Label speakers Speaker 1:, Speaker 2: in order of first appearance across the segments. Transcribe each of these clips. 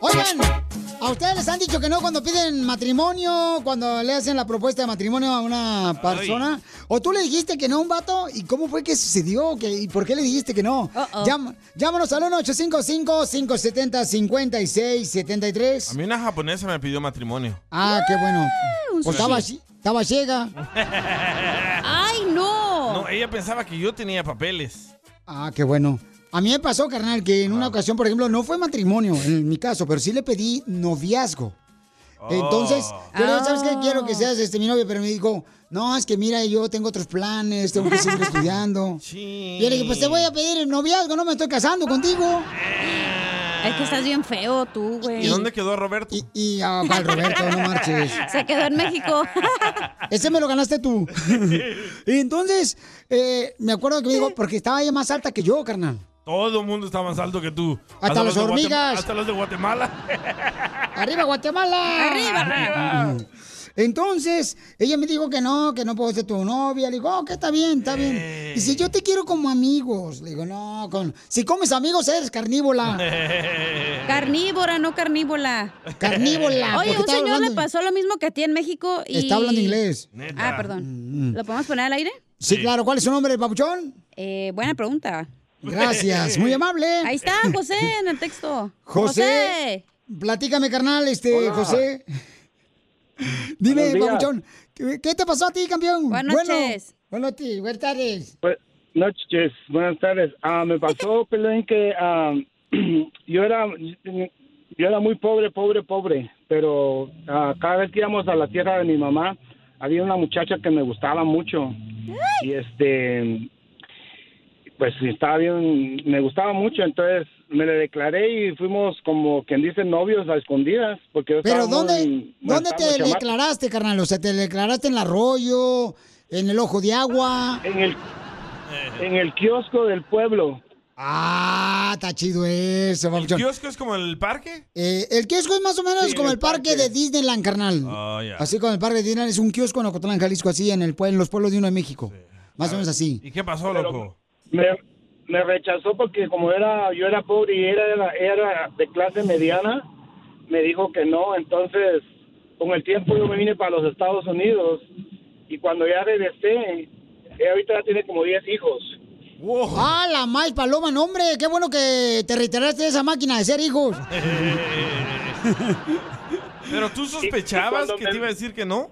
Speaker 1: Oigan, ¿a ustedes les han dicho que no cuando piden matrimonio, cuando le hacen la propuesta de matrimonio a una persona? ¿O tú le dijiste que no a un vato? ¿Y cómo fue que sucedió? ¿Qué- ¿Y por qué le dijiste que no?
Speaker 2: Uh-oh.
Speaker 1: Llam- llámanos al 1-855-570-5673.
Speaker 3: A mí una japonesa me pidió matrimonio.
Speaker 1: Ah, qué bueno.
Speaker 3: un
Speaker 1: Pues estaba,
Speaker 3: sushi.
Speaker 1: estaba ciega.
Speaker 3: ¡Ay,
Speaker 1: no!
Speaker 3: No, ella pensaba que yo tenía papeles.
Speaker 1: Ah, qué bueno. A mí me pasó, carnal, que en una ocasión, por ejemplo, no fue matrimonio en mi caso, pero sí le pedí noviazgo. Entonces,
Speaker 3: Oh.
Speaker 1: yo le digo, ¿sabes qué? Quiero
Speaker 3: Ah.
Speaker 1: que seas este, mi novio, pero me dijo, no, es que mira, yo tengo otros planes, tengo que seguir estudiando. Y yo le dije, pues te voy a pedir el noviazgo, no me estoy casando contigo.
Speaker 4: Es que estás bien feo tú, güey.
Speaker 3: ¿Y dónde quedó Roberto?
Speaker 1: Y, ah, para el Roberto, no marches.
Speaker 4: Se quedó en México.
Speaker 1: Ese me lo ganaste tú. y entonces, eh, me acuerdo que me dijo, porque estaba ella más alta que yo, carnal.
Speaker 3: Todo el mundo está más alto que tú.
Speaker 1: Hasta las
Speaker 3: los de Guatem-
Speaker 1: hormigas.
Speaker 3: Hasta los de Guatemala.
Speaker 1: ¡Arriba, Guatemala!
Speaker 3: ¡Arriba, arriba!
Speaker 1: Entonces, ella me dijo que no, que no puedo ser tu novia. Le digo, oh, que está bien, está bien. Y si yo te quiero como amigos. Le digo, no, con... si comes amigos eres carnívora.
Speaker 4: Carnívora, no carnívola.
Speaker 1: Carnívola,
Speaker 4: Oye,
Speaker 1: porque
Speaker 4: un
Speaker 1: estaba
Speaker 4: señor
Speaker 1: hablando-
Speaker 4: le pasó lo mismo que a ti en México y...
Speaker 1: Está hablando inglés.
Speaker 4: Ah, perdón. ¿Lo podemos poner al aire?
Speaker 1: Sí, claro. ¿Cuál es su nombre, papuchón?
Speaker 4: Eh, buena pregunta.
Speaker 1: Gracias, muy amable.
Speaker 4: Ahí está, José, en el texto.
Speaker 1: José. Platícame, carnal, este,
Speaker 4: Hola.
Speaker 1: José. Dime,
Speaker 5: Buenos días.
Speaker 1: papuchón, ¿qué, qué te pasó a ti, campeón?
Speaker 4: Buenas noches.
Speaker 1: Bueno, buenas noches, buenas tardes.
Speaker 5: Bu- Noches, Pues, buenas tardes. Ah, me pasó, Pelín, que ah, yo era yo era muy pobre, pobre, pobre, pero ah, cada vez que íbamos a la tierra de mi mamá, había una muchacha que me gustaba mucho. Y este, pues sí, estaba bien, me gustaba mucho, entonces me le declaré y fuimos como quien dice novios a escondidas, porque yo
Speaker 1: Pero
Speaker 5: Pues estaba
Speaker 1: ¿dónde,
Speaker 5: muy- bueno,
Speaker 1: ¿dónde
Speaker 5: estaba
Speaker 1: te
Speaker 5: muy chama-
Speaker 1: declaraste, carnal? O sea, ¿te declaraste en el arroyo, en el ojo de agua?
Speaker 5: En el, en el kiosco del pueblo.
Speaker 1: Ah, está chido eso,
Speaker 3: ¿El
Speaker 1: papuchón.
Speaker 3: kiosco es como el parque?
Speaker 1: Eh, el kiosco es más o menos
Speaker 3: Sí,
Speaker 1: como
Speaker 3: en
Speaker 1: el,
Speaker 3: el
Speaker 1: parque, de Disneyland, carnal.
Speaker 3: Ah, ya.
Speaker 1: Así como el parque de Disneyland es un kiosco en Ocotlán, Jalisco, así en, el, pue- en los pueblos de uno de México. Más o menos así.
Speaker 3: ¿Y qué pasó, loco?
Speaker 5: Me, me rechazó porque como era yo era pobre y era, era, era de clase mediana, me dijo que no. Entonces, con el tiempo yo me vine para los Estados Unidos y cuando ya regresé, ella ahorita ya tiene como 10 hijos.
Speaker 1: ¡Ah, la más paloma! No, hombre, qué bueno que te reiteraste de esa máquina de ser hijos.
Speaker 3: ¿Pero tú sospechabas
Speaker 5: cuando
Speaker 3: que
Speaker 5: me-
Speaker 3: te iba a decir que no?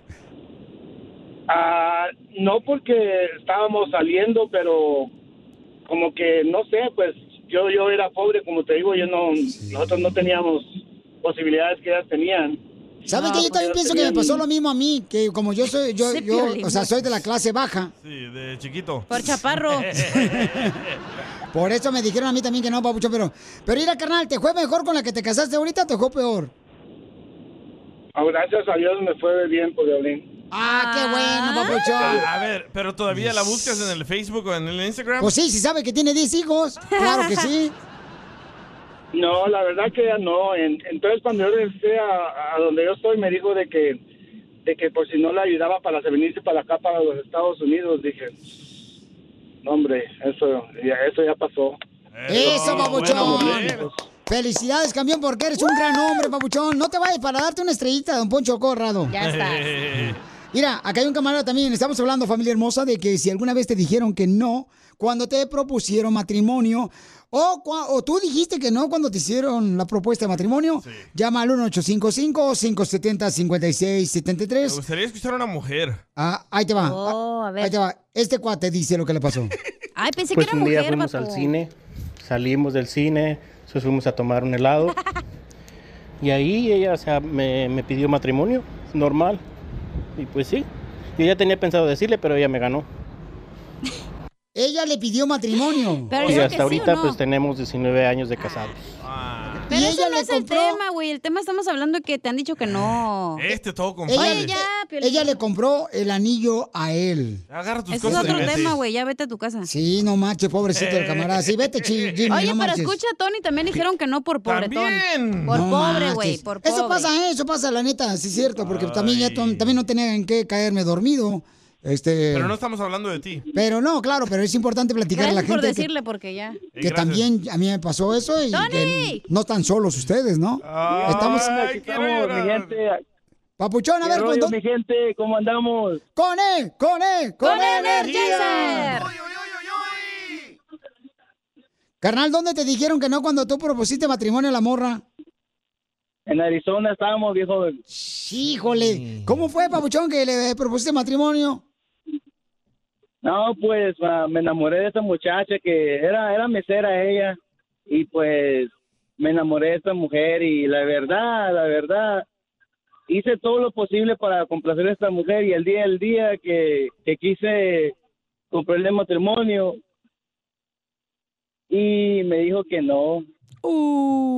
Speaker 5: Ah, no porque estábamos saliendo, pero como que no sé, pues yo yo era pobre, como te digo, yo no nosotros no teníamos posibilidades que ellas tenían. pues,
Speaker 1: ¿Sabes qué? Yo también pienso que me pasó lo mismo a mí, que como yo soy, yo,
Speaker 3: Sí,
Speaker 1: yo,
Speaker 3: Piolín.
Speaker 1: o sea, soy de la clase baja.
Speaker 3: Sí, de chiquito.
Speaker 4: Por chaparro.
Speaker 1: Por eso me dijeron a mí también que no, papucho, pero... Pero mira, carnal, ¿te fue mejor con la que te casaste ahorita o te fue peor?
Speaker 5: Ah, Gracias a Dios me fue bien, por violín.
Speaker 1: ¡Ah, qué bueno,
Speaker 3: A,
Speaker 1: papuchón!
Speaker 3: a ver, ¿pero todavía la buscas en el Facebook o en el Instagram?
Speaker 1: Pues sí, si sabe que tiene 10 hijos, claro que sí.
Speaker 5: No, la verdad que ya no. En- entonces cuando yo regresé a, a donde yo estoy me dijo de que de que por si no la ayudaba para se venirse para acá para los Estados Unidos, dije, no hombre, eso ya, eso ya pasó.
Speaker 1: Eso,
Speaker 5: Bueno,
Speaker 1: papuchón. Felicidades, campeón, porque eres un gran hombre, papuchón. No te vayas para darte una estrellita, don Poncho Corrado. Mira, acá hay un camarada también. Estamos hablando, familia hermosa, de que si alguna vez te dijeron que no, cuando te propusieron matrimonio, O, cua- o tú dijiste que no cuando te hicieron la propuesta de matrimonio. Llama al 1855-570-5673.
Speaker 3: Me gustaría escuchar a una mujer.
Speaker 1: Ah, ahí te va.
Speaker 6: Oh, a ver.
Speaker 1: Ahí te va. Este cuate dice lo que le pasó.
Speaker 6: Ay, pensé
Speaker 7: Pues
Speaker 6: que era
Speaker 7: un día
Speaker 6: mujer,
Speaker 7: fuimos al
Speaker 6: vato.
Speaker 7: cine, salimos del cine, nos fuimos a tomar un helado. y ahí ella, o sea, me, me pidió matrimonio, normal. Y pues sí, yo ya tenía pensado decirle, pero ella me ganó.
Speaker 1: Ella le pidió matrimonio.
Speaker 6: Pero
Speaker 7: y
Speaker 6: dijo que
Speaker 7: hasta
Speaker 6: sí o
Speaker 7: ahorita
Speaker 6: no.
Speaker 7: pues tenemos 19 años de casados.
Speaker 4: Pero
Speaker 3: Ah.
Speaker 1: Y
Speaker 4: eso
Speaker 1: ella
Speaker 4: no
Speaker 1: le
Speaker 4: es
Speaker 1: compró-
Speaker 4: el tema, güey. El tema estamos hablando que te han dicho que no.
Speaker 3: Este todo con
Speaker 1: Ella,
Speaker 4: Oye, ya, Piolín.
Speaker 1: ella le compró el anillo a él.
Speaker 3: Agarra tus
Speaker 4: Eso es
Speaker 3: cosas. y
Speaker 4: otro
Speaker 3: vete.
Speaker 4: tema, güey. Ya vete a tu casa.
Speaker 1: Sí, no marches, pobrecito el camarada. Sí, vete, chi- Jimmy,
Speaker 4: Oye,
Speaker 1: no
Speaker 4: pero
Speaker 1: marches.
Speaker 4: escucha, Tony, también dijeron que no por pobretón.
Speaker 3: También.
Speaker 6: Por
Speaker 1: No
Speaker 6: pobre,
Speaker 1: marches.
Speaker 6: güey, por pobre.
Speaker 1: Eso pasa, ¿eh? eso pasa, la neta, sí es cierto, porque también ya
Speaker 3: Ay.
Speaker 1: tom- también no tenía en qué caerme dormido. Este,
Speaker 3: Pero no estamos hablando de ti.
Speaker 1: pero no, claro, pero es importante platicar a la
Speaker 4: Gracias por
Speaker 1: gente que-
Speaker 4: decirle, porque ya.
Speaker 3: Eh,
Speaker 1: que,
Speaker 3: gracias.
Speaker 1: también a mí me pasó eso y
Speaker 4: ¡Tony!
Speaker 1: que no están solos ustedes, ¿no?
Speaker 3: Ay,
Speaker 1: Estamos-
Speaker 3: quiero
Speaker 8: Estamos, mi
Speaker 3: llorar.
Speaker 8: gente.
Speaker 1: Papuchón, a
Speaker 8: ¿Qué
Speaker 1: ver, con,
Speaker 8: rollo, mi gente? ¿Cómo andamos?
Speaker 1: con él, con él, con E él.
Speaker 4: Energizer.
Speaker 3: Uy, uy, uy, uy, uy.
Speaker 1: Carnal, ¿dónde te dijeron que no cuando tú propusiste matrimonio a la morra?
Speaker 8: En Arizona estábamos, viejo.
Speaker 1: Híjole, ¿cómo fue, Papuchón, que le propusiste matrimonio?
Speaker 8: No, pues ah, me enamoré de esa muchacha que era, era mesera ella y pues me enamoré de esta mujer y la verdad, la verdad, hice todo lo posible para complacer a esta mujer y el día, el día que, que quise comprarle matrimonio y me dijo que no.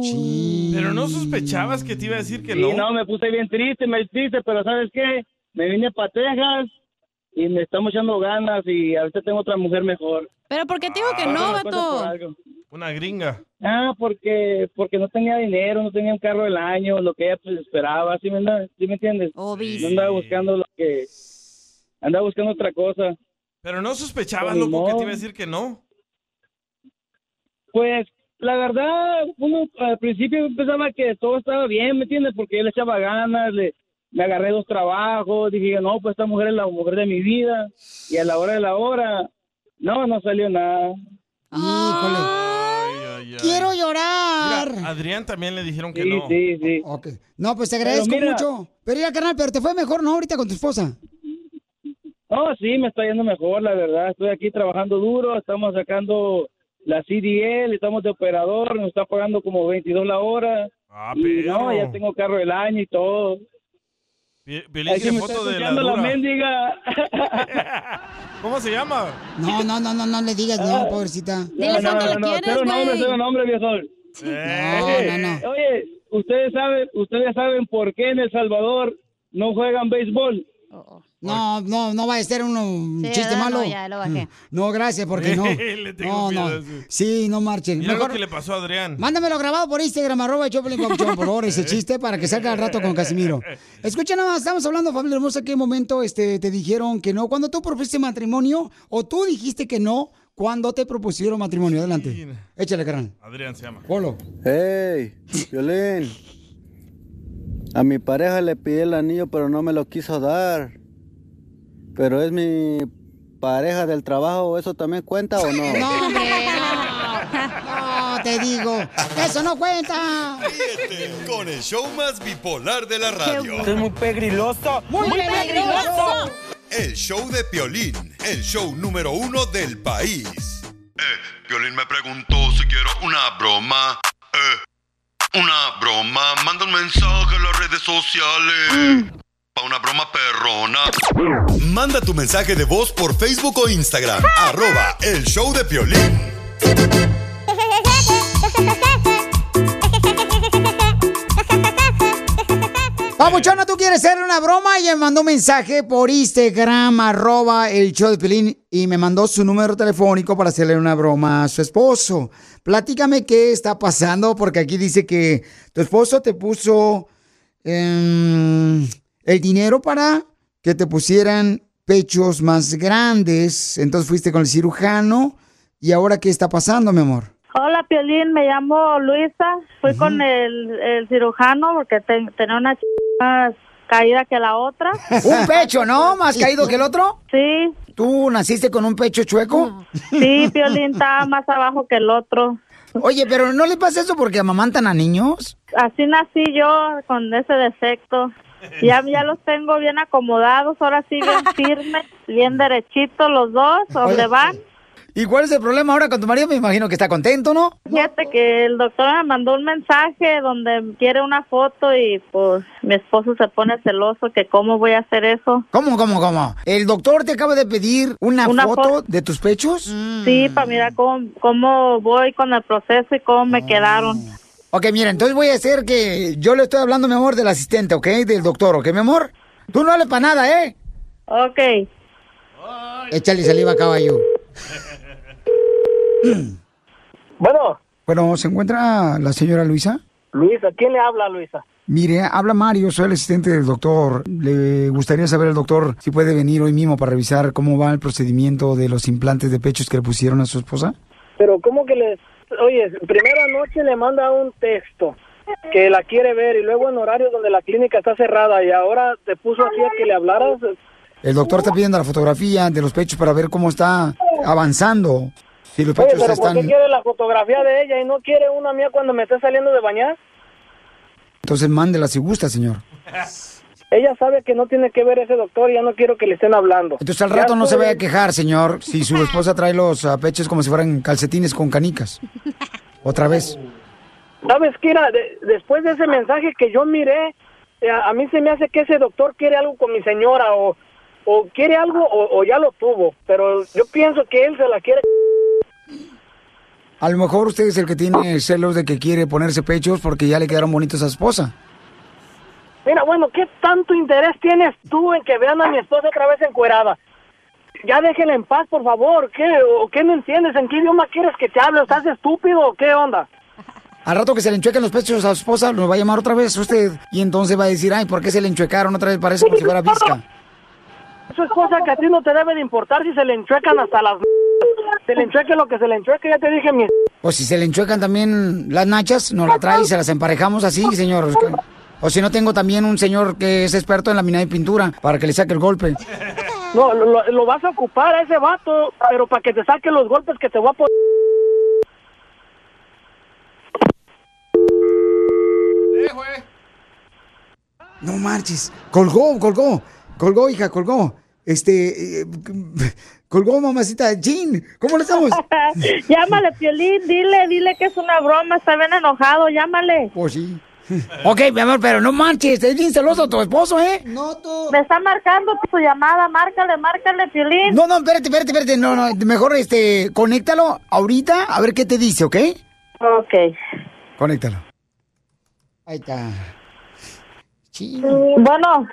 Speaker 1: Sí.
Speaker 3: Pero no sospechabas que te iba a decir que
Speaker 8: Y
Speaker 3: no.
Speaker 8: no, me puse bien triste, me triste, pero ¿sabes qué? Me vine para Texas y me estamos echando ganas y ahorita tengo otra mujer mejor.
Speaker 4: Pero ¿por qué te digo que
Speaker 8: Hago
Speaker 4: no,
Speaker 8: las cosas por
Speaker 4: vato?
Speaker 8: algo.
Speaker 3: Una gringa.
Speaker 8: Ah, porque porque no tenía dinero, no tenía un carro del año, lo que ella pues, esperaba, ¿sí me, anda- sí me entiendes?
Speaker 4: O
Speaker 3: Sí.
Speaker 8: No andaba
Speaker 3: Sí.
Speaker 8: buscando lo que... Andaba buscando otra cosa.
Speaker 3: Pero no sospechabas,
Speaker 8: Pues,
Speaker 3: loco, que
Speaker 8: no.
Speaker 3: te iba a decir que no.
Speaker 8: Pues, la verdad, uno al principio pensaba que todo estaba bien, ¿me entiendes? Porque yo le echaba ganas, le, me agarré dos trabajos, dije, no, pues esta mujer es la mujer de mi vida. Y a la hora de la hora, no, no salió nada.
Speaker 1: Híjole.
Speaker 3: Ay, ay, ay.
Speaker 1: Quiero
Speaker 3: Mira,
Speaker 1: llorar.
Speaker 3: a Adrián también le dijeron que
Speaker 8: Sí,
Speaker 3: no.
Speaker 8: sí, sí.
Speaker 1: Ok. No, pues te agradezco
Speaker 8: Pero mira-
Speaker 1: mucho. Pero mira, carnal, pero te fue mejor, ¿no? Ahorita con tu esposa. pues-
Speaker 8: No, sí, me está yendo mejor, la verdad. Estoy aquí trabajando duro, estamos sacando la CDL, estamos de operador, nos está pagando como 22 la hora.
Speaker 3: Ah,
Speaker 8: y
Speaker 3: pero.
Speaker 8: no, ya tengo carro del año y todo.
Speaker 3: Pi- Piolín
Speaker 8: Aquí
Speaker 3: tiene
Speaker 8: me está
Speaker 3: foto de la
Speaker 8: escuchando la,
Speaker 3: dura.
Speaker 8: mendiga.
Speaker 3: ¿Cómo se llama?
Speaker 1: No, no, no, no, no le digas, no, pobrecita.
Speaker 4: Dile
Speaker 8: no,
Speaker 4: cuánto
Speaker 8: no,
Speaker 4: le
Speaker 8: no,
Speaker 4: quieres,
Speaker 8: cero nombre,
Speaker 4: güey.
Speaker 8: cero nombre, viejo. Eh,
Speaker 1: No, no, no.
Speaker 8: Oye, ustedes saben, ustedes saben por qué en El Salvador no juegan béisbol.
Speaker 4: Oh, oh.
Speaker 1: No, no, no va a ser uno- un
Speaker 6: Sí,
Speaker 1: chiste
Speaker 6: ¿verdad?
Speaker 1: malo. Mm.
Speaker 6: No, ya, lo bajé.
Speaker 1: No, gracias, porque no.
Speaker 3: Le tengo
Speaker 1: No, no.
Speaker 3: miedo a eso.
Speaker 1: Sí, no marchen.
Speaker 3: Mira
Speaker 1: Mejor
Speaker 3: lo que le pasó a Adrián.
Speaker 1: Mándamelo grabado por Instagram, arroba el Choplin Papuchón, por favor, ese chiste para que salga al rato con Casimiro. Escucha nada más, estamos hablando, familia hermosa, qué momento este, te dijeron que no. Cuando tú propusiste matrimonio o tú dijiste que no cuando te propusieron matrimonio.
Speaker 3: Sí.
Speaker 1: Adelante. Échale, carnal.
Speaker 3: Adrián se llama.
Speaker 1: Polo.
Speaker 9: Hey, Violín. A mi pareja le pidí el anillo, pero no me lo quiso dar. Pero es mi pareja del trabajo, ¿eso también cuenta o no?
Speaker 1: No, hombre, no. No, te digo. Eso no cuenta.
Speaker 10: Ríete con el show más bipolar de la radio.
Speaker 1: Muy, peligroso.
Speaker 10: El show de Piolín, el show número uno del país. Eh, Piolín me preguntó si quiero una broma. Eh, una broma. Manda un mensaje a las redes sociales. Pa' una broma perrona. Manda tu mensaje de voz por Facebook o Instagram. arroba el show de Piolín.
Speaker 1: Papuchona, tú quieres hacer una broma y me mandó un mensaje por Instagram, arroba el show de Pelín, y me mandó su número telefónico para hacerle una broma a su esposo. Platícame qué está pasando, porque aquí dice que tu esposo te puso em, el dinero para que te pusieran pechos más grandes. Entonces fuiste con el cirujano. ¿Y ahora qué está pasando, mi amor?
Speaker 11: Hola, Piolín, me llamo Luisa. Fui con el, el cirujano porque te- tenía una ch... más caída que la otra.
Speaker 2: Un pecho, ¿no? Más caído que el otro.
Speaker 11: Sí, Mm.
Speaker 2: ¿Tú naciste con un pecho chueco?
Speaker 11: sí, Piolín estaba más abajo que el otro.
Speaker 1: Oye, pero ¿no le pasa eso porque amamantan a niños?
Speaker 12: Así nací yo con ese defecto. Ya, ya los tengo bien acomodados, ahora sí bien firmes, bien derechitos los dos, donde van.
Speaker 1: ¿Y cuál es el problema ahora con tu marido? Me imagino que está contento, ¿no?
Speaker 12: Fíjate que el doctor me mandó un mensaje donde quiere una foto y pues mi esposo se pone celoso que cómo voy a hacer eso.
Speaker 1: ¿Cómo, cómo, cómo? ¿El doctor te acaba de pedir una,
Speaker 12: Una
Speaker 1: foto
Speaker 12: foto.
Speaker 1: de tus pechos?
Speaker 12: Sí, para mirar cómo, cómo voy con el proceso y cómo me quedaron.
Speaker 1: Oh. Ok, mira, entonces voy a hacer que yo le estoy hablando, mi amor, del asistente, ¿ok? Del doctor, ¿ok, mi amor? Tú no hables para nada, ¿eh?
Speaker 12: Ok.
Speaker 4: Échale saliva, caballo.
Speaker 6: Bueno.
Speaker 1: Bueno, ¿se encuentra la señora Luisa?
Speaker 6: Luisa, ¿quién le habla, Luisa?
Speaker 1: Mire, habla Mario, soy el asistente del doctor. Le gustaría saber al doctor si puede venir hoy mismo para revisar cómo va el procedimiento de los implantes de pechos que le pusieron a su esposa.
Speaker 6: Pero ¿cómo que le... Oye, primero anoche le manda un texto que la quiere ver y luego en horario donde la clínica está cerrada y ahora te puso así a que le hablaras.
Speaker 1: El doctor está pidiendo la fotografía de los pechos para ver cómo está avanzando. Si los
Speaker 6: Oye,
Speaker 1: pechos
Speaker 6: pero ¿por
Speaker 1: están...
Speaker 6: qué quiere la fotografía de ella y no quiere una mía cuando me esté saliendo de bañar?
Speaker 1: Entonces mándela si gusta, señor.
Speaker 6: Ella sabe que no tiene que ver ese doctor y ya no quiero que le estén hablando.
Speaker 1: Entonces Pues al rato
Speaker 6: Ya
Speaker 1: no se
Speaker 6: estoy-
Speaker 1: vaya a quejar, señor, si su esposa trae los ah, pechos como si fueran calcetines con canicas. Otra vez.
Speaker 6: ¿Sabes qué? Ira? De- después de ese mensaje que yo miré, eh, a, a mí se me hace que ese doctor quiere algo con mi señora o, o quiere algo o, o ya lo tuvo. Pero yo pienso que él se la quiere...
Speaker 1: A lo mejor usted es el que tiene celos de que quiere ponerse pechos porque ya le quedaron bonitos a su esposa.
Speaker 6: Mira, bueno, ¿qué tanto interés tienes tú en que vean a mi esposa otra vez encuerada? Ya déjenla en paz, por favor. ¿Qué, o, ¿Qué no entiendes? ¿En qué idioma quieres que te hable? ¿Estás estúpido o qué onda?
Speaker 1: Al rato que se le enchuequen los pechos a su esposa, lo va a llamar otra vez usted. Y entonces va a decir, ay, ¿por qué se le enchuecaron otra vez? Parece como si fuera visca.
Speaker 6: Eso es cosa que a ti no te debe de importar si se le enchuecan hasta las... m******. Se le enchueque lo que se le enchueque, ya te dije, mi...
Speaker 1: O si se le enchuecan también las nachas, nos la trae y se las emparejamos así, señor. Es que- O si no, tengo también un señor que es experto en la mina de pintura para que le saque el golpe.
Speaker 6: No, lo, lo- lo vas a ocupar a ese vato, pero para que te saque los golpes que te voy a poner.
Speaker 4: No marches. Colgó, colgó. Colgó, hija, colgó. Este. eh, colgó, mamacita. Jean, ¿cómo le estamos?
Speaker 12: llámale, Piolín, dile, dile que es una broma, está bien enojado, llámale.
Speaker 4: Pues sí.
Speaker 1: Ok, mi amor, pero no manches, es bien celoso tu esposo, ¿eh?
Speaker 4: No, tú.
Speaker 12: Me está marcando su llamada, márcale, márcale, Piolín.
Speaker 1: No, no, espérate, espérate, espérate. No, no, mejor este, conéctalo ahorita a ver qué te dice, ¿ok?
Speaker 12: Ok.
Speaker 1: Conéctalo.
Speaker 4: Ahí está.
Speaker 6: Bueno.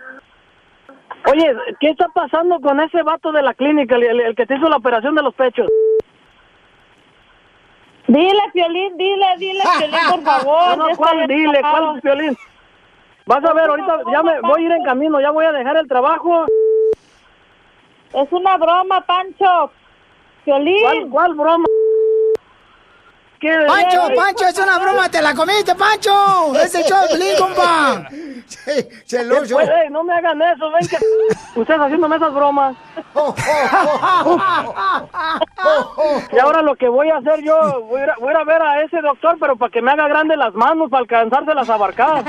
Speaker 6: Oye, ¿qué está pasando con ese vato de la clínica, el, el- el que te hizo la operación de los pechos?
Speaker 12: Dile, Piolín, dile, dile, Piolín, por favor.
Speaker 6: No,
Speaker 12: ya está
Speaker 6: ¿cuál
Speaker 12: bien
Speaker 6: dile?
Speaker 12: enojado.
Speaker 6: ¿Cuál violín? Vas a ver, ahorita ya me voy a ir en camino, ya voy a dejar el trabajo.
Speaker 12: Es una broma, Pancho. Piolín.
Speaker 6: ¿Cuál, cuál broma? ¿Qué?
Speaker 1: ¡Pancho, Pancho, es una broma! ¡Te la comiste, Pancho! ¡Es el show de Piolín, compa!
Speaker 4: Celoso.
Speaker 6: Después, ey, no me hagan eso, ven que ustedes haciéndome esas bromas.
Speaker 1: Oh,
Speaker 6: Y ahora lo que voy a hacer yo, voy a, ir a- voy a ir a ver a ese doctor, pero para que me haga grande las manos, para alcanzarse las abarcadas.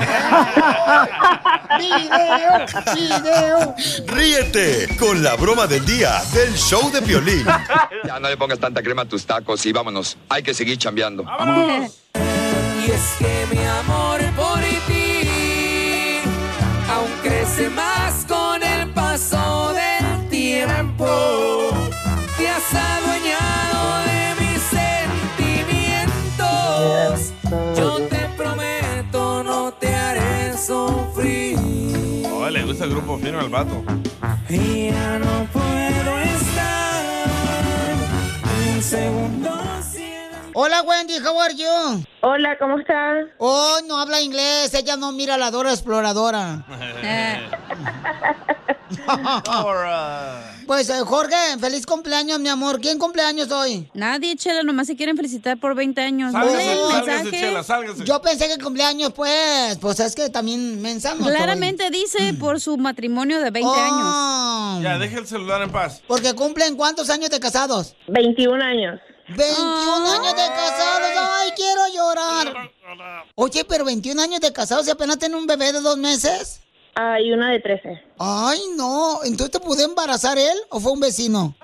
Speaker 4: ¡Video! ¡Video!
Speaker 13: Ríete con la broma del día del show de Piolín.
Speaker 10: Ya no le pongas tanta crema a tus tacos y vámonos. Hay que seguir chambeando.
Speaker 14: Y es que mi amor por ti aún crece más con el paso del tiempo. Te has adueñado de mis sentimientos. Yo te prometo no te haré sufrir.
Speaker 3: Oh, le gusta el grupo fino al vato.
Speaker 14: Y ya no puedo estar un segundo
Speaker 4: Hola, Wendy, how are you? Hola, ¿cómo estás? Oh, no habla inglés, ella no mira la Dora Exploradora. Pues, eh, Jorge, feliz cumpleaños, mi amor. ¿Quién cumpleaños hoy?
Speaker 15: Nadie, Chela, nomás se quieren felicitar por 20 años.
Speaker 4: Sálgase,
Speaker 15: Mándenle el
Speaker 4: sálgase,
Speaker 15: mensaje.
Speaker 4: Chela, Yo pensé que cumpleaños, pues, pues es que también Mm. mensano.
Speaker 15: Claramente dice por su matrimonio de 20
Speaker 4: Oh,
Speaker 15: años.
Speaker 3: Ya, deja el celular en paz.
Speaker 4: Porque cumplen cuántos años de casados? 21 años.
Speaker 1: 21 años de casados, ay, quiero llorar. Oye, pero 21 años de casados y apenas tiene un bebé de dos meses. Ah, y una de 13. Ay, no. ¿Entonces te pude embarazar él o fue un vecino?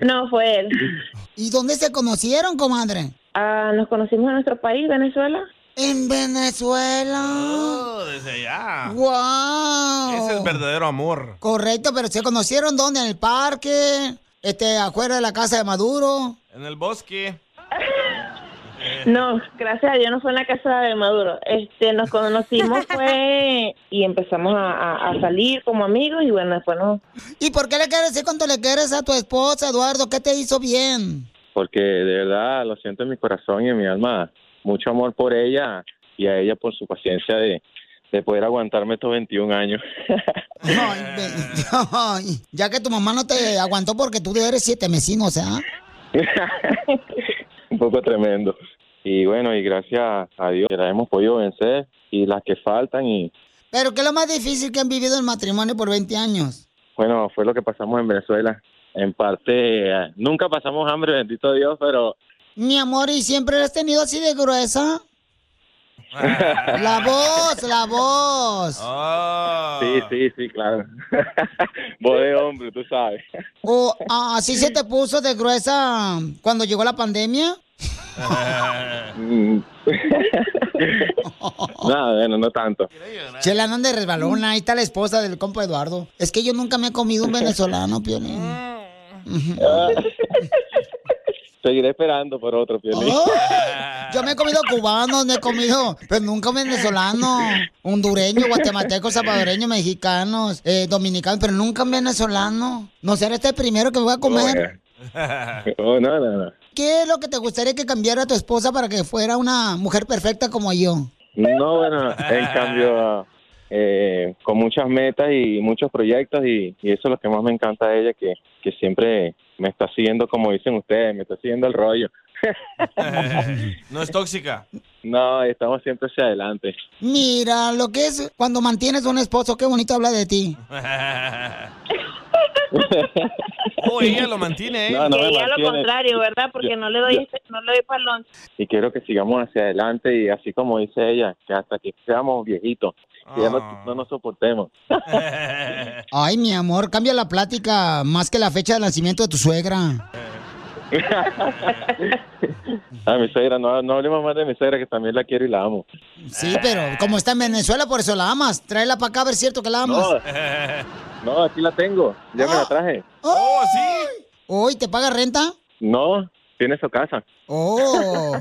Speaker 1: No, fue él. ¿Y dónde se conocieron, comadre?
Speaker 16: Ah, nos conocimos en nuestro país, Venezuela.
Speaker 1: En Venezuela.
Speaker 3: Oh, Desde allá.
Speaker 1: ¡Wow!
Speaker 3: Ese es verdadero amor.
Speaker 1: Correcto, pero ¿se conocieron dónde? ¿En el parque? Este, afuera de la casa de Maduro.
Speaker 3: En el bosque.
Speaker 16: No, gracias a Dios no fue en la casa de Maduro. Este, nos conocimos fue y empezamos a, a- a salir como amigos y bueno, después no.
Speaker 1: ¿Y por qué le quieres decir cuánto le quieres a tu esposa, Eduardo? ¿Qué te hizo bien?
Speaker 17: porque de verdad lo siento en mi corazón y en mi alma. Mucho amor por ella y a ella por su paciencia de, de poder aguantarme estos 21 años.
Speaker 3: Eh.
Speaker 1: Ay, ya que tu mamá no te aguantó porque tú eres siete mesinos, ¿ah?
Speaker 17: Un poco tremendo. Y bueno, y gracias a Dios que la hemos podido vencer y las que faltan. Y
Speaker 1: Pero ¿qué es lo más difícil que han vivido el matrimonio por 20 años?
Speaker 17: bueno, fue lo que pasamos en Venezuela. En parte, eh, nunca pasamos hambre, bendito Dios, pero...
Speaker 1: Mi amor, ¿y siempre la has tenido así de gruesa? La voz, la voz.
Speaker 17: Sí, sí, sí, claro. Voz de hombre, tú sabes.
Speaker 1: ¿O ah, así se te puso de gruesa cuando llegó la pandemia?
Speaker 17: Mm. no, bueno, no tanto.
Speaker 1: Chela, no ande resbalona, ahí está la esposa del compa Eduardo. Es que yo nunca me he comido un venezolano, Piolín.
Speaker 17: Ah. Seguiré esperando por otro, Piolín.
Speaker 1: Ay, Oh, Yo me he comido cubanos, me he comido, pero nunca un venezolano, hondureño, guatemalteco, salvadoreño, mexicanos, eh, dominicanos, pero nunca un venezolano. No será este el primero que voy a
Speaker 17: eh.
Speaker 1: comer.
Speaker 17: Oh, no, no, no.
Speaker 1: ¿Qué es lo que te gustaría que cambiara tu esposa para que fuera una mujer perfecta como yo?
Speaker 17: No, bueno, en cambio, eh, con muchas metas y muchos proyectos y, y eso es lo que más me encanta de ella, que, que siempre me está siguiendo, como dicen ustedes, me está siguiendo el rollo.
Speaker 3: no es tóxica.
Speaker 17: No, estamos siempre hacia adelante.
Speaker 1: Mira, lo que es cuando mantienes un esposo, qué bonito habla de ti.
Speaker 3: oh, ella lo mantiene, ¿eh?
Speaker 17: No, no
Speaker 16: y
Speaker 17: me
Speaker 16: ella lo
Speaker 17: mantiene.
Speaker 16: contrario, ¿verdad? Porque
Speaker 17: Yo-
Speaker 16: no le doy
Speaker 17: yo-
Speaker 16: este- no le doy palón.
Speaker 17: Y quiero que sigamos hacia adelante y así como dice ella, que hasta que seamos viejitos, que ya
Speaker 3: Ah.
Speaker 17: no, no nos soportemos.
Speaker 1: Ay, mi amor, cambia la plática más que la fecha de nacimiento de tu suegra.
Speaker 17: A mi suegra, no, no hablemos más de mi suegra, que también la quiero y la amo.
Speaker 1: Sí, pero como está en Venezuela, por eso la amas. Tráela para acá, a ver, cierto que la amas.
Speaker 16: Oh,
Speaker 17: No, no, aquí la tengo, ya me la traje.
Speaker 1: ¡Oh, sí! ¿Hoy te paga renta?
Speaker 17: No, tiene su casa.
Speaker 1: ¡Oh!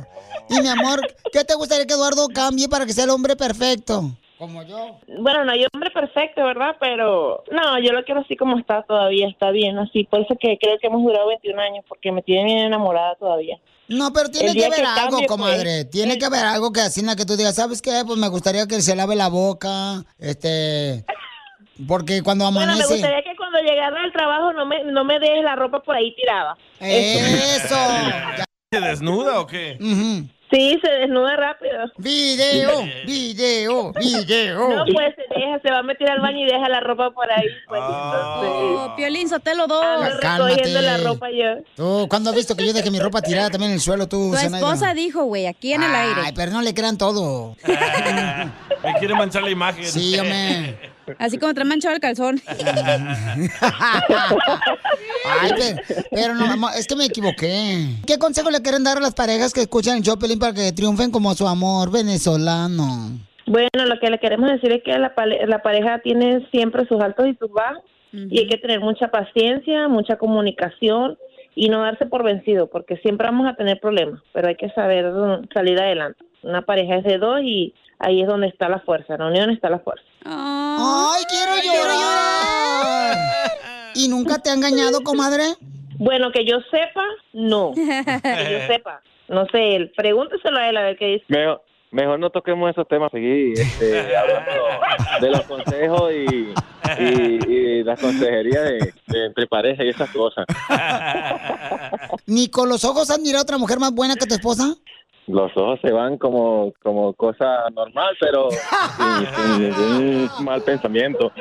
Speaker 1: Y mi amor, ¿qué te gustaría que Eduardo cambie para que sea el hombre perfecto?
Speaker 16: Como yo. Bueno, no hay hombre perfecto, ¿verdad? Pero no, yo lo quiero así como está todavía, está bien así. Por eso que creo que hemos durado 21 años, porque me tiene bien enamorada todavía.
Speaker 1: No, pero tiene
Speaker 16: El
Speaker 1: que
Speaker 16: día
Speaker 1: haber
Speaker 16: que
Speaker 1: algo,
Speaker 16: cambie,
Speaker 1: comadre.
Speaker 16: pues.
Speaker 1: Tiene que haber algo que así en la que tú digas, ¿sabes qué? Pues me gustaría que se lave la boca, este... Porque cuando
Speaker 16: Bueno, me
Speaker 1: amanece...
Speaker 16: gustaría que cuando llegara al trabajo no me, no me dejes la ropa por ahí tirada.
Speaker 1: ¡Eso!
Speaker 3: ¿Se desnuda o qué?
Speaker 16: Sí, se desnuda rápido.
Speaker 1: Video, video, video.
Speaker 16: No, pues se deja, se va a meter al baño y deja la ropa por ahí. Pues, entonces... Oh, Ah, Piolín, sotelo dos. recogiendo la ropa yo.
Speaker 1: Tú, ¿cuándo has visto que yo dejé mi ropa tirada también en el suelo, tú,
Speaker 4: Tu
Speaker 1: Zenaida?
Speaker 4: esposa dijo, güey, aquí en el aire.
Speaker 1: Ay, pero no le crean todo.
Speaker 3: Me quiere manchar la imagen.
Speaker 1: Sí, hombre.
Speaker 4: Así como trae manchado el calzón.
Speaker 1: Ay, pero, pero no, mamá, es que me equivoqué. ¿Qué consejo le quieren dar a las parejas que escuchan el Chopelín para que triunfen como su amor venezolano?
Speaker 16: Bueno, lo que le queremos decir es que la, pale- la pareja tiene siempre sus altos y sus bajos y hay que tener mucha paciencia, mucha comunicación y no darse por vencido porque siempre vamos a tener problemas, pero hay que saber mm, salir adelante. Una pareja es de dos y ahí es donde está la fuerza, en la unión está la fuerza.
Speaker 1: Ay, quiero llorar. ¿Y nunca te ha engañado, comadre?
Speaker 16: Bueno, que yo sepa, no. que yo sepa. No sé, él. pregúnteselo a él a ver qué dice.
Speaker 17: Mejor, mejor no toquemos esos temas, seguir este, hablando de los consejos y, y, y las consejerías de, de entre parejas y esas cosas.
Speaker 1: ¿Ni con los ojos has mirado a otra mujer más buena que tu esposa?
Speaker 17: los ojos se van como, como cosa normal, pero sin, sin ningún mal pensamiento.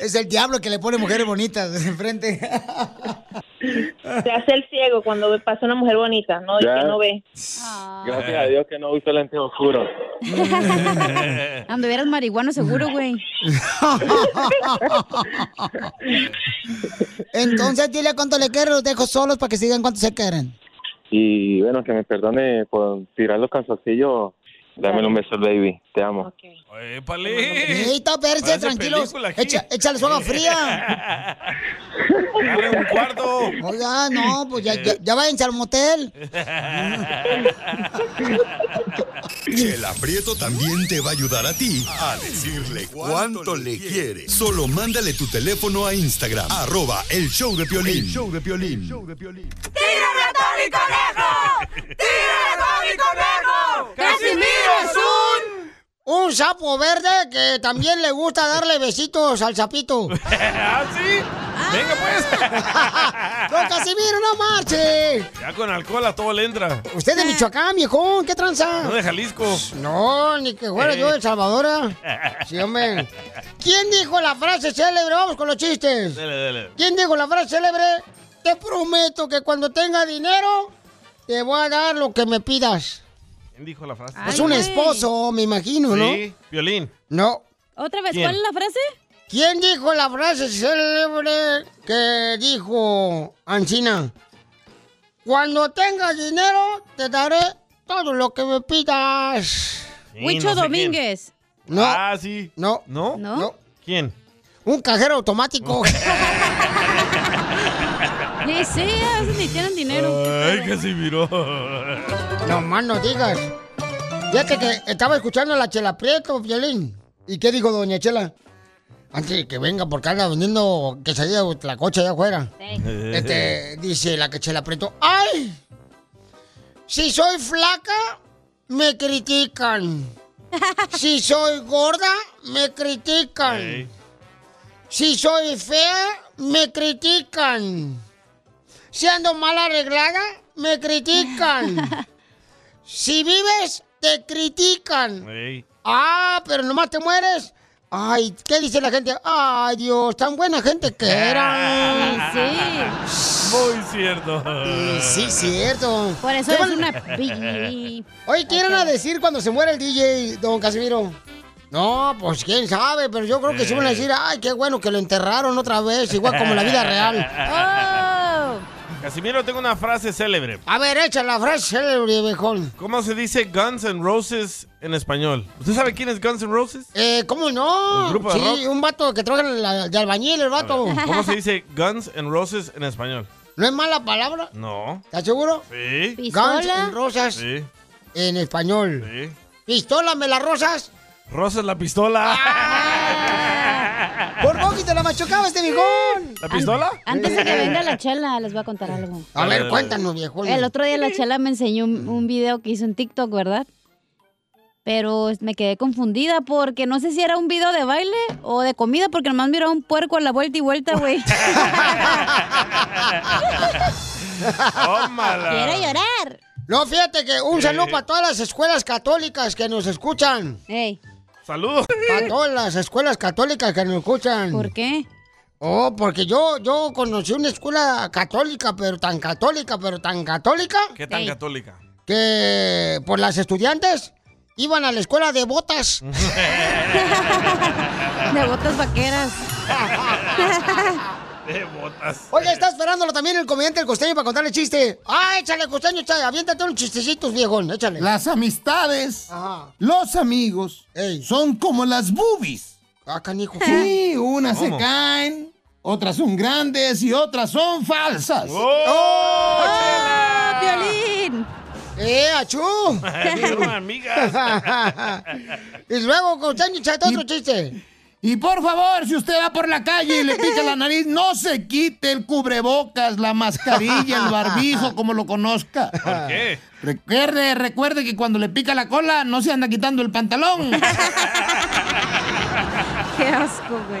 Speaker 1: Es el diablo que le pone mujeres bonitas enfrente.
Speaker 16: Se hace el ciego cuando ve- pasa una mujer bonita, ¿no? Y
Speaker 17: Ya.
Speaker 16: que no ve.
Speaker 17: Gracias a Dios que no uso lentes oscuros.
Speaker 4: Ando eras marihuano seguro, güey.
Speaker 1: Entonces dile cuánto le quieren, los dejo solos para que se digan cuánto se quieren.
Speaker 17: Y bueno, que me perdone por tirar los calzoncillos. Dámelo un beso, baby. Te amo.
Speaker 1: Necesita verse, tranquilos. Echa- échale su agua fría.
Speaker 3: Dale un cuarto.
Speaker 1: Oiga, no, pues ya, ya, ya váyanse al motel.
Speaker 10: El aprieto también te va a ayudar a ti a decirle cuánto le quiere. Solo mándale tu teléfono a Instagram, arroba el show de Piolín.
Speaker 14: El
Speaker 10: show de Piolín.
Speaker 14: ¡Tírame a Tony Conejo! ¡Tírame a Tony Conejo!
Speaker 1: ¡Casimiro
Speaker 14: es un...
Speaker 1: Un sapo verde que también le gusta darle besitos al sapito.
Speaker 3: ¿Ah, sí? Venga, pues.
Speaker 1: ¡Don Casimiro, no marche!
Speaker 3: Ya con alcohol a todo le entra.
Speaker 1: Usted de Michoacán, viejón, ¿qué tranza?
Speaker 3: No de Jalisco.
Speaker 1: No, ni que fuera yo de El Salvador. ¿eh? Sí, hombre. ¿Quién dijo la frase célebre? Vamos con los chistes.
Speaker 3: Dele, dele.
Speaker 1: ¿Quién dijo la frase célebre? Te prometo que cuando tenga dinero, te voy a dar lo que me pidas.
Speaker 3: ¿Quién dijo la frase?
Speaker 1: es un esposo, me imagino, ¿no?
Speaker 3: Sí, violín.
Speaker 1: No.
Speaker 4: ¿Otra
Speaker 3: vez? ¿Quién? ¿Cuál es
Speaker 4: la frase?
Speaker 1: ¿Quién dijo la frase célebre que dijo Ancina? Cuando tengas dinero, te daré todo lo que me pidas.
Speaker 3: Sí, Huicho no sé Domínguez.
Speaker 1: No.
Speaker 3: Ah, sí.
Speaker 1: No.
Speaker 3: ¿No?
Speaker 1: No.
Speaker 3: ¿Quién?
Speaker 1: Un cajero automático.
Speaker 4: Ni sí, a veces ni tienen dinero.
Speaker 3: Ay, que se miró.
Speaker 1: No más no digas. Fíjate que estaba escuchando a la Chela Prieto, Violín. ¿Y qué dijo doña Chela? Antes de que venga, porque anda vendiendo quesadilla o tlacocha allá afuera. Este, dice la que Chela Prieto. ¡Ay! Si soy flaca, me critican. Si soy gorda, me critican. Si soy fea, me critican. Si ando mal arreglada, me critican. Si vives, te critican.
Speaker 3: Ey.
Speaker 1: Ah, pero nomás te mueres. Ay, ¿qué dice la gente? Ay, Dios, tan buena gente que
Speaker 3: Ah,
Speaker 1: eran.
Speaker 3: Muy cierto.
Speaker 1: Sí, cierto.
Speaker 4: Por eso
Speaker 1: ¿Qué
Speaker 4: es
Speaker 1: van-
Speaker 4: una pi-
Speaker 1: Oye, ¿qué iban a decir cuando se muera el DJ, don Casimiro? No, pues quién sabe, pero yo creo que sí van a decir,
Speaker 3: Eh.
Speaker 1: ay, qué bueno que lo enterraron otra vez, igual como en la vida real.
Speaker 3: Casimiro, tengo una frase célebre.
Speaker 1: A ver, echa la frase célebre, viejón.
Speaker 3: ¿Cómo se dice Guns N' Roses en español? ¿Usted sabe quién es Guns N' Roses?
Speaker 1: Eh, ¿cómo no?
Speaker 3: ¿El grupo de
Speaker 1: sí,
Speaker 3: rock?
Speaker 1: un vato que trabaja en la- de albañil, el vato.
Speaker 3: ¿Cómo se dice Guns N' Roses en español?
Speaker 1: ¿No es mala palabra?
Speaker 3: No.
Speaker 1: ¿Estás seguro?
Speaker 3: Sí.
Speaker 1: Guns en rosas
Speaker 3: Sí.
Speaker 1: en español.
Speaker 3: Sí.
Speaker 1: ¿Pistola me Ah, las rosas?
Speaker 3: Rosas la pistola.
Speaker 1: Por poco y te la machucaba este viejón.
Speaker 3: ¿La pistola?
Speaker 4: Antes de que venga la chela, les voy a contar algo.
Speaker 1: A ver, cuéntanos, viejón.
Speaker 4: El otro día la chela me enseñó un, un video que hizo en TikTok, ¿verdad? Pero me quedé confundida porque no sé si era un video de baile o de comida, porque nomás miraba un puerco a la vuelta y vuelta, güey.
Speaker 3: Tómala.
Speaker 4: Quiero llorar.
Speaker 1: No, fíjate que un saludo
Speaker 3: Eh.
Speaker 1: para todas las escuelas católicas que nos escuchan.
Speaker 3: Saludos.
Speaker 1: Para todas las escuelas católicas que nos escuchan. ¿Por
Speaker 4: qué?
Speaker 1: Oh, porque yo, yo conocí una escuela católica, pero tan católica, pero tan católica.
Speaker 3: ¿Qué tan católica?
Speaker 1: que por las estudiantes iban a la escuela de botas.
Speaker 4: de botas vaqueras.
Speaker 3: De botas.
Speaker 1: Oye, está esperándolo también el comediante del costeño para contarle chiste. Ah, échale, costeño, échale, aviéntate unos chistecitos, viejón, échale.
Speaker 18: Las amistades, los amigos, son como las boobies.
Speaker 1: Ah, canijo.
Speaker 18: Sí, unas
Speaker 14: ¿Cómo?
Speaker 18: se caen, otras son grandes y otras son falsas. ¡Ah,
Speaker 3: ¡Oh,
Speaker 4: violín!
Speaker 1: ¡Eh, achú!
Speaker 18: Son
Speaker 3: amigas.
Speaker 1: y luego, costeño, échate otro chiste.
Speaker 18: Y por favor, si usted va por la calle y le pica la nariz, no se quite el cubrebocas, la mascarilla, el barbijo, como lo conozca.
Speaker 3: ¿Por qué?
Speaker 18: Recuerde, recuerde que cuando le pica la cola, no se anda quitando el pantalón.
Speaker 4: Qué asco, güey.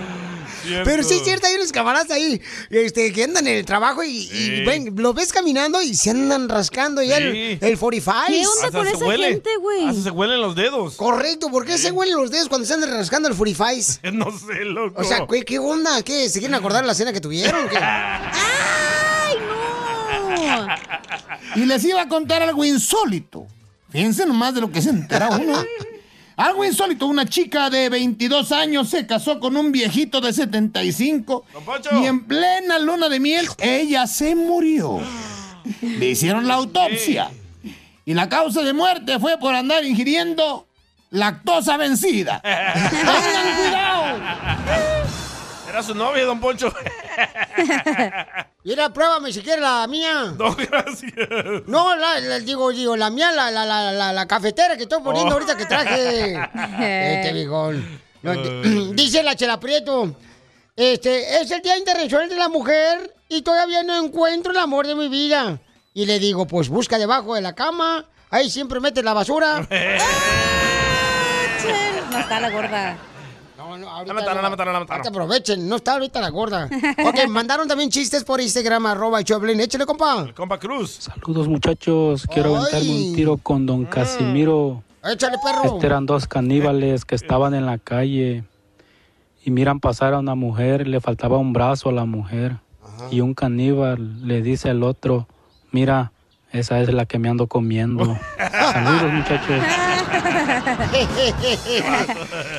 Speaker 3: cierto.
Speaker 1: Pero sí es cierto, hay unos camaradas ahí este, que andan en el trabajo y, y
Speaker 3: Sí.
Speaker 1: ven, lo ves caminando y se andan rascando ya el, el 45.
Speaker 3: Hasta se huele. Hasta se huelen los dedos.
Speaker 1: Correcto, ¿por qué se huelen los dedos cuando se andan rascando el 45?
Speaker 3: No sé, loco.
Speaker 1: O sea, ¿qué, qué onda? ¿Qué? ¿Se quieren acordar la cena que tuvieron? o qué?
Speaker 2: Y les iba a contar algo insólito. Fíjense nomás de lo que se entera uno. Algo insólito, una chica de 22 años se casó con un viejito de 75 y en plena luna de miel ella se murió. Le hicieron la autopsia y la causa de muerte fue por andar ingiriendo lactosa vencida. ¡Tengan cuidado!
Speaker 3: Era su novia, don Poncho.
Speaker 1: Mira, pruébame si quieres la mía.
Speaker 3: No, gracias.
Speaker 1: No, la, la- digo, digo, la mía, la, la, la, la, la cafetera que estoy poniendo
Speaker 14: Oh.
Speaker 1: ahorita que traje. Este bigón. No, di- dice la Chela Prieto. Este, es el Día Internacional de la Mujer y todavía no encuentro el amor de mi vida. Y le digo, pues busca debajo de la cama, ahí siempre metes la basura.
Speaker 4: Ah, No está la gorda.
Speaker 1: No, no,
Speaker 3: La mataron, la mataron, la
Speaker 1: Ahorita
Speaker 3: mataron.
Speaker 1: aprovechen, no está ahorita la gorda. Ok, mandaron también chistes por Instagram, arroba el Choplin. Échale, compa.
Speaker 3: Compa Cruz.
Speaker 19: Saludos muchachos, quiero aventarme un tiro con don Casimiro.
Speaker 1: Échale, perro.
Speaker 19: Este eran dos caníbales que estaban en la calle y miran pasar a una mujer, le faltaba un brazo a la mujer y un caníbal le dice al otro, mira, esa es la que me ando comiendo. Saludos muchachos.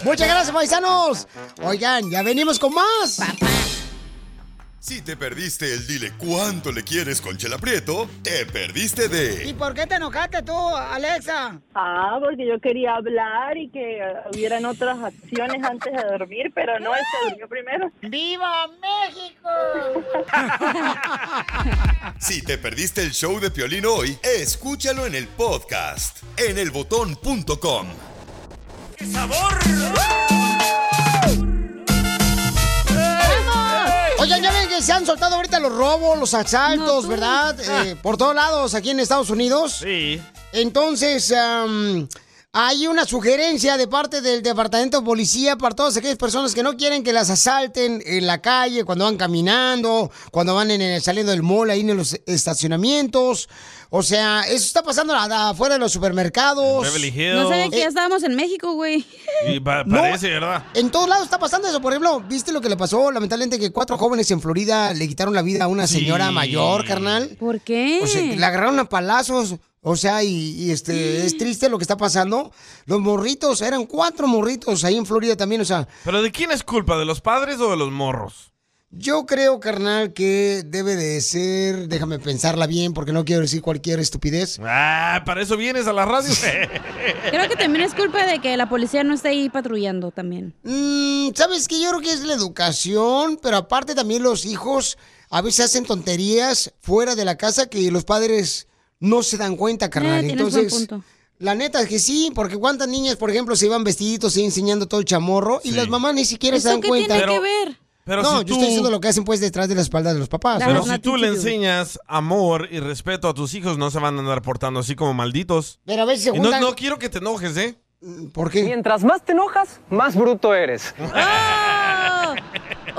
Speaker 1: Muchas gracias, paisanos. Oigan, ya venimos con más.
Speaker 10: Si te perdiste el dile cuánto le quieres con Chela Prieto, te perdiste de
Speaker 1: por qué te enojaste tú, Alexa?
Speaker 16: Ah, porque yo quería hablar y que eh, hubieran otras acciones antes de dormir, pero no, él se durmió primero.
Speaker 1: ¡Viva México!
Speaker 10: Si te perdiste el show de Piolín hoy, escúchalo en el podcast en elbotón.com.
Speaker 14: ¡Qué sabor!
Speaker 1: Oigan, ya ven que se han soltado ahorita los robos, los asaltos, ¿verdad?
Speaker 3: Ah.
Speaker 1: Eh, por todos lados aquí en Estados Unidos.
Speaker 3: Sí.
Speaker 1: Entonces, am, hay una sugerencia de parte del Departamento de Policía para todas aquellas personas que no quieren que las asalten en la calle, cuando van caminando, cuando van en el- saliendo del mall, ahí en los estacionamientos. O sea, eso está pasando a- afuera de los supermercados.
Speaker 3: En Beverly Hills. No sabía que ya
Speaker 1: estábamos en México, güey.
Speaker 3: Y pa-
Speaker 1: No.
Speaker 3: parece, ¿verdad?
Speaker 1: En todos lados está pasando eso. Por ejemplo, ¿viste lo que le pasó? Lamentablemente que cuatro jóvenes en Florida le quitaron la vida a una señora
Speaker 3: Sí.
Speaker 1: mayor, carnal.
Speaker 4: ¿Por qué?
Speaker 1: O sea, la agarraron a palazos. O sea, y, y, este es triste lo que está pasando. Los morritos, eran cuatro morritos ahí en Florida también. O sea,
Speaker 3: ¿Pero de quién es culpa? ¿De los padres o de los morros?
Speaker 1: yo creo, carnal, que debe de ser. Déjame pensarla bien porque no quiero decir cualquier estupidez.
Speaker 3: Ah, para eso vienes a la radio.
Speaker 4: Creo que también es culpa de que la policía no esté ahí patrullando también.
Speaker 1: Mm, ¿Sabes qué? Yo creo que es la educación, pero aparte también los hijos a veces hacen tonterías fuera de la casa que los padres no se dan cuenta, carnal.
Speaker 4: Eh, tienes buen
Speaker 1: Ah, Entonces,
Speaker 4: punto.
Speaker 1: la neta es que sí, porque cuántas niñas, por ejemplo, se iban vestiditos y enseñando todo el chamorro y
Speaker 3: Sí.
Speaker 1: las mamás ni siquiera se
Speaker 3: ¿Eso
Speaker 1: dan
Speaker 3: qué
Speaker 1: cuenta.
Speaker 3: tiene que Pero- ver? pero
Speaker 1: no,
Speaker 3: si
Speaker 1: yo
Speaker 3: tú-
Speaker 1: estoy diciendo lo que hacen pues detrás de la espalda de los papás. ¿no?
Speaker 3: Pero si tú le enseñas amor y respeto a tus hijos, no se van a andar portando así como malditos.
Speaker 1: Pero a veces pues, se
Speaker 3: Y no,
Speaker 1: juntan-
Speaker 3: no quiero que te enojes, ¿eh?
Speaker 1: ¿Por qué?
Speaker 20: Mientras más te enojas, más bruto eres.
Speaker 4: Oh.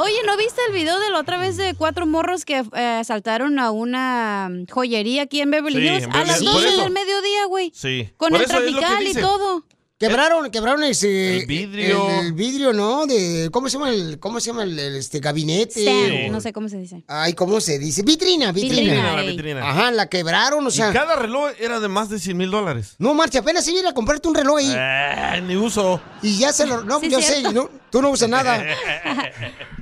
Speaker 4: Oye, ¿no viste el video de la otra vez de cuatro morros que eh, asaltaron a una mm, joyería aquí en Beverly
Speaker 3: Sí,
Speaker 4: Hills?
Speaker 3: en
Speaker 4: a
Speaker 3: Beverly
Speaker 4: las
Speaker 3: Hills.
Speaker 4: 12
Speaker 3: Por eso.
Speaker 4: del mediodía, güey.
Speaker 3: Sí.
Speaker 4: Con
Speaker 3: Por
Speaker 4: el
Speaker 3: eso es lo que
Speaker 4: trafical y
Speaker 3: dice.
Speaker 4: todo.
Speaker 1: Quebraron, quebraron ese el
Speaker 3: Eh, vidrio.
Speaker 1: el, vidrio, ¿no? De cómo se llama el cómo se llama el, el, este gabinete.
Speaker 4: Stand,
Speaker 1: o-
Speaker 4: no sé cómo se dice.
Speaker 1: Ay, ¿cómo se dice? Vitrina, vitrina.
Speaker 3: Vitrina, la vitrina.
Speaker 1: Ajá, la quebraron, o sea.
Speaker 3: y cada reloj era de más de 100 mil dólares.
Speaker 1: No, marcha, apenas iba a ir a comprarte un reloj ahí.
Speaker 3: Eh, ni uso.
Speaker 1: Y ya se lo. No, yo sé, no, tú no usas nada.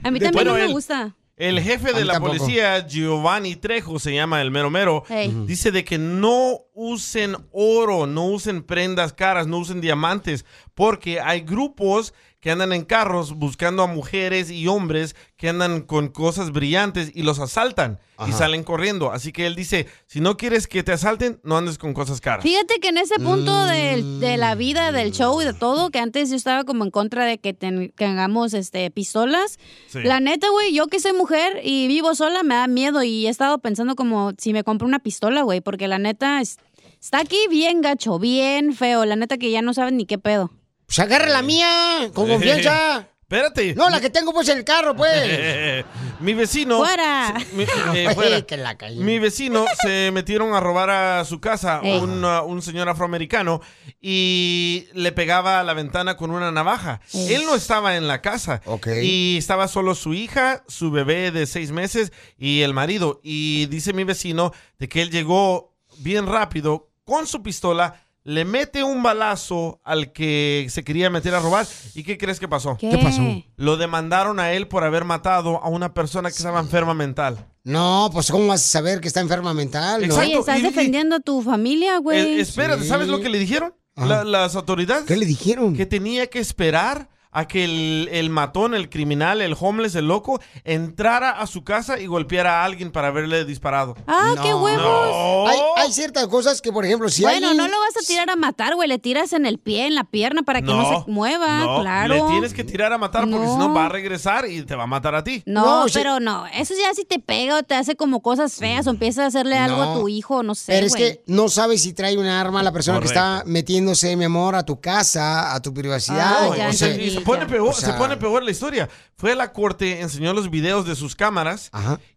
Speaker 4: A mí
Speaker 3: De-
Speaker 4: también
Speaker 3: bueno,
Speaker 4: no
Speaker 3: él-
Speaker 4: me gusta.
Speaker 3: El jefe
Speaker 1: A
Speaker 3: de
Speaker 1: mí
Speaker 3: la
Speaker 1: tampoco.
Speaker 3: policía, Giovanni Trejo, se llama el mero mero,
Speaker 4: Hey. Ujú.
Speaker 3: dice de que no usen oro, no usen prendas caras, no usen diamantes, porque hay grupos que andan en carros buscando a mujeres y hombres que andan con cosas brillantes y los asaltan y
Speaker 21: Ajá.
Speaker 3: salen corriendo. Así que él dice, si no quieres que te asalten, no andes con cosas caras.
Speaker 4: Fíjate que en ese punto
Speaker 1: Mm.
Speaker 4: del- de la vida, del show y de todo, que antes yo estaba como en contra de que ten- tengamos este, pistolas.
Speaker 3: Sí.
Speaker 4: La neta, güey, yo que soy mujer y vivo sola, me da miedo y he estado pensando como si me compro una pistola, güey, porque la neta es- está aquí bien gacho, bien feo. La neta que ya no saben ni qué pedo.
Speaker 1: Pues agarra la mía, con
Speaker 3: Sí.
Speaker 1: confianza.
Speaker 3: Espérate.
Speaker 1: No, la que tengo pues en el carro, pues.
Speaker 3: mi vecino.
Speaker 1: Fuera.
Speaker 3: se- Mi, eh,
Speaker 1: Ay,
Speaker 3: fuera.
Speaker 1: que la calle.
Speaker 3: Mi vecino se metieron a robar a su casa
Speaker 1: Ey.
Speaker 3: un, uh, un señor afroamericano y le pegaba a la ventana con una navaja.
Speaker 1: Ey.
Speaker 3: Él no estaba en la casa y estaba solo su hija, su bebé de seis meses y el marido. Y dice mi vecino de que él llegó bien rápido con su pistola. Le mete un balazo al que se quería meter a robar. ¿Y qué crees que pasó?
Speaker 1: ¿Qué pasó?
Speaker 3: Lo demandaron a él por haber matado a una persona que estaba enferma mental.
Speaker 1: No, pues ¿cómo vas a saber que está enferma mental? no?
Speaker 4: Oye, estás defendiendo a tu familia,
Speaker 3: Eh,
Speaker 4: güey.
Speaker 3: espérate, ¿sabes lo que le dijeron? La- las autoridades. ¿Qué
Speaker 1: le dijeron?
Speaker 3: Que tenía que esperar a que el, el matón, el criminal, el homeless, el loco, entrara a su casa y golpeara a alguien para haberle disparado.
Speaker 4: Ah,
Speaker 1: No.
Speaker 3: No.
Speaker 1: Hay, hay ciertas cosas que, por ejemplo, si
Speaker 4: bueno,
Speaker 1: alguien...
Speaker 4: no lo vas a tirar a matar, güey. Le tiras en el pie, en la pierna, para que no,
Speaker 3: No,
Speaker 4: se mueva,
Speaker 3: no,
Speaker 4: claro.
Speaker 3: Le tienes que tirar a matar porque
Speaker 4: No.
Speaker 3: si no va a regresar y te va a matar a ti.
Speaker 4: No, pero no. eh, Eso ya si te pega o te hace como cosas feas o
Speaker 3: Mm.
Speaker 4: empieza a hacerle algo a
Speaker 1: No.
Speaker 4: tu hijo, no sé.
Speaker 1: Pero es
Speaker 4: güey.
Speaker 1: que no sabes si trae una arma la persona que está metiéndose, mi amor, a tu casa, a tu
Speaker 4: Ah,
Speaker 1: privacidad.
Speaker 3: No,
Speaker 1: o
Speaker 3: y se,
Speaker 1: sea,
Speaker 3: y se pone peor,
Speaker 1: o sea,
Speaker 3: se pone peor la historia. Fue a la corte, enseñó los videos de sus cámaras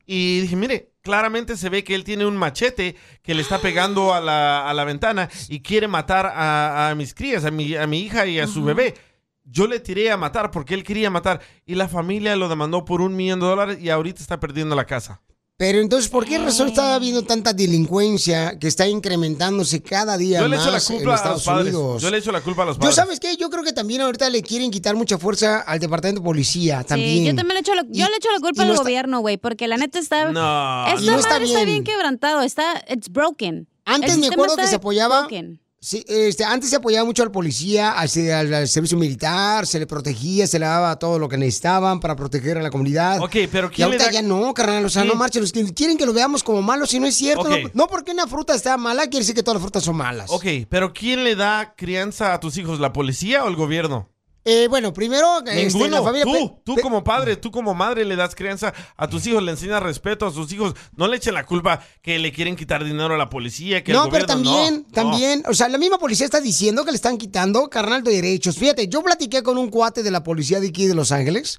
Speaker 3: y dije, mire, claramente se ve que él tiene un machete que le está pegando a la, a la ventana y quiere matar a, a mis crías, a mi, a mi hija y a su bebé. Yo le tiré a matar porque él quería matar y la familia lo demandó por un millón de dólares y ahorita está perdiendo la casa.
Speaker 1: Pero entonces, ¿por qué razón está habiendo tanta delincuencia que está incrementándose cada día
Speaker 3: Yo le
Speaker 1: más
Speaker 3: echo la
Speaker 1: en
Speaker 3: culpa a los
Speaker 1: Estados
Speaker 3: padres.
Speaker 1: Unidos?
Speaker 3: Yo le echo la culpa a los
Speaker 1: Yo,
Speaker 3: padres.
Speaker 1: ¿sabes qué? Yo creo que también ahorita le quieren quitar mucha fuerza al departamento de policía también.
Speaker 4: Sí, yo también le echo la, yo le echo la
Speaker 1: y
Speaker 4: culpa al
Speaker 1: no está-
Speaker 4: gobierno, güey, porque la neta está...
Speaker 1: No,
Speaker 4: esta
Speaker 1: y no está
Speaker 4: madre está
Speaker 1: bien.
Speaker 4: bien quebrantado, está... It's broken.
Speaker 1: Antes
Speaker 4: El
Speaker 1: me
Speaker 4: sistema
Speaker 1: acuerdo que
Speaker 4: está
Speaker 1: se apoyaba-
Speaker 4: broken.
Speaker 1: Sí, este, antes se apoyaba mucho al policía, al, se- al- al servicio militar, se le protegía, se le daba todo lo que necesitaban para proteger a la comunidad.
Speaker 3: Ok, pero
Speaker 1: Y
Speaker 3: ¿quién le
Speaker 1: ahorita
Speaker 3: da-
Speaker 1: ya no, carnal, o sea,
Speaker 3: Sí.
Speaker 1: no marchen, los que quieren que lo veamos como malo, si no es cierto,
Speaker 3: Ok.
Speaker 1: no, no porque una fruta está mala, quiere decir que todas las frutas son malas.
Speaker 3: Ok, pero ¿quién le da crianza a tus hijos, la policía o el gobierno?
Speaker 1: Eh, bueno, primero, este,
Speaker 3: Ninguno.
Speaker 1: la familia...
Speaker 3: tú,
Speaker 1: pe-
Speaker 3: tú
Speaker 1: pe-
Speaker 3: como padre, tú como madre le das crianza a tus hijos, le enseñas respeto a sus hijos. No le echen la culpa que le quieren quitar dinero a la policía, que el
Speaker 1: No, pero
Speaker 3: gobierno-
Speaker 1: también,
Speaker 3: no,
Speaker 1: también, o sea, la misma policía está diciendo que le están quitando carnal de derechos. Fíjate, yo platiqué con un cuate de la policía de aquí de Los Ángeles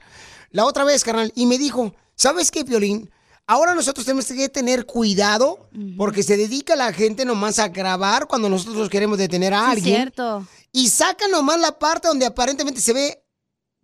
Speaker 1: la otra vez, carnal, y me dijo, ¿sabes qué, Piolín? Ahora nosotros tenemos que tener cuidado porque se dedica la gente nomás a grabar cuando nosotros queremos detener a
Speaker 4: Sí,
Speaker 1: alguien.
Speaker 4: cierto.
Speaker 1: Y saca nomás la parte donde aparentemente se ve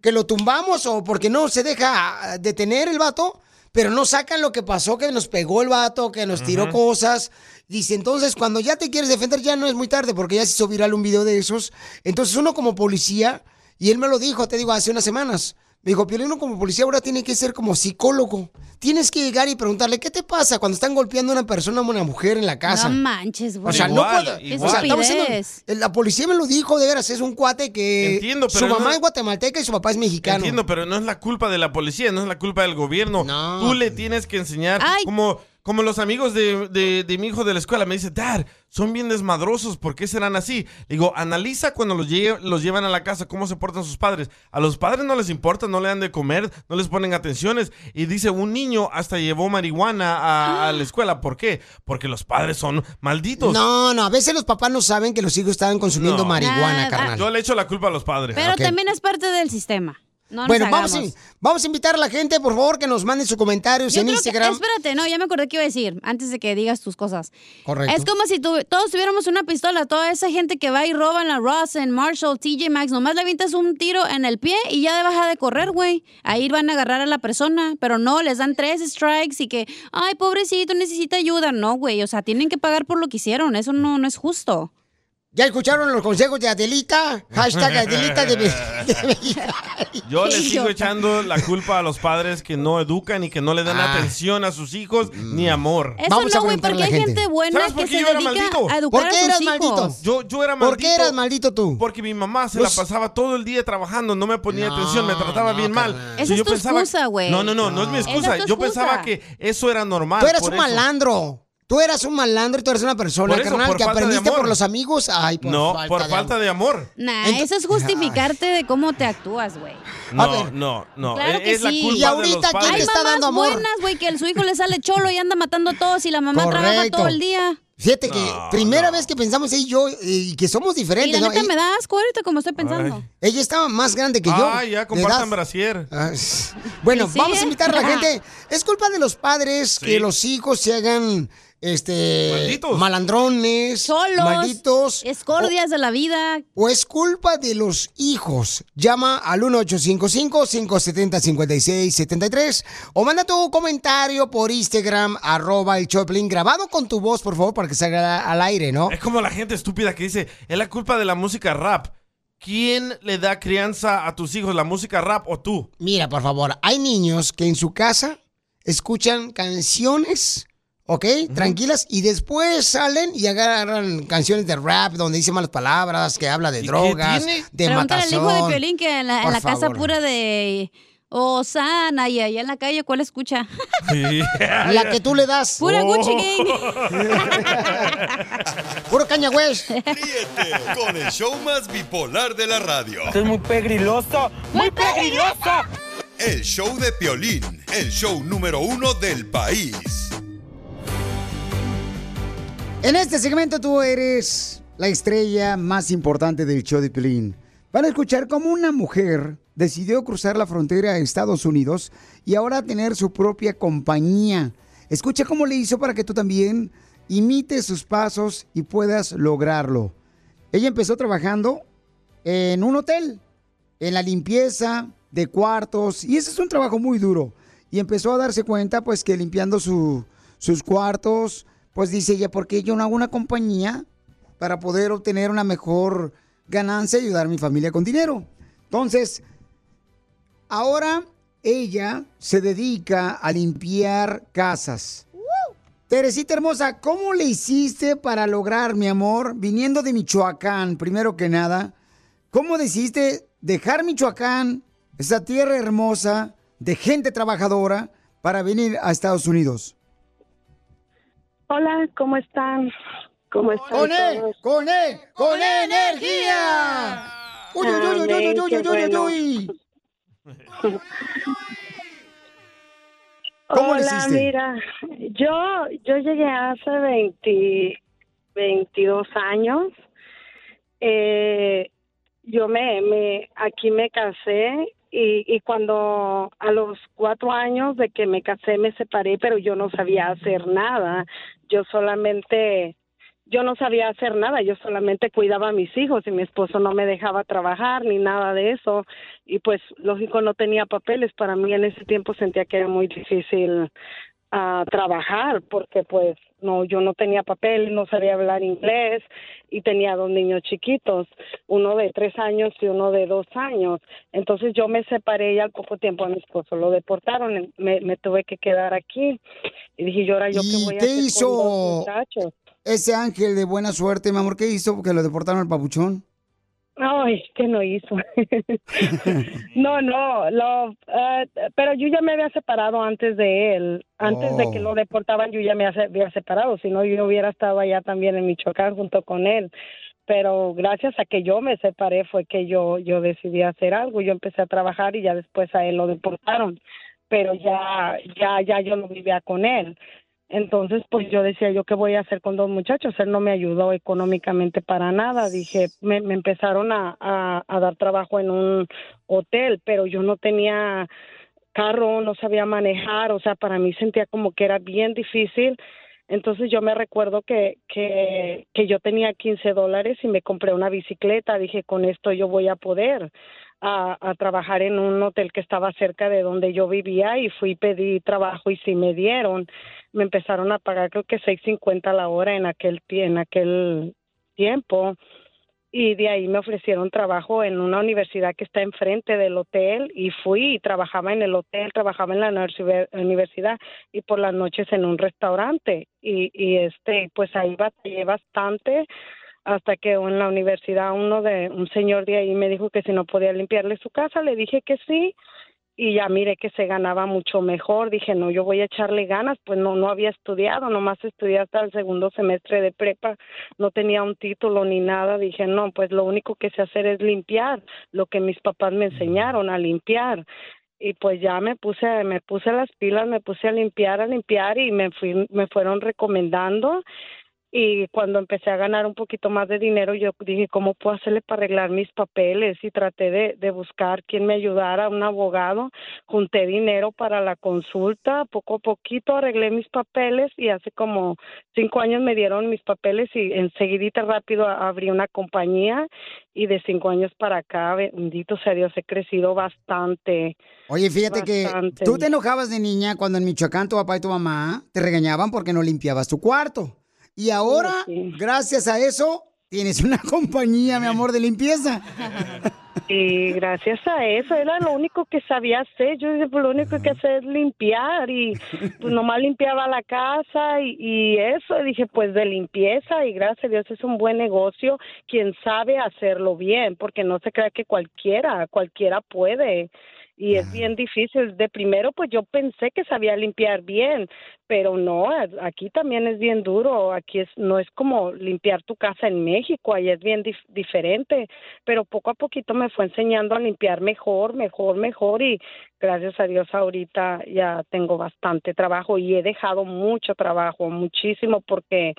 Speaker 1: que lo tumbamos o porque no se deja ah, detener el vato, pero no sacan lo que pasó, que nos pegó el vato, que nos tiró
Speaker 22: Ujú.
Speaker 1: cosas. Dice, entonces cuando ya te quieres defender ya no es muy tarde porque ya se hizo viral un video de esos. Entonces uno como policía, y él me lo dijo, te digo, hace unas semanas, me dijo, Piolín, uno como policía ahora tiene que ser como psicólogo. Tienes que llegar y preguntarle, ¿qué te pasa cuando están golpeando a una persona o una mujer en la casa?
Speaker 4: No manches, güey.
Speaker 1: O sea, no
Speaker 4: Igual,
Speaker 1: puedo.
Speaker 4: igual.
Speaker 1: o sea, estamos siendo-
Speaker 4: Estupidez.
Speaker 1: la policía me lo dijo, de veras, es un cuate que.
Speaker 3: Entiendo, pero
Speaker 1: Su mamá
Speaker 3: no-
Speaker 1: es guatemalteca y su papá es mexicano.
Speaker 3: Entiendo, pero no es la culpa de la policía, no es la culpa del gobierno. Tú le tienes que enseñar, como, como los amigos de, de- de mi hijo de la escuela, me dicen, Dad, son bien desmadrosos, ¿por qué serán así? Le digo, analiza cuando los, lle- los llevan a la casa, cómo se portan sus padres. A los padres no les importa, no le dan de comer, no les ponen atenciones. Y dice, un niño hasta llevó marihuana a, a la escuela, ¿por qué? Porque los padres son malditos.
Speaker 1: No, no, a veces los papás no saben que los hijos estaban consumiendo
Speaker 3: No.
Speaker 1: marihuana, carnal.
Speaker 3: Yo le echo la culpa a los padres.
Speaker 4: Pero también es parte del sistema. No nos
Speaker 1: bueno, vamos a,
Speaker 4: hagamos.
Speaker 1: vamos a invitar a la gente, por favor, que nos manden sus comentarios
Speaker 4: Yo
Speaker 1: en
Speaker 4: creo que-
Speaker 1: Instagram.
Speaker 4: espérate, no, ya me acordé que iba a decir, antes de que digas tus cosas.
Speaker 1: Correcto.
Speaker 4: Es como si tu- todos tuviéramos una pistola, toda esa gente que va y roba en la Ross, en Marshall, TJ Maxx, nomás le avientas un tiro en el pie y ya deja de correr, güey. Ahí van a agarrar a la persona, pero no, les dan tres strikes y que, ay, pobrecito, necesita ayuda. No, güey, o sea, tienen que pagar por lo que hicieron, eso no, no es justo.
Speaker 1: ¿Ya escucharon los consejos de Adelita? Hashtag Adelita de,
Speaker 3: Yo le sigo echando la culpa a los padres que no educan y que no le dan
Speaker 1: Ah.
Speaker 3: atención a sus hijos
Speaker 1: Mm.
Speaker 3: ni amor.
Speaker 4: Eso no, güey, porque hay gente buena
Speaker 3: ¿Sabes
Speaker 4: que
Speaker 3: por
Speaker 4: se
Speaker 3: qué yo era
Speaker 4: dedica
Speaker 3: maldito?
Speaker 4: a educar a sus hijos.
Speaker 3: Yo, yo era
Speaker 1: ¿Por
Speaker 3: maldito.
Speaker 1: qué eras maldito tú?
Speaker 3: Porque mi mamá se
Speaker 1: Los-
Speaker 3: la pasaba todo el día trabajando, no me ponía atención, me trataba bien mal.
Speaker 4: Esa
Speaker 3: Si
Speaker 4: es
Speaker 3: yo
Speaker 4: tu excusa, güey.
Speaker 3: No, no, no, no es mi
Speaker 4: Esa es
Speaker 3: excusa.
Speaker 4: tu
Speaker 3: yo
Speaker 4: excusa.
Speaker 3: pensaba que eso era normal.
Speaker 1: Tú eras
Speaker 3: por
Speaker 1: un
Speaker 3: eso.
Speaker 1: malandro. Tú eras un malandro y tú eres una persona,
Speaker 3: Por eso,
Speaker 1: carnal,
Speaker 3: por
Speaker 1: que
Speaker 3: falta de
Speaker 1: aprendiste
Speaker 3: amor.
Speaker 1: por los amigos. Ay, por
Speaker 3: no,
Speaker 1: falta
Speaker 3: por
Speaker 1: de
Speaker 3: falta de amor.
Speaker 4: Nah,
Speaker 1: Ento-
Speaker 4: eso es justificarte de cómo te actúas, güey.
Speaker 3: No,
Speaker 1: ver.
Speaker 3: no, no.
Speaker 4: Claro
Speaker 3: es
Speaker 4: que
Speaker 3: es la
Speaker 4: sí.
Speaker 3: culpa
Speaker 1: Y ahorita,
Speaker 3: de los
Speaker 1: ¿quién
Speaker 3: padres.
Speaker 1: te está
Speaker 4: mamás
Speaker 1: dando amor?
Speaker 4: buenas, güey, que el su hijo le sale cholo y anda matando a todos y la mamá trabaja
Speaker 1: Correcto.
Speaker 4: todo el día.
Speaker 1: Fíjate que
Speaker 3: No,
Speaker 1: primera vez que pensamos ella y yo y que somos
Speaker 4: Y la
Speaker 1: diferentes. ¿no?
Speaker 4: neta
Speaker 1: Ella-
Speaker 4: me da asco ahorita como estoy pensando.
Speaker 1: Ay. Ella estaba más grande que yo.
Speaker 3: Ah, ya,
Speaker 1: de
Speaker 3: compartan
Speaker 1: edad.
Speaker 3: brasier.
Speaker 1: Bueno,
Speaker 3: Sí, sí,
Speaker 1: vamos
Speaker 3: ¿eh?
Speaker 1: a invitar a la gente. Es culpa de los padres
Speaker 3: Sí.
Speaker 1: que los hijos se hagan este
Speaker 3: Malditos.
Speaker 1: malandrones,
Speaker 4: Solos,
Speaker 1: malditos.
Speaker 4: Escordias de la vida.
Speaker 1: O es culpa de los hijos. Llama al 1855-570-5673 o manda tu comentario por Instagram, arroba el Choplin, grabado con tu voz, por favor, para que salga al aire, ¿no?
Speaker 3: Es como la gente estúpida que dice, es la culpa de la música rap. ¿Quién le da crianza a tus hijos, la música rap o tú?
Speaker 1: Mira, por favor, hay niños que en su casa escuchan canciones, ¿ok? Tranquilas, y después salen y agarran canciones de rap donde dice malas palabras, que habla de drogas,
Speaker 4: tiene?
Speaker 1: de
Speaker 4: Pregúntale al
Speaker 1: matazón.
Speaker 4: hijo de Piolín que en la, en
Speaker 1: Por
Speaker 4: la casa
Speaker 1: favor.
Speaker 4: pura de Osana y allá en la calle, ¿cuál escucha?
Speaker 1: La que tú le das.
Speaker 3: Oh.
Speaker 4: Pura Gucci
Speaker 1: Puro caña, güey.
Speaker 10: Con el show más bipolar de la radio.
Speaker 1: es muy pegriloso, muy pegriloso.
Speaker 10: El show de Piolín, el show número uno del país.
Speaker 1: En este segmento tú eres la estrella más importante del show de Piolín. Van a escuchar cómo una mujer decidió cruzar la frontera a Estados Unidos y ahora tener su propia compañía. Escucha cómo le hizo para que tú también imites sus pasos y puedas lograrlo. Ella empezó trabajando en un hotel, en la limpieza de cuartos, y ese es un trabajo muy duro. Y empezó a darse cuenta, pues, que limpiando su- sus cuartos, pues dice ella, ¿por qué yo no hago una compañía para poder obtener una mejor ganancia y ayudar a mi familia con dinero? Entonces, ahora ella se dedica a limpiar casas. Teresita hermosa, ¿cómo le hiciste para lograr, mi amor, viniendo de Michoacán, primero que nada? ¿Cómo decidiste dejar Michoacán, esa tierra hermosa de gente trabajadora, para venir a Estados Unidos?
Speaker 22: Hola, ¿cómo están? ¿Cómo están?
Speaker 1: ¡Con él!
Speaker 22: todos?
Speaker 1: ¡Con él! ¡Con energía! ¡Uy, uy, uy, uy, uy,
Speaker 22: Amén,
Speaker 1: uy,
Speaker 22: qué
Speaker 1: uy, uy,
Speaker 22: bueno.
Speaker 1: uy! ¿Cómo
Speaker 22: Hola,
Speaker 1: le hiciste?
Speaker 22: mira, yo, yo llegué hace 20, 22 años. Eh, yo me, me, aquí me casé y, y cuando a los cuatro años de que me casé me separé, pero yo no sabía hacer nada. Yo solamente, yo no sabía hacer nada, yo solamente cuidaba a mis hijos y mi esposo no me dejaba trabajar ni nada de eso y pues lógico no tenía papeles para mí en ese tiempo sentía que era muy difícil ah, trabajar porque pues no yo no tenía papel no sabía hablar inglés y tenía dos niños chiquitos uno de tres años y uno de dos años entonces yo me separé y al poco tiempo a mi esposo lo deportaron me, me tuve que quedar aquí y dije yo ahora yo qué
Speaker 1: ¿Y
Speaker 22: voy a
Speaker 1: qué
Speaker 22: hacer con
Speaker 1: hizo?
Speaker 22: dos muchachos
Speaker 1: Ese ángel de buena suerte, mi amor, ¿qué hizo? Porque lo deportaron al papuchón.
Speaker 22: Ay, que no hizo. no, no, lo, eh, pero yo ya me había separado antes de él. Antes de que
Speaker 12: Oh.
Speaker 22: lo deportaban, yo ya me hace- había separado. Si no, yo hubiera estado allá también en Michoacán junto con él. Pero gracias a que yo me separé fue que yo, yo decidí hacer algo. Yo empecé a trabajar y ya después a él lo deportaron. Pero ya, ya, ya yo no vivía con él. Entonces, pues yo decía, ¿yo qué voy a hacer con dos muchachos? Él no me ayudó económicamente para nada. Dije, me, me empezaron a, a, a dar trabajo en un hotel, pero yo no tenía carro, no sabía manejar, o sea, para mí sentía como que era bien difícil. Entonces yo me recuerdo que, que, que yo tenía 15 dólares y me compré una bicicleta. Dije, con esto yo voy a poder a, a trabajar en un hotel que estaba cerca de donde yo vivía y fui, pedí trabajo y sí me dieron. Me empezaron a pagar creo que 6.50 la hora en aquel, tie- en aquel tiempo y de ahí me ofrecieron trabajo en una universidad que está enfrente del hotel y fui y trabajaba en el hotel, trabajaba en la universi- universidad y por las noches en un restaurante y, y este pues ahí batallé bastante hasta que en la universidad uno de un señor de ahí me dijo que si no podía limpiarle su casa, le dije que sí y ya miré que se ganaba mucho mejor, dije, no, yo voy a echarle ganas, pues no no había estudiado, nomás estudié hasta el segundo semestre de prepa, no tenía un título ni nada, dije, no, pues lo único que sé hacer es limpiar, lo que mis papás me enseñaron a limpiar. Y pues ya me puse me puse las pilas, me puse a limpiar, a limpiar y me fui me fueron recomendando y cuando empecé a ganar un poquito más de dinero, yo dije, ¿cómo puedo hacerle para arreglar mis papeles? Y traté de, de buscar quien me ayudara, un abogado, junté dinero para la consulta, poco a poquito arreglé mis papeles y hace como cinco años me dieron mis papeles y enseguidita rápido a- abrí una compañía y de cinco años para acá, bendito sea Dios, he crecido bastante.
Speaker 1: Oye, fíjate
Speaker 22: Bastante.
Speaker 1: que tú te enojabas de niña cuando en Michoacán tu papá y tu mamá te regañaban porque no limpiabas tu cuarto. Y ahora, gracias a eso, tienes una compañía, mi amor, de limpieza.
Speaker 22: Y gracias a eso era lo único que sabía hacer. Yo dije, pues, lo único que hacer es limpiar y pues nomás limpiaba la casa y, y eso. Y dije, pues de limpieza y gracias a Dios es un buen negocio quien sabe hacerlo bien, porque no se crea que cualquiera, cualquiera puede. Y es bien difícil. De primero, pues yo pensé que sabía limpiar bien, pero no, a- aquí también es bien duro. Aquí es, no es como limpiar tu casa en México, ahí es bien dif- diferente. Pero poco a poquito me fue enseñando a limpiar mejor, mejor, mejor. Y gracias a Dios ahorita ya tengo bastante trabajo y he dejado mucho trabajo, muchísimo, porque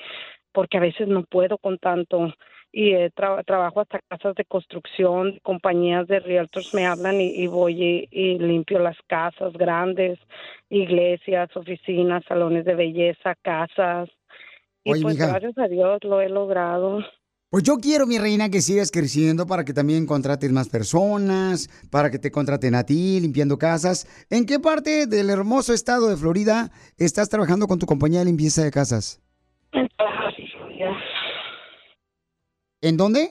Speaker 22: porque a veces no puedo con tanto y eh, tra- trabajo hasta casas de construcción, compañías de realtors me hablan y, y voy y, y limpio las casas grandes, iglesias, oficinas, salones de belleza, casas. Y
Speaker 1: Oye,
Speaker 22: pues
Speaker 1: mija.
Speaker 22: gracias a Dios lo he logrado.
Speaker 1: Pues yo quiero, mi reina, que sigas creciendo para que también contrates más personas, para que te contraten a ti limpiando casas. ¿En qué parte del hermoso estado de Florida estás trabajando con tu compañía de limpieza de casas?
Speaker 22: En Tallahassee, Florida.
Speaker 1: ¿En dónde?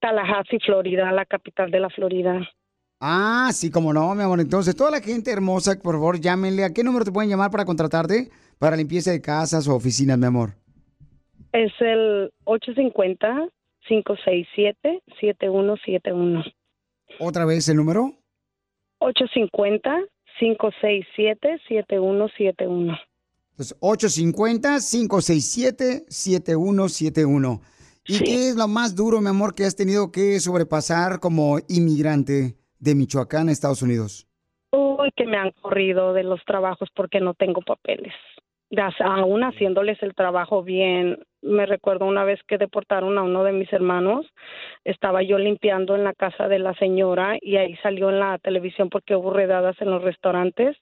Speaker 22: Tallahassee, Florida, la capital de la Florida.
Speaker 1: Ah, sí, como no, mi amor. Entonces, toda la gente hermosa, por favor, llámenle. ¿A qué número te pueden llamar para contratarte para limpieza de casas o oficinas, mi amor?
Speaker 22: Es el 850-567-7171.
Speaker 1: Otra vez el número.
Speaker 22: 850-567-7171.
Speaker 1: Entonces, 850-567-7171. ¿Y qué es lo más duro, mi amor, que has tenido que sobrepasar como inmigrante de Michoacán a Estados Unidos?
Speaker 22: Uy, que me han corrido de los trabajos porque no tengo papeles. Das- Aún haciéndoles el trabajo bien, me recuerdo una vez que deportaron a uno de mis hermanos, estaba yo limpiando en la casa de la señora y ahí salió en la televisión porque hubo redadas en los restaurantes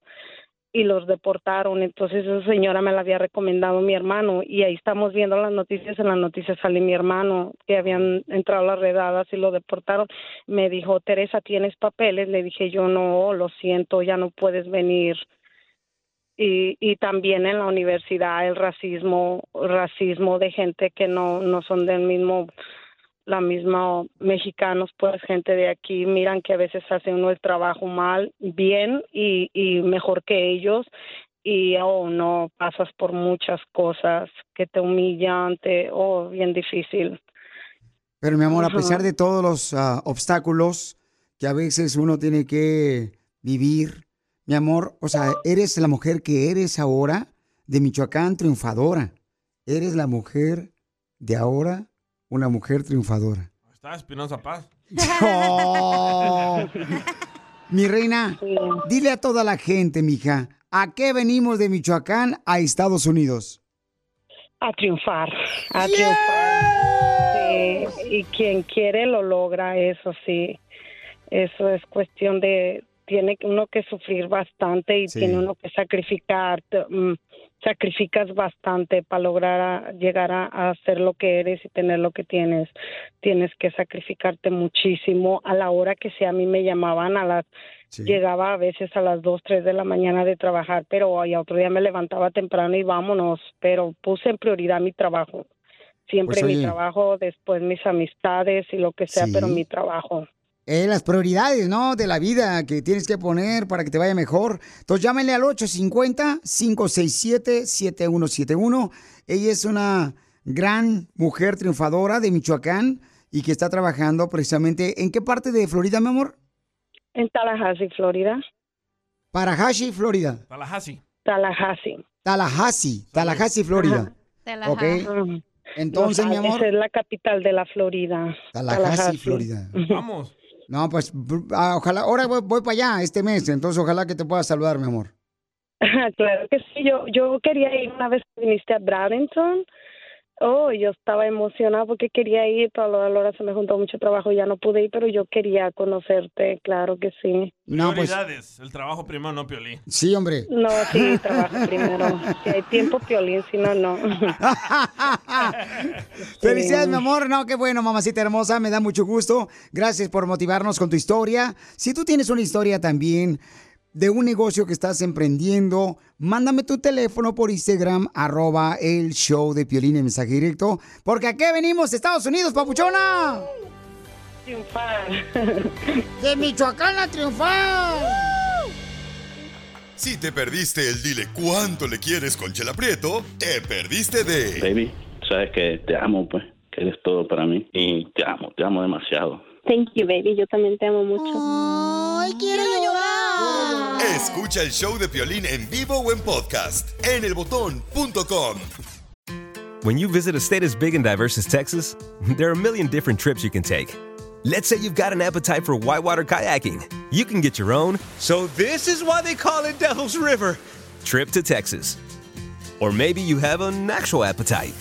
Speaker 22: y los deportaron. Entonces esa señora me la había recomendado mi hermano y ahí estamos viendo las noticias. En las noticias sale mi hermano que habían entrado las redadas y lo deportaron. Me dijo, Teresa, ¿tienes papeles? Le dije, yo no, lo siento, ya no puedes venir. Y, y también en la universidad el racismo, racismo de gente que no, no son del mismo la misma mexicanos, pues gente de aquí, miran que a veces hace uno el trabajo mal, bien y, y mejor que ellos y oh no, pasas por muchas cosas que te humillan, te, oh, bien difícil.
Speaker 1: Pero, mi amor, a
Speaker 22: Ajá.
Speaker 1: pesar de todos los ah, obstáculos que a veces uno tiene que vivir, mi amor, o sea, eres la mujer que eres ahora de Michoacán triunfadora. Eres la mujer de ahora, una mujer triunfadora.
Speaker 3: Está Espinosa Paz.
Speaker 1: Oh. Mi reina, dile a toda la gente, mija, ¿a qué venimos de Michoacán a Estados Unidos?
Speaker 22: A triunfar, a triunfar. Sí, y quien quiere lo logra, eso sí. Eso es cuestión de, tiene uno que sufrir bastante y
Speaker 23: Sí.
Speaker 22: tiene uno que sacrificar, te- mm, sacrificas bastante para lograr a- llegar a, a ser lo que eres y tener lo que tienes. Tienes que sacrificarte muchísimo a la hora que sea. A mí me llamaban a las Llegaba a veces a las 2, 3 de la mañana de trabajar, pero hoy otro día me levantaba temprano y vámonos, pero puse en prioridad mi trabajo. Siempre
Speaker 1: Pues,
Speaker 22: mi
Speaker 1: oye.
Speaker 22: trabajo, después mis amistades y lo que sea,
Speaker 1: Sí.
Speaker 22: pero mi trabajo.
Speaker 1: Eh, las prioridades, ¿no? De la vida que tienes que poner para que te vaya mejor. Entonces llámenle al 850-567-7171. Ella es una gran mujer triunfadora de Michoacán y que está trabajando precisamente en qué parte de Florida, mi amor?
Speaker 22: En Tallahassee, Florida.
Speaker 1: Parahashi, Florida.
Speaker 3: Tallahassee.
Speaker 22: Tallahassee.
Speaker 1: Tallahassee, Tallahassee, Florida.
Speaker 22: Ajá.
Speaker 1: Ok.
Speaker 22: Tallahassee.
Speaker 1: Entonces,
Speaker 22: Los
Speaker 1: mi
Speaker 22: Ángeles
Speaker 1: amor.
Speaker 22: es la capital de la Florida.
Speaker 1: Tallahassee, Florida.
Speaker 3: Vamos.
Speaker 1: No, pues br- ah, ojalá, ahora voy, voy para allá este mes, entonces ojalá que te pueda saludar, mi amor.
Speaker 22: claro que sí, yo, yo quería ir una vez que viniste a Bradenton Oh, yo estaba emocionada porque quería ir, pero a la hora se me juntó mucho trabajo y ya no pude ir, pero yo quería conocerte, claro que sí.
Speaker 1: No, pues-
Speaker 3: Prioridades. El trabajo primero, no Piolín.
Speaker 1: Sí, hombre.
Speaker 22: No, sí, trabajo primero. Si hay tiempo, Piolín, si no, no.
Speaker 1: Felicidades,
Speaker 22: Sí.
Speaker 1: mi amor. No, qué bueno, mamacita hermosa. Me da mucho gusto. Gracias por motivarnos con tu historia. Si tú tienes una historia también de un negocio que estás emprendiendo, mándame tu teléfono por Instagram, arroba el show de Piolín en mensaje directo. Porque aquí venimos, Estados Unidos, papuchona.
Speaker 22: Triunfar.
Speaker 1: De Michoacán a triunfar.
Speaker 10: Si te perdiste el dile cuánto le quieres con Chela Prieto, te perdiste de
Speaker 23: Baby, sabes que te amo, pues, que eres todo para mí. Y te amo, te amo demasiado.
Speaker 12: Thank you, baby. Yo también te amo mucho.
Speaker 1: Ay,
Speaker 14: quiero llorar.
Speaker 10: Escucha el show de Piolín en vivo o en podcast en elbotón.com.
Speaker 24: When you visit a state as big and diverse as Texas, there are a million different trips you can take. Let's say you've got an appetite for whitewater kayaking. You can get your own. So this is why they call it Devil's River. Trip to Texas. Or maybe you have an actual appetite.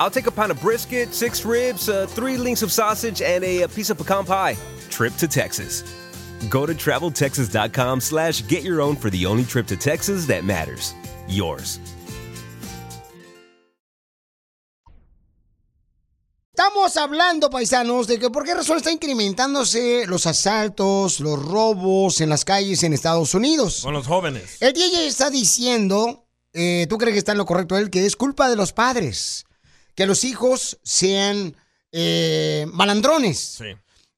Speaker 24: I'll take a pound of brisket, six ribs, uh, three links of sausage, and a, a piece of pecan pie. Trip to Texas. Go to traveltexas.com slash get your own for the only trip to Texas that matters. Yours.
Speaker 1: Estamos hablando, paisanos, de que por qué razón está incrementándose los asaltos, los robos en las calles en Estados Unidos.
Speaker 3: Con los jóvenes.
Speaker 1: El DJ está diciendo, eh, tú crees que está en lo correcto él, que es culpa de los padres, que los hijos sean eh, malandrones.
Speaker 3: Sí.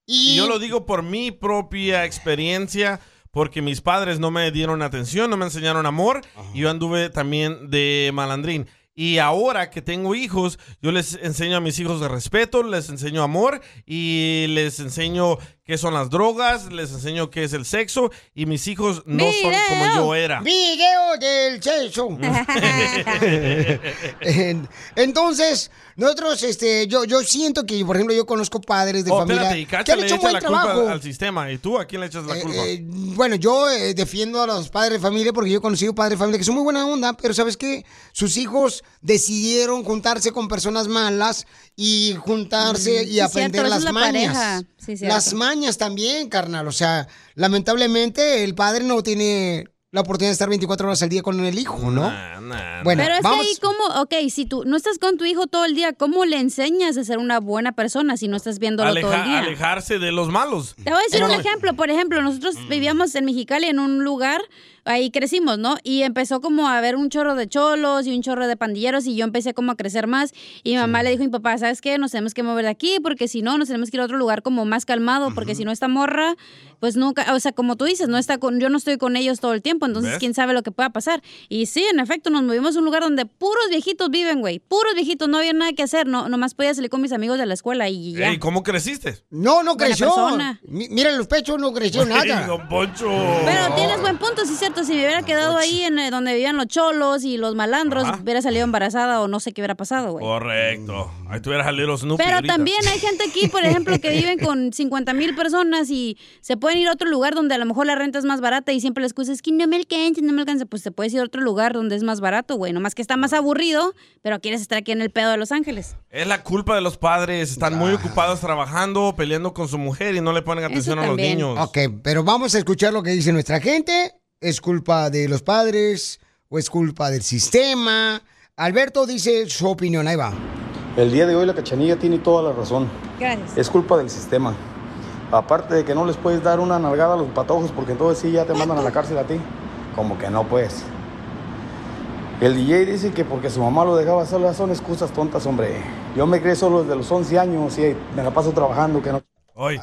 Speaker 1: Y-
Speaker 3: Y yo lo digo por mi propia experiencia, porque mis padres no me dieron atención, no me enseñaron amor, y yo anduve también de malandrín. Y ahora que tengo hijos, yo les enseño a mis hijos de respeto, les enseño amor y les enseño qué son las drogas, les enseño qué es el sexo y mis hijos no son como yo era.
Speaker 1: Video del sexo. En- Entonces, nosotros, este, yo, yo siento que, por ejemplo, yo conozco padres de
Speaker 3: Oh,
Speaker 1: familia
Speaker 3: espérate, y
Speaker 1: que
Speaker 3: Cacha
Speaker 1: han
Speaker 3: le
Speaker 1: hecho un
Speaker 3: echa
Speaker 1: buen
Speaker 3: la culpa
Speaker 1: trabajo.
Speaker 3: al sistema. ¿Y tú a quién le echas la culpa?
Speaker 1: eh, bueno, yo eh, defiendo a los padres de familia porque yo he conocido padres de familia que son muy buena onda, pero ¿sabes qué? Sus hijos decidieron juntarse con personas malas y juntarse
Speaker 4: Mm,
Speaker 1: y
Speaker 4: sí,
Speaker 1: aprender
Speaker 4: cierto, esa es
Speaker 1: las
Speaker 4: la pareja.
Speaker 1: mañas.
Speaker 4: Sí, cierto.
Speaker 1: las mañas también, carnal. O sea, lamentablemente el padre no tiene la oportunidad de estar 24 horas al día con el hijo, ¿no? Bueno,
Speaker 4: Pero es
Speaker 1: vamos.
Speaker 4: que ahí como, ok, si tú no estás con tu hijo todo el día, ¿cómo le enseñas a ser una buena persona si no estás viéndolo todo el
Speaker 3: Aleja-
Speaker 4: día?
Speaker 3: alejarse de los malos.
Speaker 4: Te voy a decir un
Speaker 3: Bueno,
Speaker 4: ejemplo. Por ejemplo, nosotros vivíamos en Mexicali, en un lugar, ahí crecimos, ¿no? Y empezó como a haber un chorro de cholos y un chorro de pandilleros y yo empecé como a crecer más. Y mi mamá le dijo a mi papá, ¿sabes qué? Nos tenemos que mover de aquí porque si no, nos tenemos que ir a otro lugar como más calmado porque si no, esta morra, pues nunca, o sea, como tú dices, no está con, yo no estoy con ellos todo el tiempo, entonces
Speaker 25: ¿Ves?
Speaker 4: quién sabe lo que pueda pasar. Y sí, en efecto, nos movimos a un lugar donde puros viejitos viven, güey. Puros viejitos, no había nada que hacer, no, nomás podía salir con mis amigos de la escuela y ya.
Speaker 3: Ey, ¿Cómo creciste?
Speaker 1: No, no
Speaker 4: Buena
Speaker 1: creció.
Speaker 4: persona.
Speaker 1: Mi- Mira los pechos, no creció
Speaker 3: Ey,
Speaker 1: nada.
Speaker 3: don Poncho.
Speaker 4: Pero tienes buen punto, sí, cierto. Si me hubiera quedado ahí en eh, donde vivían los cholos y los malandros, hubiera salido embarazada o no sé qué hubiera pasado,
Speaker 3: Oh,
Speaker 4: güey.
Speaker 3: Correcto. Ahí tuvieras a Little Snoopy
Speaker 4: Pero
Speaker 3: ahorita.
Speaker 4: también hay gente aquí, por ejemplo, que viven con 50 mil personas y se pueden ir a otro lugar donde a lo mejor la renta es más barata y siempre la excusa es que no me alcanza, no me alcanza. Pues te puedes ir a otro lugar donde es más barato, güey. Nomás que está más aburrido, pero quieres estar aquí en el pedo de Los Ángeles.
Speaker 3: Es la culpa de los padres. Están
Speaker 1: Ah.
Speaker 3: muy ocupados trabajando, peleando con su mujer y no le ponen atención a los niños.
Speaker 1: Ok, pero vamos a escuchar lo que dice nuestra gente. ¿Es culpa de los padres o es culpa del sistema? Alberto dice su opinión, ahí va.
Speaker 26: El día de hoy la cachanilla tiene toda la razón.
Speaker 4: Gracias.
Speaker 26: Es culpa del sistema. Aparte de que no les puedes dar una nalgada a los patojos porque entonces sí ya te mandan a la cárcel a ti. Como que no puedes. El DJ dice que porque su mamá lo dejaba sola son excusas tontas, hombre. Yo me creé solo desde los 11 años y me la paso trabajando que no.
Speaker 3: Hoy.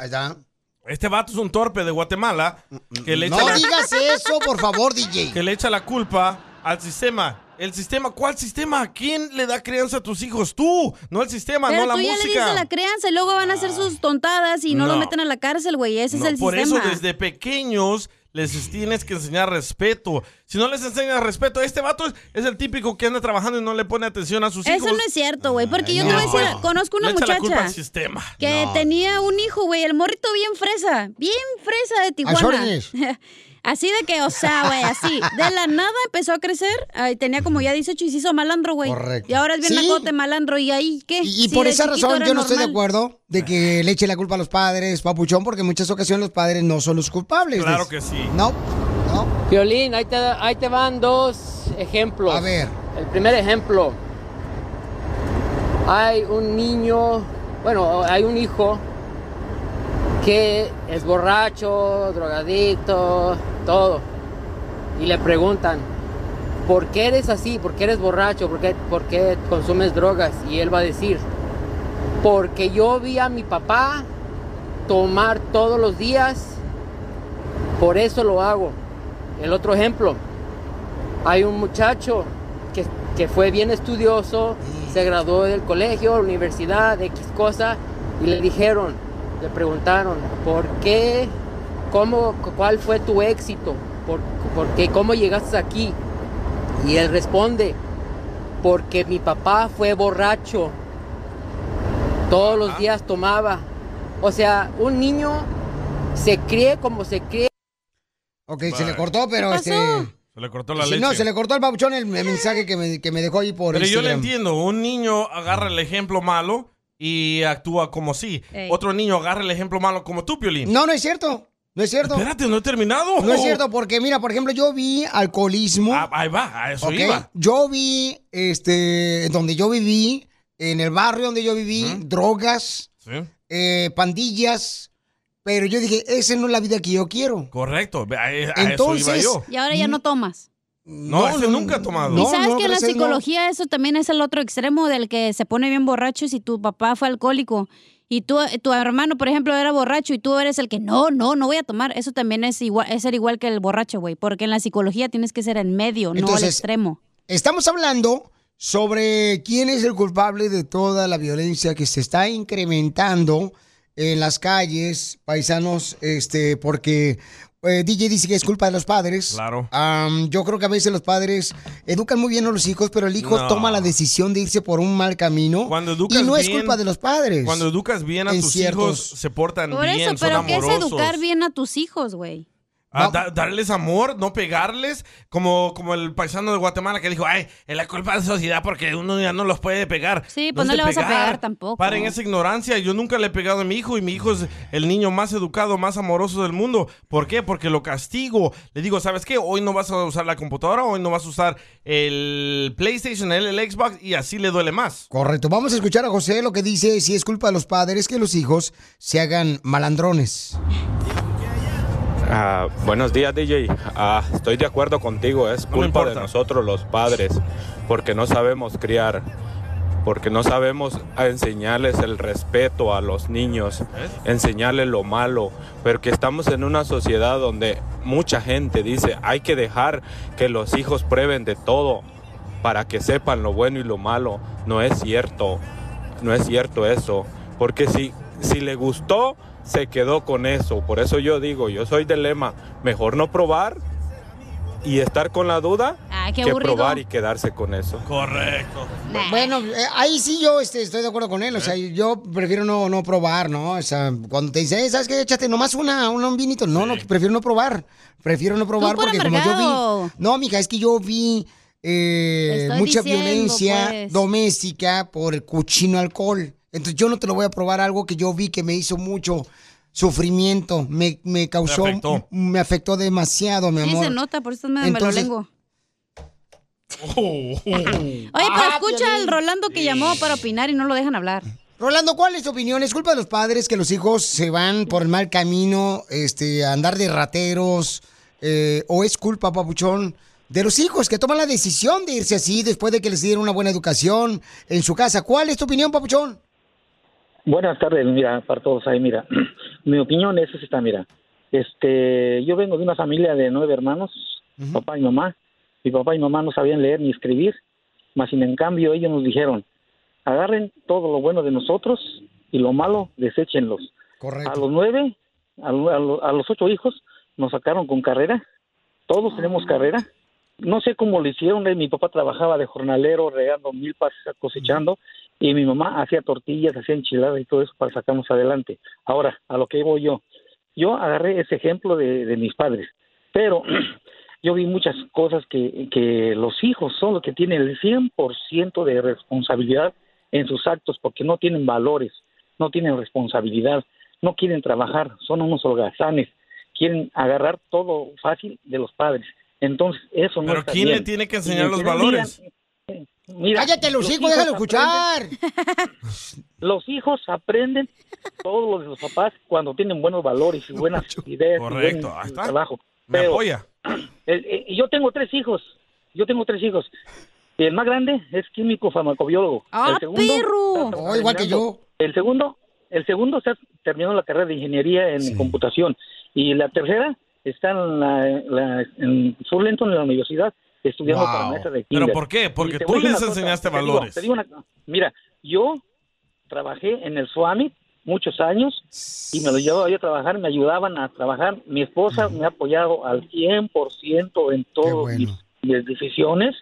Speaker 3: Este vato es un torpe de Guatemala que le echa
Speaker 1: No
Speaker 3: la-
Speaker 1: digas eso, por favor, DJ.
Speaker 3: que le echa la culpa al sistema. ¿El sistema? ¿Cuál sistema? ¿Quién le da crianza a tus hijos? Tú, no el sistema,
Speaker 4: Pero
Speaker 3: no la
Speaker 4: tú ya le
Speaker 3: música.
Speaker 4: dices la crianza y luego van a hacer sus tontadas y no, lo
Speaker 3: No.
Speaker 4: meten a la cárcel, güey. Ese
Speaker 3: No,
Speaker 4: es el
Speaker 3: por
Speaker 4: sistema.
Speaker 3: eso desde pequeños les tienes que enseñar respeto. Si no les enseñas respeto, este vato es, es el típico que anda trabajando y no le pone atención a sus hijos.
Speaker 4: Eso no es cierto, güey, porque yo
Speaker 3: no.
Speaker 4: te voy a decir,
Speaker 3: Bueno,
Speaker 4: conozco una
Speaker 3: le echa la culpa
Speaker 4: muchacha
Speaker 3: al sistema.
Speaker 4: que
Speaker 3: No.
Speaker 4: tenía un hijo, güey, el morrito bien fresa, bien fresa de Tijuana.
Speaker 3: órdenes.
Speaker 4: Así de que, o sea, güey, así. De la nada empezó a crecer. ay, tenía como ya 18 y se hizo malandro, güey.
Speaker 1: Correcto.
Speaker 4: Y ahora es bien
Speaker 1: Sí.
Speaker 4: nacote, malandro. ¿Y ahí qué?
Speaker 1: Y por esa razón yo no estoy de acuerdo de que le eche la culpa a los padres, papuchón, porque en muchas ocasiones los padres no son los culpables.
Speaker 3: Claro que sí.
Speaker 1: No.
Speaker 27: Violín, ahí te, ahí te van dos ejemplos. A ver. El primer ejemplo. Hay un niño, bueno, hay un hijo que es borracho, drogadicto, todo. Y le preguntan, ¿por qué eres así? ¿Por qué eres borracho? ¿Por qué, por qué consumes drogas? Y él va a decir, porque yo vi a mi papá tomar todos los días, por eso lo hago. El otro ejemplo, hay un muchacho que, que fue bien estudioso, se graduó del colegio, universidad, X cosa, y le dijeron, le preguntaron, ¿por qué? ¿Cómo? ¿Cuál fue tu éxito? ¿Por, por qué? ¿Cómo llegaste aquí? Y él responde, porque mi papá fue borracho, todos los días tomaba. O sea, un niño se cree como se cree.
Speaker 1: Ok, se le cortó, pero este...
Speaker 3: Se le cortó la
Speaker 1: Sí,
Speaker 3: leche.
Speaker 1: No, se le Este, cortó al papuchón el, el mensaje que me, que me dejó ahí por
Speaker 3: Pero yo le
Speaker 1: Instagram.
Speaker 3: entiendo, un niño agarra el ejemplo malo y actúa como sí.
Speaker 1: Ey.
Speaker 3: Otro niño agarra el ejemplo malo como tú, Piolín.
Speaker 1: No, no es cierto. No es cierto.
Speaker 3: Espérate, no he terminado.
Speaker 1: No es cierto, porque mira, por ejemplo, yo vi alcoholismo.
Speaker 3: ahí va, a eso
Speaker 1: Ok,
Speaker 3: iba.
Speaker 1: Yo vi, este, donde yo viví, en el barrio donde yo viví, drogas,
Speaker 3: Sí.
Speaker 1: eh, pandillas, pero yo dije, esa no es la vida que yo quiero.
Speaker 3: Correcto, a, a
Speaker 1: Entonces-
Speaker 3: eso iba yo.
Speaker 4: Y ahora ya no tomas.
Speaker 3: No, ese nunca ha tomado.
Speaker 4: y sabes que en la
Speaker 1: gracias, Ah, no.
Speaker 4: psicología eso también es el otro extremo del que se pone bien borracho si tu papá fue alcohólico y tú, tu hermano, por ejemplo, era borracho y tú eres el que no, no, no voy a tomar. Eso también es igual, es ser igual que el borracho, güey, porque en la psicología tienes que ser en medio, no al
Speaker 1: Entonces,
Speaker 4: extremo.
Speaker 1: Estamos hablando sobre quién es el culpable de toda la violencia que se está incrementando en las calles, paisanos, este, porque eh, DJ dice que es culpa de los padres.
Speaker 3: Claro.
Speaker 1: Am, yo creo que a veces los padres educan muy bien a los hijos, pero el hijo
Speaker 3: No.
Speaker 1: toma la decisión de irse por un mal camino.
Speaker 3: Cuando
Speaker 1: y
Speaker 3: educas
Speaker 1: no es
Speaker 3: bien-
Speaker 1: culpa de los padres.
Speaker 3: Cuando educas bien a
Speaker 1: En
Speaker 3: tus
Speaker 1: ciertos-
Speaker 3: hijos, se portan
Speaker 4: Por
Speaker 3: bien,
Speaker 4: eso,
Speaker 3: son
Speaker 4: pero ¿qué es
Speaker 3: amorosos.
Speaker 4: educar bien a tus hijos, güey?
Speaker 3: Ah, da- darles amor, no pegarles, como, como el paisano de Guatemala que dijo, ay, es la culpa de la sociedad porque uno ya no los puede pegar.
Speaker 4: Sí, pues no,
Speaker 3: es
Speaker 4: le
Speaker 3: de
Speaker 4: vas a pegar tampoco.
Speaker 3: Paren esa ignorancia, yo nunca le he pegado a mi hijo y mi hijo es el niño más educado, más amoroso del mundo. ¿Por qué? Porque lo castigo. Le digo, ¿sabes qué? Hoy no vas a usar la computadora, hoy no vas a usar el PlayStation, el, el Xbox y así le duele más.
Speaker 1: Correcto. Vamos a escuchar a José lo que dice si es culpa de los padres que los hijos se hagan malandrones.
Speaker 8: Ah, buenos días, DJ. Ah, estoy de acuerdo contigo. Es culpa de nosotros, los padres, porque no sabemos criar, porque no sabemos a enseñarles el respeto a los niños, enseñarles lo malo, porque estamos en una sociedad donde mucha gente dice hay que dejar que los hijos prueben de todo para que sepan lo bueno y lo malo. No es cierto. No es cierto eso. Porque si, si le gustó, se quedó con eso. Por eso yo digo, yo soy de lema, mejor no probar y estar con la duda
Speaker 4: Ah, qué
Speaker 8: que
Speaker 4: aburrido.
Speaker 8: probar y quedarse con eso. Correcto.
Speaker 1: Bueno, eh, ahí sí yo este, estoy de acuerdo con él. O sea, yo prefiero no, no probar, ¿no? O sea, cuando te dicen, "Eh, ¿sabes qué? Échate nomás una, una- un vinito. No, no, prefiero no probar. Prefiero no probar
Speaker 4: por
Speaker 1: porque como yo
Speaker 4: amargado.
Speaker 1: vi. No, mija, es que yo vi eh,
Speaker 4: Estoy
Speaker 1: mucha
Speaker 4: diciendo,
Speaker 1: violencia
Speaker 4: pues.
Speaker 1: doméstica por el cochino alcohol. Entonces yo no te lo voy a probar algo que yo vi que me hizo mucho sufrimiento. Me, me causó.
Speaker 3: afectó.
Speaker 1: Me afectó demasiado, mi
Speaker 4: Sí,
Speaker 1: amor.
Speaker 4: se nota, por eso me
Speaker 1: Entonces-
Speaker 4: lengo. Oye,
Speaker 1: Ah,
Speaker 4: pero escucha al Rolando que llamó para opinar y no lo dejan hablar.
Speaker 1: Rolando, ¿cuál es tu opinión? ¿Es culpa de los padres que los hijos se van por el mal camino, este, a andar de rateros? eh, ¿O es culpa, papuchón, de los hijos que toman la decisión de irse así después de que les dieron una buena educación en su casa? ¿Cuál es tu opinión, papuchón?
Speaker 7: Buenas tardes, mira, para todos ahí, mira. Mi opinión es esta, mira. Este, yo vengo de una familia de nueve hermanos, papá y mamá. Mi papá y mamá no sabían leer ni escribir, mas sin en cambio ellos nos dijeron, agarren todo lo bueno de nosotros y lo malo, deséchenlos.
Speaker 1: Correcto.
Speaker 7: A los nueve, a, lo- a lo- a los ocho hijos, nos sacaron con carrera. Todos tenemos carrera. No sé cómo lo hicieron. eh, Mi papá trabajaba de jornalero, regando milpas, cosechando. Y mi mamá hacía tortillas, hacía enchiladas y todo eso para sacarnos adelante. Ahora, a lo que voy yo. Yo agarré ese ejemplo de, de mis padres. Pero yo vi muchas cosas que, que los hijos son los que tienen el 100% de responsabilidad en sus actos porque no tienen valores, no tienen responsabilidad, no quieren trabajar, son unos holgazanes, quieren agarrar todo fácil de los padres. Entonces, eso no
Speaker 3: Pero
Speaker 7: está
Speaker 3: ¿quién le
Speaker 7: bien.
Speaker 3: tiene
Speaker 7: Y
Speaker 3: que enseñar los
Speaker 7: que digan,
Speaker 3: valores?
Speaker 7: Mira,
Speaker 1: Cállate los hijos, déjalo escuchar.
Speaker 7: los hijos aprenden todo lo de los papás cuando tienen buenos valores y buenas ideas. y
Speaker 3: Correcto,
Speaker 7: buen
Speaker 3: ahí está.
Speaker 7: Trabajo.
Speaker 3: Me
Speaker 7: Pero,
Speaker 3: apoya.
Speaker 7: el- el- y yo tengo tres hijos. Yo tengo tres hijos. Y el más grande es químico farmacobiólogo.
Speaker 4: ¡Ah,
Speaker 7: el segundo,
Speaker 4: perro!
Speaker 7: está
Speaker 4: Oh, igual que
Speaker 7: terminando- El segundo, el segundo está terminando la carrera de ingeniería en computación. Y la tercera está en, la, la- en Surlenton, en la universidad, estudiando
Speaker 3: Wow.
Speaker 7: para maestra de
Speaker 3: ¿Pero
Speaker 7: kinder.
Speaker 3: por qué? Porque
Speaker 7: Y te
Speaker 3: tú
Speaker 7: voy a decir
Speaker 3: les
Speaker 7: una cosa,
Speaker 3: enseñaste
Speaker 7: te digo-
Speaker 3: valores.
Speaker 7: te digo una co- mira, yo trabajé en el SWAMI muchos años y me lo llevaba yo a trabajar, me ayudaban a trabajar. Mi esposa me ha apoyado al 100% en todas mis, mis decisiones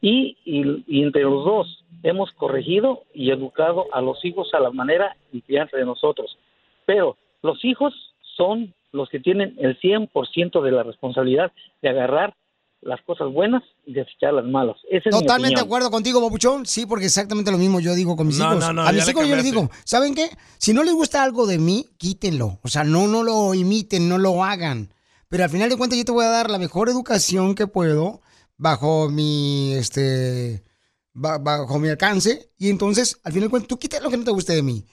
Speaker 7: y, y- y entre los dos hemos corregido y educado a los hijos a la manera y crianza de nosotros. Pero los hijos son los que tienen el 100% de la responsabilidad de agarrar las cosas buenas y desechar las malas. Esa es mi
Speaker 1: Totalmente de
Speaker 7: opinión.
Speaker 1: acuerdo contigo, Papuchón. Sí, porque exactamente lo mismo yo digo con mis
Speaker 7: No,
Speaker 1: hijos.
Speaker 7: no, no,
Speaker 1: a
Speaker 7: ya
Speaker 1: mis
Speaker 7: le
Speaker 1: hijos yo les
Speaker 7: cambiaste.
Speaker 1: digo, ¿saben qué? Si no les gusta algo de mí, quítenlo. O sea, no, no lo imiten, no lo hagan. Pero al final de cuentas yo te voy a dar la mejor educación que puedo bajo mi, este, ba- bajo mi alcance. Y entonces, al final de cuentas, tú quitas lo que no te guste de mí.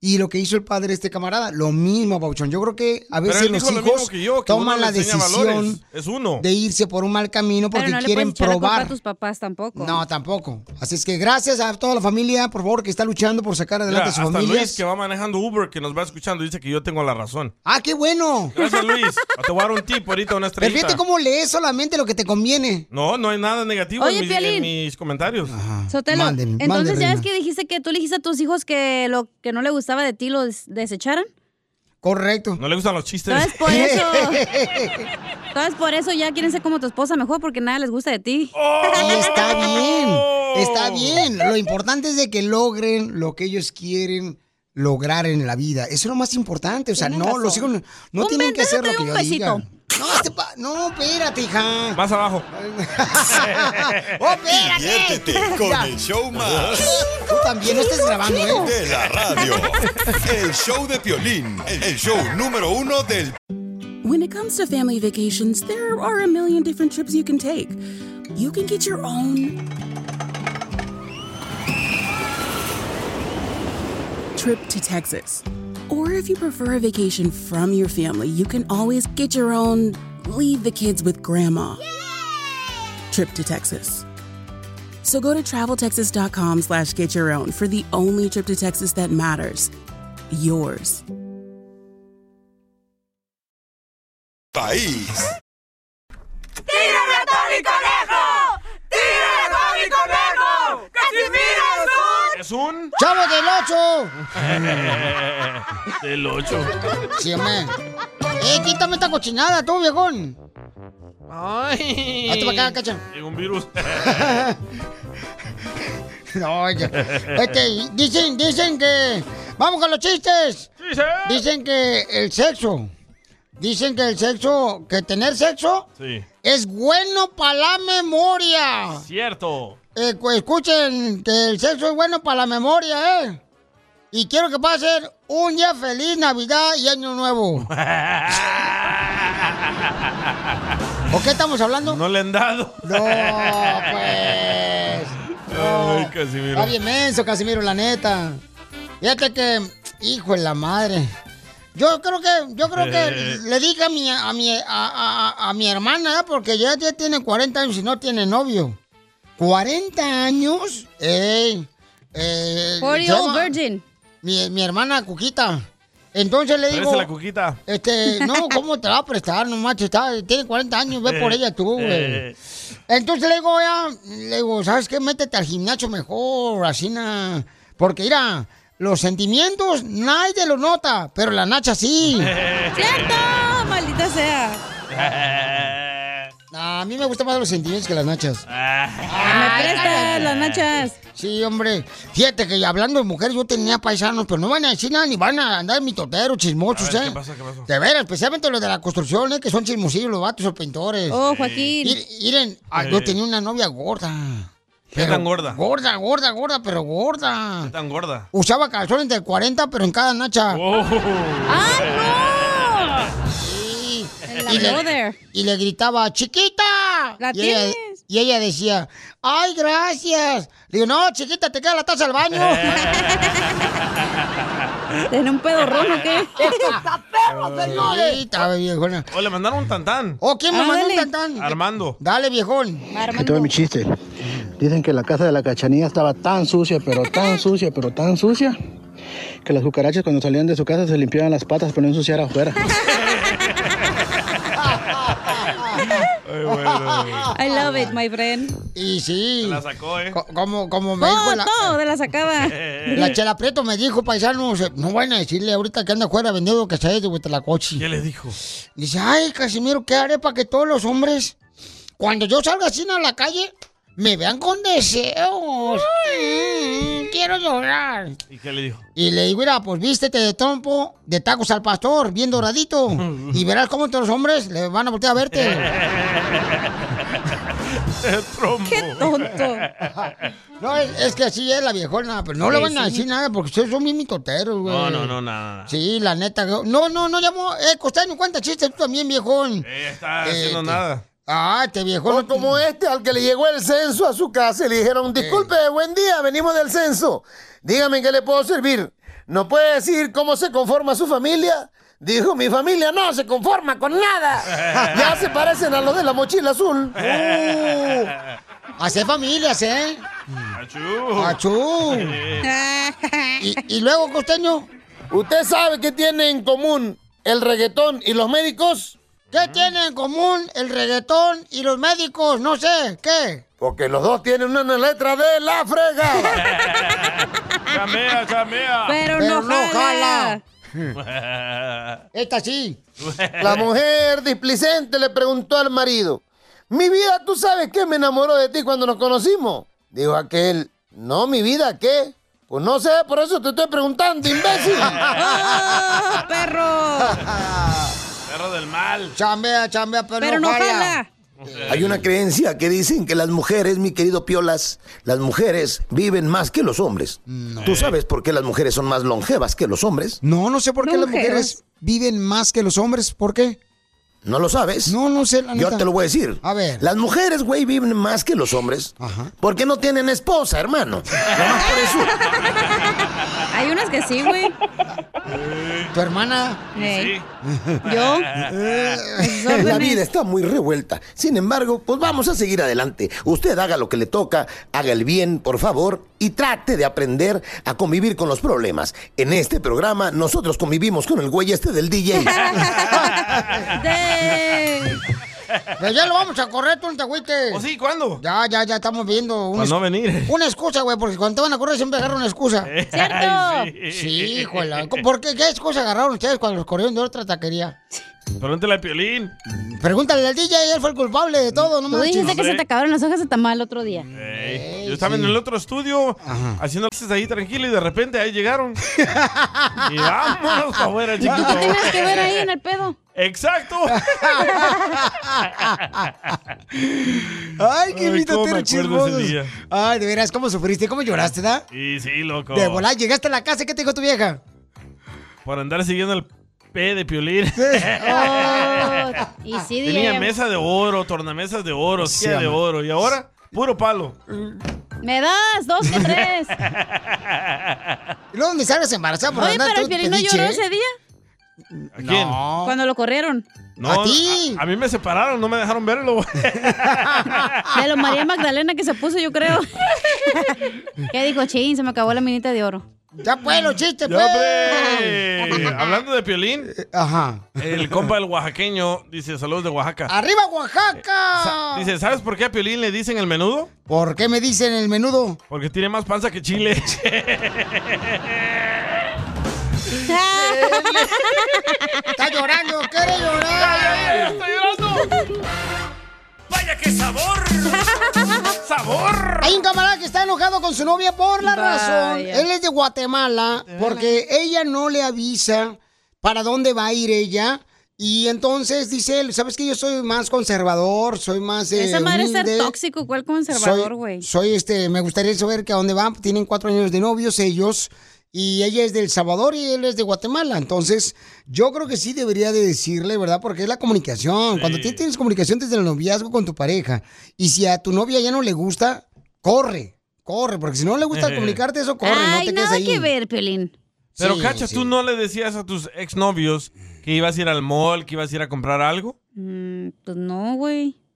Speaker 1: Y lo que hizo el padre de este camarada, lo mismo, Papuchón. Yo creo que a
Speaker 3: Pero
Speaker 1: veces
Speaker 3: él
Speaker 1: los
Speaker 3: dijo lo mismo
Speaker 1: hijos
Speaker 3: que yo, que
Speaker 1: toman
Speaker 3: uno le
Speaker 1: la
Speaker 3: enseña
Speaker 1: decisión
Speaker 3: valores. Es uno.
Speaker 1: de irse por un mal camino porque
Speaker 4: Pero no le
Speaker 1: quieren
Speaker 4: puedes echar la culpa
Speaker 1: probar.
Speaker 4: a tus papás tampoco.
Speaker 1: No, tampoco. Así es que gracias a toda la familia, por favor, que está luchando por sacar
Speaker 3: Mira,
Speaker 1: adelante a
Speaker 3: hasta
Speaker 1: sus
Speaker 3: Luis
Speaker 1: familias.
Speaker 3: que va manejando Uber, que nos va escuchando, dice que yo tengo la razón.
Speaker 1: ¡Ah, qué bueno!
Speaker 3: Gracias, Luis. Te voy a dar un tip ahorita, una
Speaker 1: Pero
Speaker 3: estrellita.
Speaker 1: fíjate cómo lees solamente lo que te conviene.
Speaker 3: No, no hay nada negativo
Speaker 4: Oye,
Speaker 3: en, mis,
Speaker 4: Piolín.
Speaker 3: en mis comentarios.
Speaker 4: Sotelo,
Speaker 3: Mande, mande,
Speaker 4: entonces ya ves
Speaker 3: reina.
Speaker 4: que dijiste que tú le dijiste a tus hijos que lo que no le gustaba de ti lo des- desecharan.
Speaker 1: Correcto.
Speaker 3: No le gustan los chistes.
Speaker 4: Entonces por eso. entonces por eso ya quieren ser como tu esposa mejor porque nada les gusta de ti.
Speaker 1: Y está bien, está bien. Lo importante es de que logren lo que ellos quieren lograr en la vida. Eso es lo más importante. O sea,
Speaker 4: Tienes
Speaker 1: no,
Speaker 4: razón.
Speaker 1: los hijos no, no
Speaker 4: Un
Speaker 1: tienen que
Speaker 4: pendejo
Speaker 1: hacer lo
Speaker 4: trae
Speaker 1: que
Speaker 4: un
Speaker 1: yo
Speaker 4: pesito.
Speaker 1: diga. No, este pa- no, espérate, hija.
Speaker 3: Más abajo.
Speaker 1: ¡Oh, espérate!
Speaker 10: Diviértete con
Speaker 1: Ya.
Speaker 10: el show más
Speaker 1: Tú también no estés grabando, ¿eh?
Speaker 10: de la radio. El show de Piolín, el show número uno del
Speaker 6: When it comes to family vacations, there are a million different trips you can take. You can get your own trip to Texas. Or if you prefer a vacation from your family, you can always get your own leave the kids with grandma trip to Texas. So go to traveltexas.com slash get your own for the only trip to Texas that matters. Yours.
Speaker 10: país.
Speaker 14: ¡Tírame a Tony Conejo! ¡Tírame a Tony Conejo! ¡Casimiro
Speaker 3: es un...
Speaker 1: ¡Chavo del 8!
Speaker 3: Del 8.
Speaker 1: Sí, hombre. ¡Eh, quítame esta cochinada, tú, viejón!
Speaker 3: Ay.
Speaker 1: Hazte para acá, cacha.
Speaker 3: Llegó un virus.
Speaker 1: No, oye. Este, dicen, dicen que. Vamos con los chistes. Dicen que el sexo. Dicen que el sexo. Que tener sexo
Speaker 3: Sí.
Speaker 1: es bueno para la memoria.
Speaker 3: Cierto.
Speaker 1: Eh, cu- escuchen que el sexo es bueno para la memoria, ¿eh? Y quiero que pasen un día feliz, Navidad y Año Nuevo. ¿O qué estamos hablando?
Speaker 3: No le han dado.
Speaker 1: No, pues.
Speaker 3: Ay, Casimiro.
Speaker 1: Está bien menso, Casimiro, la neta. Fíjate que, hijo de la madre. Yo creo que, yo creo que le dije a mi, a mi, a, a- a- a mi hermana, ¿eh? porque ya, ya tiene 40 años y no tiene novio. 40 años, ey. Eh,
Speaker 4: 40
Speaker 1: se
Speaker 4: old
Speaker 1: llama-
Speaker 4: virgin.
Speaker 1: Mi, mi hermana Cuquita. Entonces le digo.
Speaker 3: Parece la cuquita.
Speaker 1: Este, no, ¿cómo te va a prestar? No macho, está, tiene 40 años, ve por ella tú, güey.
Speaker 3: Eh,
Speaker 1: Entonces le digo, ya, le digo, ¿sabes qué? Métete al gimnasio mejor, así na. Porque mira, los sentimientos nadie los nota, pero la Nacha sí.
Speaker 4: ¡Cierto! ¡Maldita sea!
Speaker 1: Ah, a mí me gustan más los sentimientos que las nachas.
Speaker 4: Me prestas las nachas.
Speaker 1: Sí, hombre. Fíjate que hablando de mujeres, yo tenía paisanos, pero no van a decir nada ni van a andar mitoteros, chismosos, ¿eh?
Speaker 14: pasa? ¿Qué pasa?
Speaker 1: De veras, especialmente los de la construcción, ¿eh? que son chismosillos los vatos o pintores.
Speaker 14: Oh, Joaquín.
Speaker 1: Mir- Miren, ah, yo tenía una novia gorda.
Speaker 3: ¿Qué
Speaker 1: Pero
Speaker 3: tan gorda?
Speaker 1: Gorda, gorda, gorda, pero gorda.
Speaker 3: ¿Qué tan gorda?
Speaker 1: Usaba calzones del 40, pero en cada nacha.
Speaker 3: Oh.
Speaker 1: ¡Ah, Sí.
Speaker 14: En Ah, la
Speaker 1: Y le,
Speaker 14: brother.
Speaker 1: y le gritaba, chiquita.
Speaker 14: ¿La
Speaker 1: y, ella,
Speaker 14: tienes?
Speaker 1: y ella decía, ay, gracias. Le digo, no, chiquita, te queda la taza al baño.
Speaker 4: ¿Tiene un pedorrón
Speaker 3: o qué?
Speaker 1: ¡Está perro, señores! Chiquita, viejona.
Speaker 3: O le mandaron un tantán.
Speaker 1: ¿O Oh, quién me
Speaker 3: Ah,
Speaker 1: mandó un
Speaker 3: dale.
Speaker 1: tantán?
Speaker 3: Armando.
Speaker 1: Dale, viejón.
Speaker 9: Aquí te va mi chiste. Dicen que la casa de la cachanilla estaba tan sucia, pero tan sucia, pero tan sucia, que las cucarachas cuando salían de su casa se limpiaban las patas para no ensuciar afuera.
Speaker 4: I love it, my friend.
Speaker 1: Y sí.
Speaker 3: La sacó, ¿eh?
Speaker 1: Co- Como, como me dijo
Speaker 4: Todo,
Speaker 1: la,
Speaker 4: todo de la sacaba.
Speaker 1: la Chela Prieto me dijo, paisanos, eh, no van a decirle ahorita que anda fuera vendiendo que de Huitlacochi.
Speaker 3: ¿Qué le dijo?
Speaker 1: Dice, ay, Casimiro, ¿qué haré para que todos los hombres, cuando yo salga así a la calle, me vean con deseos? Mm, quiero llorar.
Speaker 3: ¿Y qué le dijo?
Speaker 1: Y le digo, mira, pues vístete de trompo, de tacos al pastor, bien doradito. Y verás cómo todos los hombres le van a voltear a verte.
Speaker 3: Trombo.
Speaker 1: Qué tonto. No, es, es que así es la viejona, pero no le
Speaker 3: Sí,
Speaker 1: van a
Speaker 3: sí.
Speaker 1: decir nada porque ustedes son bien mitoteros, güey.
Speaker 3: No, no, no, nada.
Speaker 1: Sí, la neta. yo- No, no, no llamó. Eh, Costeño, cuenta chistes tú también, viejón.
Speaker 3: Ella está
Speaker 1: Eh,
Speaker 4: Este.
Speaker 3: haciendo
Speaker 1: te-
Speaker 3: nada.
Speaker 1: Ah, te viejón.
Speaker 2: O como este al que le llegó el censo a su casa y le dijeron,
Speaker 1: Eh.
Speaker 2: disculpe, buen día, venimos del censo. Dígame en qué le puedo servir. ¿No puede decir cómo se conforma su familia? Dijo, mi familia no se conforma con nada. Ya se parecen a los de la mochila azul.
Speaker 3: ¡Uh!
Speaker 1: Uh, Hacer familias, ¿eh? Achú. ¿Y, y luego, Costeño?
Speaker 2: ¿Usted sabe qué tiene en común el reggaetón y los médicos?
Speaker 1: ¿Qué tienen en común el reggaetón y los médicos? No sé, ¿qué?
Speaker 2: Porque los dos tienen una letra de la frega.
Speaker 3: Chamea, chamea.
Speaker 2: Pero no Pero no jala.
Speaker 1: Esta sí.
Speaker 2: La mujer displicente le preguntó al marido, mi vida, ¿tú sabes qué me enamoró de ti cuando nos conocimos? Dijo aquel, no, mi vida, ¿qué? Pues no sé, por eso te estoy preguntando, imbécil. Ah,
Speaker 3: perro! Perro del mal.
Speaker 1: Chambea, chambea, pero,
Speaker 2: Pero no jala.
Speaker 9: Hay
Speaker 2: una creencia que dicen que las mujeres, mi querido Piolas, las mujeres viven más que los hombres. ¿Tú sabes por qué las mujeres son más longevas que los hombres?
Speaker 9: No, no sé por
Speaker 2: qué las mujeres
Speaker 9: viven más que los hombres. ¿Por qué?
Speaker 2: ¿No lo sabes?
Speaker 9: No, no sé. La
Speaker 2: Yo
Speaker 9: neta.
Speaker 2: te lo voy a decir.
Speaker 9: A ver.
Speaker 2: Las mujeres, güey, viven más que los hombres. Porque no tienen esposa, hermano. Nomás por eso.
Speaker 4: Hay unas que sí, güey.
Speaker 1: ¿Tu hermana?
Speaker 4: Ey.
Speaker 2: Yo. La
Speaker 1: eh,
Speaker 4: órdenes.
Speaker 2: vida está muy revuelta. Sin embargo, pues vamos a seguir adelante. Usted haga lo que le toca, haga el bien, por favor, y trate de aprender a convivir con los problemas. En este programa, nosotros convivimos con el güey este del DJ.
Speaker 1: Pero Pues ya lo vamos a correr, tú no te agüites.
Speaker 3: ¿O sí? ¿Cuándo?
Speaker 1: Ya, ya, ya estamos viendo.
Speaker 3: Para no venir.
Speaker 1: Una excusa, güey, porque cuando te van a correr siempre agarran una excusa.
Speaker 3: Ay, sí.
Speaker 1: Sí, híjole. ¿Por qué? ¿Qué excusa agarraron ustedes cuando los corrieron de otra taquería?
Speaker 3: Pregúntale a Piolín.
Speaker 1: Pregúntale al DJ, él fue el culpable de todo, no
Speaker 4: Tú dijiste
Speaker 1: manches.
Speaker 4: que se te acabaron las hojas de tamal el otro día.
Speaker 3: Ey, Yo estaba en el otro estudio haciendo cosas ahí tranquilo y de repente ahí llegaron. y vámonos para afuera,
Speaker 4: ¿Y tú qué
Speaker 3: chiquito.
Speaker 4: tenías que ver ahí en el pedo?
Speaker 3: Exacto.
Speaker 1: Ay, qué
Speaker 3: Ay, cómo me
Speaker 1: mitotero
Speaker 3: acuerdo
Speaker 1: chismoso.
Speaker 3: ese día.
Speaker 1: Ay, de veras, ¿cómo sufriste? ¿Cómo lloraste, da?
Speaker 3: Y sí, loco.
Speaker 1: De volar, llegaste a la casa, y ¿qué te dijo tu vieja?
Speaker 3: Por andar siguiendo el P de Piolín.
Speaker 4: y Oh, sí,
Speaker 3: Tenía
Speaker 4: DJ.
Speaker 3: mesa de oro, tornamesas de oro,
Speaker 4: Sí,
Speaker 3: silla de
Speaker 4: ama.
Speaker 3: oro. Y ahora, puro palo.
Speaker 4: Me das dos que tres.
Speaker 1: ¿Y luego dónde salgas embarazada por
Speaker 4: Oye,
Speaker 1: andar
Speaker 4: pero el
Speaker 1: todo
Speaker 4: Piolín no
Speaker 1: pediche,
Speaker 4: lloró
Speaker 1: eh?
Speaker 4: ese día.
Speaker 3: ¿A quién?
Speaker 4: Cuando lo corrieron.
Speaker 3: No, a A, mí me separaron, no me dejaron verlo.
Speaker 4: De lo María Magdalena que se puso, yo creo. ¿Qué dijo? Chin, se me acabó la minita de oro.
Speaker 1: Ya pues, los chistes,
Speaker 3: Ya, hombre. ¡Eh! Hablando de Piolín.
Speaker 1: Eh, Ajá.
Speaker 3: El compa del oaxaqueño dice, saludos de Oaxaca.
Speaker 1: ¡Arriba, Oaxaca!
Speaker 3: Eh, Dice, ¿sabes por qué a Piolín le dicen el menudo?
Speaker 1: ¿Por qué me dicen el menudo?
Speaker 3: Porque tiene más panza que chile.
Speaker 1: Está llorando, quiere llorar.
Speaker 14: ¡Estoy llorando!
Speaker 3: qué sabor! ¡Sabor!
Speaker 1: Hay un camarada que está enojado con su novia por la
Speaker 3: Vaya.
Speaker 1: razón. Él es de Guatemala porque ella no le avisa para dónde va a ir ella. Y entonces dice él, ¿sabes que Yo soy más conservador, soy más eh,
Speaker 4: Esa madre es ser
Speaker 1: humilde".
Speaker 4: tóxico, ¿cuál conservador,
Speaker 1: Soy-
Speaker 4: güey?
Speaker 1: Soy, este, me gustaría saber que a dónde van. Tienen cuatro años de novios ellos. Y ella es del Salvador y él es de Guatemala. Entonces, yo creo que sí debería de decirle, ¿verdad? Porque es la comunicación. Cuando ti- tienes comunicación desde el noviazgo con tu pareja. Y si a tu novia ya no le gusta, corre. Corre, porque si no le gusta comunicarte, eso corre, no
Speaker 4: Ay,
Speaker 1: te quedes
Speaker 4: nada
Speaker 1: ahí.
Speaker 4: que ver, Pelín.
Speaker 3: Pero,
Speaker 1: Sí,
Speaker 3: Cacha,
Speaker 1: sí.
Speaker 3: ¿tú no le decías a tus exnovios que ibas a ir al mall, que ibas a ir a comprar algo?
Speaker 4: Mm, pues no, güey.
Speaker 1: Ah.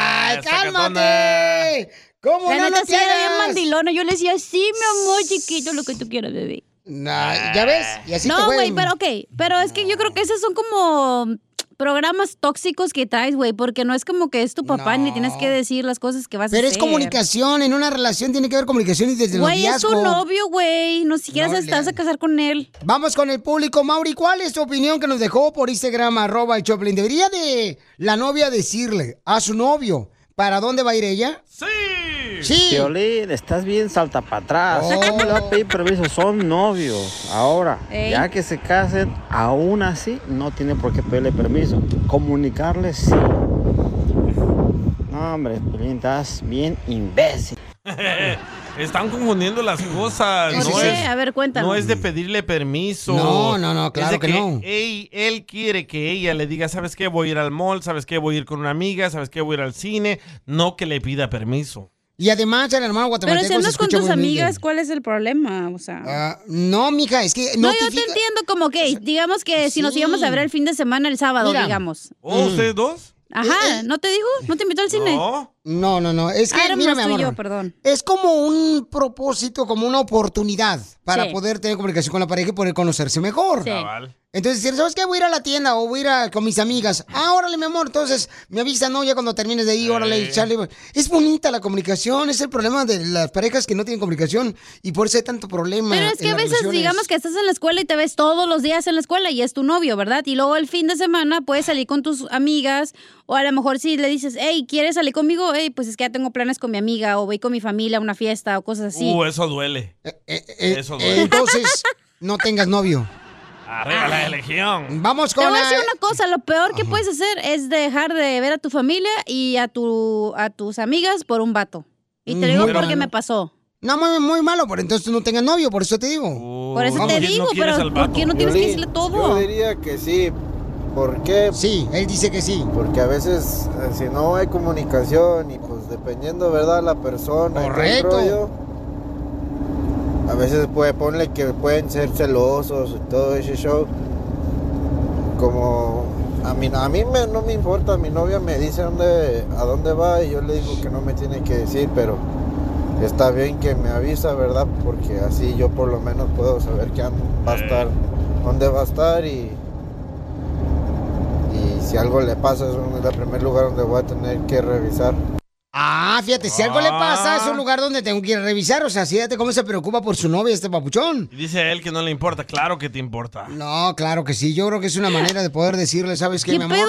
Speaker 3: Nah.
Speaker 1: ¡Ay,
Speaker 3: cálmate!
Speaker 1: ¿Cómo
Speaker 4: La
Speaker 1: no
Speaker 4: neta
Speaker 1: lo
Speaker 4: sí era bien
Speaker 1: quieras?
Speaker 4: mandilona. Yo le decía, sí, mi amor, chiquito, lo que tú quieras, bebé.
Speaker 1: Nah, ya ves, y así te
Speaker 4: no,
Speaker 1: juegan.
Speaker 4: güey, pues, pero ok. Pero es que yo creo que esos son como programas tóxicos que traes, güey, porque no es como que es tu papá ni le tienes que decir las cosas que vas
Speaker 1: Pero
Speaker 4: a
Speaker 1: es
Speaker 4: hacer.
Speaker 1: comunicación, en una relación tiene que haber comunicación y desde el
Speaker 4: Güey, es
Speaker 1: noviazgo.
Speaker 4: tu novio, güey. No siquiera
Speaker 1: No
Speaker 4: se
Speaker 1: le
Speaker 4: estás a casar con él.
Speaker 1: Vamos con el público. Mauri, ¿cuál es tu opinión que nos dejó por Instagram, arroba el Choplin? ¿Debería de la novia decirle a su novio para dónde va a ir ella? Sí.
Speaker 28: Violín, estás bien salta para atrás.
Speaker 9: Oh.
Speaker 28: ¿Cómo le va a pedir permiso? Son novios. Ahora,
Speaker 29: Ey.
Speaker 28: ya que se casen, aún así no tiene por qué pedirle permiso. Comunicarle sí. No, hombre, Piolín, estás bien imbécil.
Speaker 3: Están confundiendo las cosas.
Speaker 4: Pues
Speaker 28: ¿Por
Speaker 3: No
Speaker 28: qué?
Speaker 3: es,
Speaker 28: A ver, cuéntanos.
Speaker 3: No es de pedirle permiso.
Speaker 28: No, no, no,
Speaker 3: Es
Speaker 28: claro
Speaker 3: de
Speaker 28: que no.
Speaker 3: Él, él quiere que ella le diga, ¿sabes qué? Voy a ir al mall, ¿sabes qué? Voy a ir con una amiga, ¿sabes qué? Voy a ir al cine. No que le pida permiso.
Speaker 1: Y además, el hermano
Speaker 4: Pero
Speaker 1: guatemalteco
Speaker 4: si
Speaker 1: se
Speaker 4: andas con
Speaker 1: escucha
Speaker 4: tus
Speaker 1: muy humilde.
Speaker 4: amigas, ¿cuál es el problema? O sea.
Speaker 1: Ah, no, mija, es que
Speaker 4: No,
Speaker 1: no
Speaker 4: yo te entiendo como que, digamos que si nos
Speaker 1: sí. Mm.
Speaker 4: íbamos a ver el fin de semana, el sábado,
Speaker 1: Mira. oh, Eh,
Speaker 4: digamos.
Speaker 3: ¿O ustedes dos?
Speaker 4: Ajá, ¿no te dijo? ¿No te invitó al cine?
Speaker 1: No, no, no. Es que,
Speaker 4: Ah, éramos
Speaker 1: mira, mi
Speaker 4: tú y
Speaker 1: amor,
Speaker 4: yo, perdón.
Speaker 1: Es como un propósito, como una oportunidad para
Speaker 4: Sí.
Speaker 1: poder tener comunicación con la pareja y poder conocerse mejor.
Speaker 4: Sí. Cabal.
Speaker 1: Entonces, si ¿sabes qué? Voy a ir a la tienda o voy a ir a- con mis amigas. Ah, órale, mi amor. Entonces, me avisan, no, ya cuando termines de ahí, órale,
Speaker 3: Sí.
Speaker 1: Charlie. Es bonita la comunicación, es el problema de las parejas que no tienen comunicación y por eso hay tanto problema.
Speaker 4: Pero es
Speaker 1: en
Speaker 4: que a
Speaker 1: las
Speaker 4: veces,
Speaker 1: relaciones.
Speaker 4: digamos que estás en la escuela y te ves todos los días en la escuela y es tu novio, ¿verdad? Y luego el fin de semana puedes salir con tus amigas o a lo mejor si le dices, hey, ¿quieres salir conmigo? Hey, pues es que ya tengo planes con mi amiga o voy con mi familia a una fiesta o cosas así.
Speaker 3: Uh, eso duele. eso duele.
Speaker 1: Eh, Entonces, no tengas novio.
Speaker 3: Arriba la religión.
Speaker 1: Vamos
Speaker 4: Ah. Te
Speaker 1: con
Speaker 4: voy a decir
Speaker 1: la-
Speaker 4: una cosa, lo peor que puedes hacer es dejar de ver a tu familia y a tu a tus amigas por un vato. Y te lo digo
Speaker 1: Muy
Speaker 4: porque
Speaker 1: malo.
Speaker 4: me pasó.
Speaker 1: No, muy, muy malo, pero entonces tú no tengas novio, por eso te digo.
Speaker 4: Por eso te digo, pero ¿por qué no tienes que decirle
Speaker 29: Yo
Speaker 4: todo?
Speaker 29: diría que sí. ¿Por qué?
Speaker 1: Sí, él dice que sí.
Speaker 29: Porque a veces, eh, si no hay comunicación y pues dependiendo, ¿verdad? La persona. y todo el
Speaker 1: Correcto.
Speaker 29: rollo, a veces puede, ponle que pueden ser celosos y todo ese show. Como a mí, a mí me- no me importa, mi novia me dice dónde, a dónde va y yo le digo que no me tiene que decir, pero está bien que me avisa, ¿verdad? Porque así yo por lo menos puedo saber que va a estar, dónde va a estar y, y si algo le pasa es un- es el primer lugar donde voy a tener que revisar.
Speaker 1: Ah, fíjate, si algo le pasa, es
Speaker 3: Ah.
Speaker 1: un lugar donde tengo que ir a revisar. O sea, fíjate cómo se preocupa por su novia este papuchón.
Speaker 3: Y dice a él que no le importa. Claro que te importa.
Speaker 1: No, claro que sí. Yo creo que es una manera de poder decirle, ¿sabes qué,
Speaker 3: ¿Qué
Speaker 1: mi amor?
Speaker 3: pedo?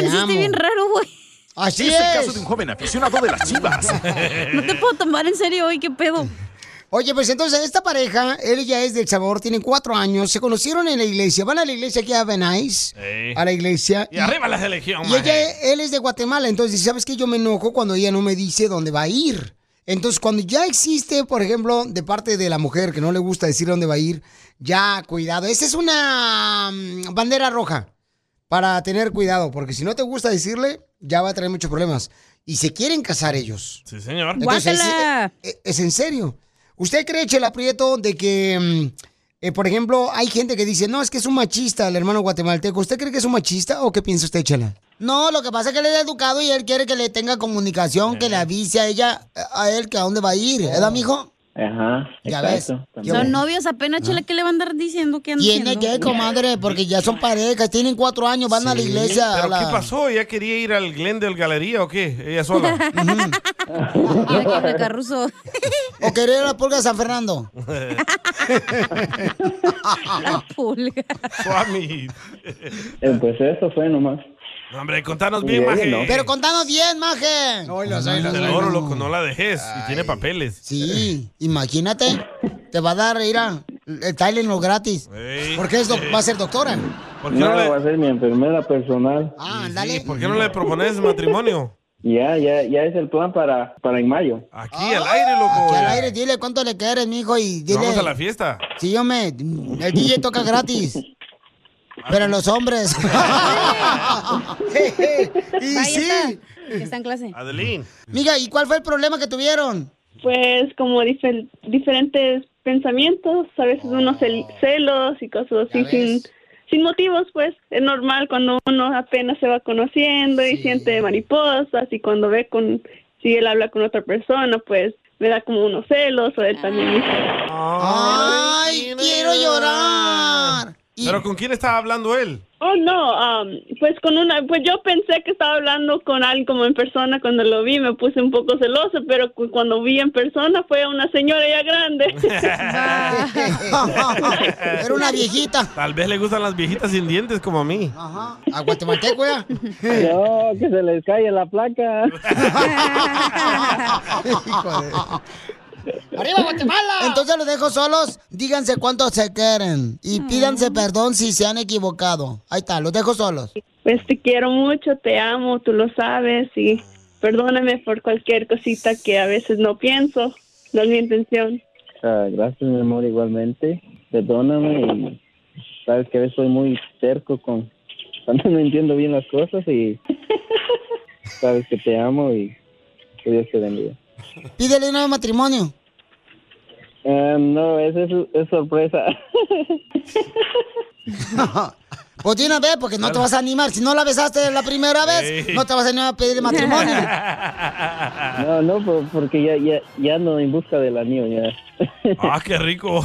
Speaker 4: ya amaneciste bien raro, güey.
Speaker 1: Así
Speaker 4: Es
Speaker 1: es.
Speaker 4: el caso de
Speaker 1: un joven aficionado este de las chivas.
Speaker 4: No te puedo tomar en serio hoy, qué pedo.
Speaker 1: Oye, pues entonces esta pareja, él ya es del sabor, tienen cuatro años, se conocieron en la iglesia, van a la iglesia aquí a Venice,
Speaker 3: Ey.
Speaker 1: a la iglesia.
Speaker 3: Y arriba la selección,
Speaker 1: Y
Speaker 3: maje.
Speaker 1: ella, él es de Guatemala, entonces dice, ¿sabes qué? Yo me enojo cuando ella no me dice dónde va a ir. Entonces, cuando ya existe, por ejemplo, de parte de la mujer que no le gusta decir dónde va a ir, ya cuidado. Esa es una mm, bandera roja para tener cuidado, porque si no te gusta decirle, ya va a traer muchos problemas. Y se quieren casar ellos.
Speaker 3: Sí, señor.
Speaker 1: Entonces, Es, eh, es- es en serio. ¿Usted cree, Chela Prieto, de que, mm, eh, por ejemplo, hay gente que dice, no, es que es un machista el hermano guatemalteco? ¿Usted cree que es un machista o qué piensa usted, Chela? No, lo que pasa es que él es educado y él quiere que le tenga comunicación, que le avise a ella, a él, que a dónde va a ir, ¿verdad, mijo?
Speaker 23: Ajá.
Speaker 1: Ya
Speaker 23: exacto,
Speaker 1: ves.
Speaker 23: también.
Speaker 4: Son novios apenas, chela, ¿qué le van a andar diciendo que andan
Speaker 1: Tiene
Speaker 4: haciendo?
Speaker 1: que, comadre, porque ya son parejas, tienen cuatro años, van a la iglesia. a
Speaker 3: ¿Pero
Speaker 1: la-
Speaker 3: qué pasó? ¿Ella quería ir al Glendale Galería o qué? Ella sola.
Speaker 4: Carruso.
Speaker 1: o querer ir a la pulga de San Fernando.
Speaker 4: La pulga.
Speaker 3: Swami.
Speaker 23: Eh, pues eso fue nomás.
Speaker 3: No, hombre, contanos bien, Maje.
Speaker 1: Pero contanos bien, maje. No, los
Speaker 3: Te la oro, loco, no la dejes. Y tiene papeles.
Speaker 1: Sí, imagínate. Te va a dar, mira, el Tylenol gratis.
Speaker 3: Ey.
Speaker 1: Porque es doc-
Speaker 3: Ey.
Speaker 1: va a ser doctora.
Speaker 3: ¿Por qué
Speaker 30: No,
Speaker 3: no le,
Speaker 30: va a ser mi enfermera personal.
Speaker 1: Ah,
Speaker 3: sí, ¿por qué no le propones matrimonio?
Speaker 30: Ya, ya, ya es el plan para, para en mayo.
Speaker 3: Aquí
Speaker 1: Ah,
Speaker 3: al aire, loco. eh.
Speaker 1: Que al aire dile cuánto le quieres, mijo, y dile...
Speaker 3: Vamos a la fiesta.
Speaker 1: Sí, hombre, el DJ toca gratis.
Speaker 3: Ah.
Speaker 1: Pero los hombres. y
Speaker 4: Ahí
Speaker 1: sí.
Speaker 4: está, que está en clase.
Speaker 3: Adeline.
Speaker 1: Miga, ¿y cuál fue el problema que tuvieron?
Speaker 31: Pues como difer- diferentes pensamientos, a veces unos cel- celos y cosas así sin, sin motivos, pues es normal cuando uno apenas se va conociendo y siente mariposas y cuando ve con, si él habla con otra persona, pues me da como unos celos o él también. dice-
Speaker 1: Ah. ¡Ay, quiero llorar!
Speaker 3: ¿Pero con quién estaba hablando él?
Speaker 31: Oh, no, am, pues con una, pues yo pensé que estaba hablando con alguien como en persona cuando lo vi, me puse un poco celosa, pero cu- cuando vi en persona fue una señora ya grande.
Speaker 1: Era una viejita. Ah.
Speaker 3: Tal vez le gustan las viejitas sin dientes como a mí.
Speaker 1: A guatemalteco, ya.
Speaker 30: No, que se les cae la placa.
Speaker 1: ¡Arriba Guatemala! Entonces los dejo solos, díganse cuánto se quieren y pídanse perdón si se han equivocado. Ahí está, los dejo solos.
Speaker 31: Pues te quiero mucho, te amo, tú lo sabes y perdóname por cualquier cosita que a veces no pienso, no es mi intención.
Speaker 30: Ah, gracias, mi amor, igualmente. Perdóname. y sabes que a veces soy muy cerco con... Cuando no entiendo bien las cosas y... Sabes que te amo y... Que Dios te bendiga.
Speaker 1: Pídele un nuevo matrimonio.
Speaker 30: Ah, no, es, es, es sorpresa.
Speaker 1: Pues de una vez, porque no te vas a animar. Si no la besaste la primera vez,
Speaker 30: Sí.
Speaker 1: no te vas a animar a pedir matrimonio.
Speaker 30: No, no, por- porque ya, ya, ya no en busca del anillo, ya.
Speaker 3: Ah, qué rico.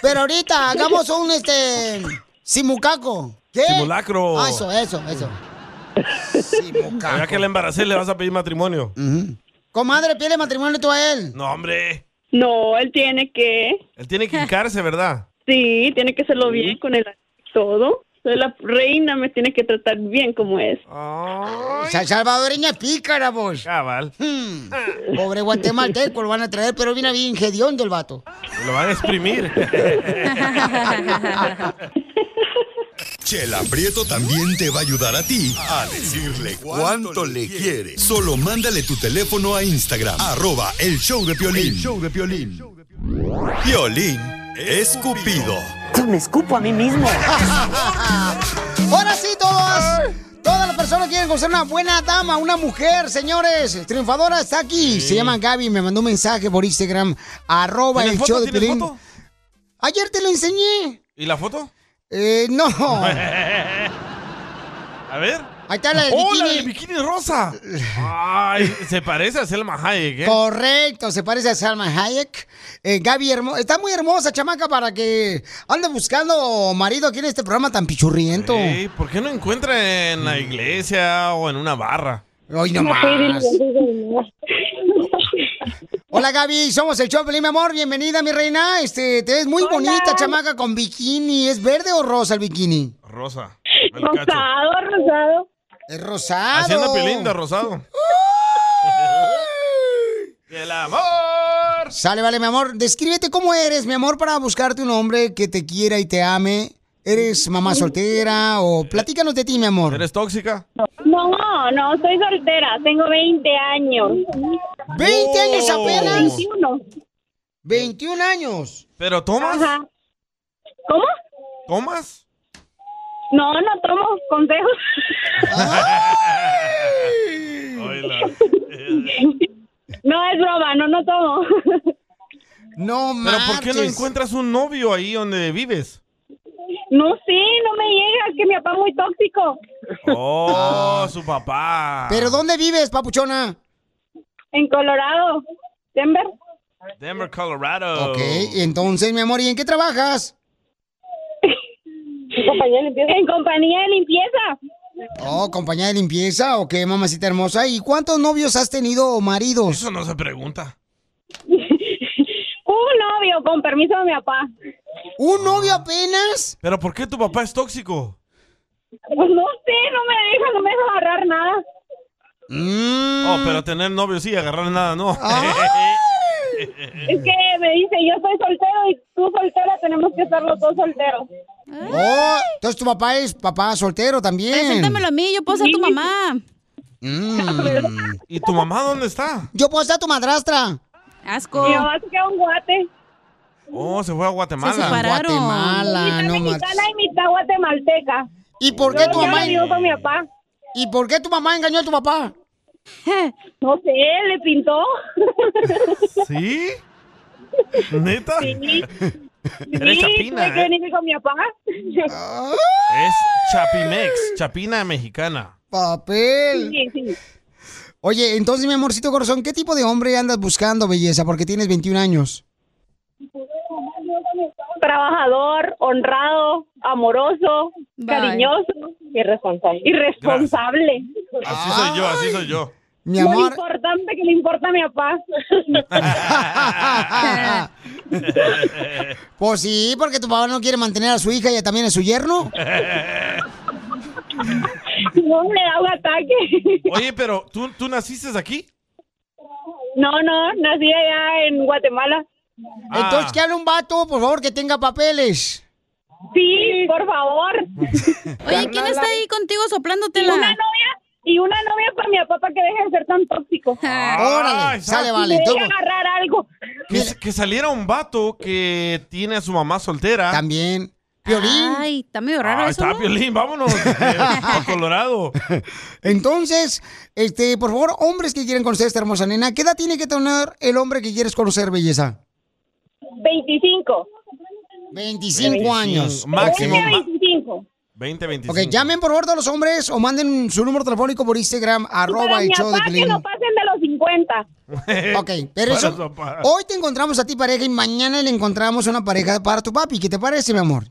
Speaker 1: Pero ahorita hagamos un este simucaco. ¿Qué?
Speaker 3: Simulacro.
Speaker 1: Ah, eso, eso, eso.
Speaker 3: Ya que la embaracé, le vas a pedir matrimonio.
Speaker 1: Comadre, pídele matrimonio tú a él.
Speaker 3: No, hombre.
Speaker 31: No, él tiene que,
Speaker 3: Él tiene que hincarse, ¿verdad?
Speaker 31: sí, tiene que hacerlo bien con el todo. Soy la reina, me tiene que tratar bien como es.
Speaker 1: Sa- Salvadoreña pícara, vos.
Speaker 3: Cabal.
Speaker 1: Hmm. Pobre guatemalteco, lo van a traer, pero viene bien hediondo el vato.
Speaker 3: Lo van a exprimir.
Speaker 10: Chela Prieto también te va a ayudar a ti a decirle cuánto le quiere. Solo mándale tu teléfono a Instagram, arroba el show de Piolín. show de Piolín. Piolín Escupido.
Speaker 1: Yo me escupo a mí mismo. Ahora sí, todos. Todas las personas quieren conocer una buena dama, una mujer, señores. Triunfadora está aquí. Se llama Gaby. Me mandó un mensaje por Instagram. Arroba
Speaker 3: ¿Tiene
Speaker 1: el
Speaker 3: foto?
Speaker 1: show de
Speaker 3: ¿Tiene
Speaker 1: Piolín.
Speaker 3: foto?
Speaker 1: Ayer te lo enseñé.
Speaker 3: ¿Y la foto?
Speaker 1: Eh, no.
Speaker 3: A ver.
Speaker 1: Ahí está la del
Speaker 3: ¡Oh, la
Speaker 1: bikini.
Speaker 3: del bikini rosa! Ay, se parece a Selma Hayek, ¿eh?
Speaker 1: Correcto, se parece a Salma Hayek. Eh, Gaby, hermo- está muy hermosa, chamaca, para que ande buscando marido aquí en este programa tan pichurriento.
Speaker 3: Ey, ¿Por qué no encuentra en la iglesia o en una barra?
Speaker 1: Ay, no más. Hola Gaby, somos el show de Pelín, mi amor, bienvenida mi reina. Este, te ves muy bonita, chamaca, con bikini. ¿Es verde o rosa el bikini?
Speaker 3: Rosa.
Speaker 31: Rosado, rosado.
Speaker 1: Es rosado.
Speaker 3: Haciendo pilinda, rosado. El amor.
Speaker 1: Sale, vale, mi amor. Descríbete cómo eres, mi amor, para buscarte un hombre que te quiera y te ame. ¿Eres mamá soltera o platícanos de ti, mi amor?
Speaker 3: ¿Eres tóxica?
Speaker 31: No, no, soy soltera, tengo 20 años.
Speaker 1: ¿20 años apenas?
Speaker 31: 21.
Speaker 1: 21 años.
Speaker 3: ¿Pero tomas?
Speaker 31: ¿Cómo?
Speaker 3: ¿Tomas?
Speaker 31: No, no tomo consejos. No es broma, no, no tomo.
Speaker 1: No
Speaker 3: ¿Pero por qué no encuentras un novio ahí donde vives?
Speaker 31: No, sí, no me llega, es que mi papá es muy tóxico.
Speaker 3: Oh, su
Speaker 1: Ah.
Speaker 3: papá.
Speaker 1: ¿Pero dónde vives, papuchona?
Speaker 31: En Colorado, Denver.
Speaker 3: Denver, Colorado.
Speaker 1: Ok, E, entonces, mi amor, ¿y en qué trabajas?
Speaker 31: En compañía de limpieza.
Speaker 1: Oh, compañía de limpieza, ok, mamacita hermosa. ¿Y cuántos novios has tenido o maridos?
Speaker 3: Eso no se pregunta.
Speaker 31: Un novio, con permiso de mi papá.
Speaker 1: ¿Un novio apenas?
Speaker 3: ¿Pero por qué tu papá es tóxico?
Speaker 12: Pues no sé, no me dejan, no me dejan agarrar nada.
Speaker 1: Mm.
Speaker 3: Oh, pero tener novio sí, agarrar nada, no.
Speaker 1: Ah.
Speaker 12: Es que me dice, yo soy soltero y tú soltera, tenemos que estar los dos solteros.
Speaker 1: Oh, entonces tu papá es papá soltero también.
Speaker 4: Preséntamelo a mí, yo puedo ser tu mamá.
Speaker 3: Mm. ¿Y tu mamá dónde está?
Speaker 1: Yo puedo ser tu madrastra.
Speaker 4: Asco.
Speaker 12: Mi mamá se queda un guate.
Speaker 3: Oh, se fue a Guatemala.
Speaker 12: Se separaron.
Speaker 1: Guatemala, no
Speaker 12: mitad
Speaker 1: marches.
Speaker 12: mexicana y mitad guatemalteca.
Speaker 1: ¿Y por qué
Speaker 12: Yo-
Speaker 1: tu
Speaker 12: yo
Speaker 1: mamá-
Speaker 12: la vivo con mi papá.
Speaker 1: ¿Y por qué tu mamá engañó a tu papá?
Speaker 12: No sé, le pintó.
Speaker 3: ¿Sí? ¿Neta?
Speaker 12: Sí.
Speaker 3: Eres
Speaker 12: sí,
Speaker 3: chapina,
Speaker 12: tuve que
Speaker 3: ¿eh? Ah.
Speaker 12: venirme con mi papá.
Speaker 3: Es Chapimex, chapina mexicana.
Speaker 1: Papel.
Speaker 12: Sí, sí.
Speaker 1: Oye, entonces, mi amorcito corazón, ¿qué tipo de hombre andas buscando, belleza? Porque tienes 21 años.
Speaker 12: Trabajador, honrado, amoroso, cariñoso y responsable. Irresponsable.
Speaker 3: Así soy yo, así soy yo.
Speaker 1: Mi
Speaker 12: Lo
Speaker 1: amor.
Speaker 12: importante que le importa a mi papá.
Speaker 1: Pues sí, porque tu papá no quiere mantener a su hija y a- también a su yerno.
Speaker 12: No me da un ataque.
Speaker 3: Oye, pero ¿tú, tú naciste aquí?
Speaker 12: No, no, nací allá en Guatemala.
Speaker 1: Ah. Entonces, que hable un vato, por favor, que tenga papeles.
Speaker 12: Sí, por favor.
Speaker 4: Oye, ¿quién está ahí contigo soplándotela?
Speaker 12: Y una novia, y una novia para mi papá para que deje de ser tan tóxico.
Speaker 4: Ah.
Speaker 3: Órale, sale, vale,
Speaker 12: Me deje
Speaker 3: todo.
Speaker 12: agarrar algo.
Speaker 3: Que, que saliera un vato que tiene a su mamá soltera.
Speaker 1: También.
Speaker 4: Ay, está medio raro
Speaker 3: Ah,
Speaker 4: eso,
Speaker 3: está
Speaker 4: ¿no?
Speaker 3: Piolín, vámonos. eh, a Colorado.
Speaker 1: Entonces, este, por favor, hombres que quieren conocer a esta hermosa nena, ¿qué edad tiene que tener el hombre que quieres conocer, belleza?
Speaker 12: 25.
Speaker 1: 25 años.
Speaker 3: Máximo.
Speaker 1: Ok.
Speaker 3: ma-
Speaker 12: 25.
Speaker 3: 20, 25.
Speaker 1: Ok, llamen por favor todos los hombres o manden su número telefónico por Instagram, arroba
Speaker 12: para
Speaker 1: el
Speaker 12: mi
Speaker 1: show de
Speaker 12: papá que
Speaker 1: Piolín.
Speaker 12: no pasen de los 50.
Speaker 3: Ah.
Speaker 1: Ok, pero
Speaker 12: Para
Speaker 1: eso,
Speaker 12: su papá.
Speaker 1: hoy te encontramos a ti pareja y mañana le encontramos una pareja para tu papi. ¿Qué te parece, mi amor?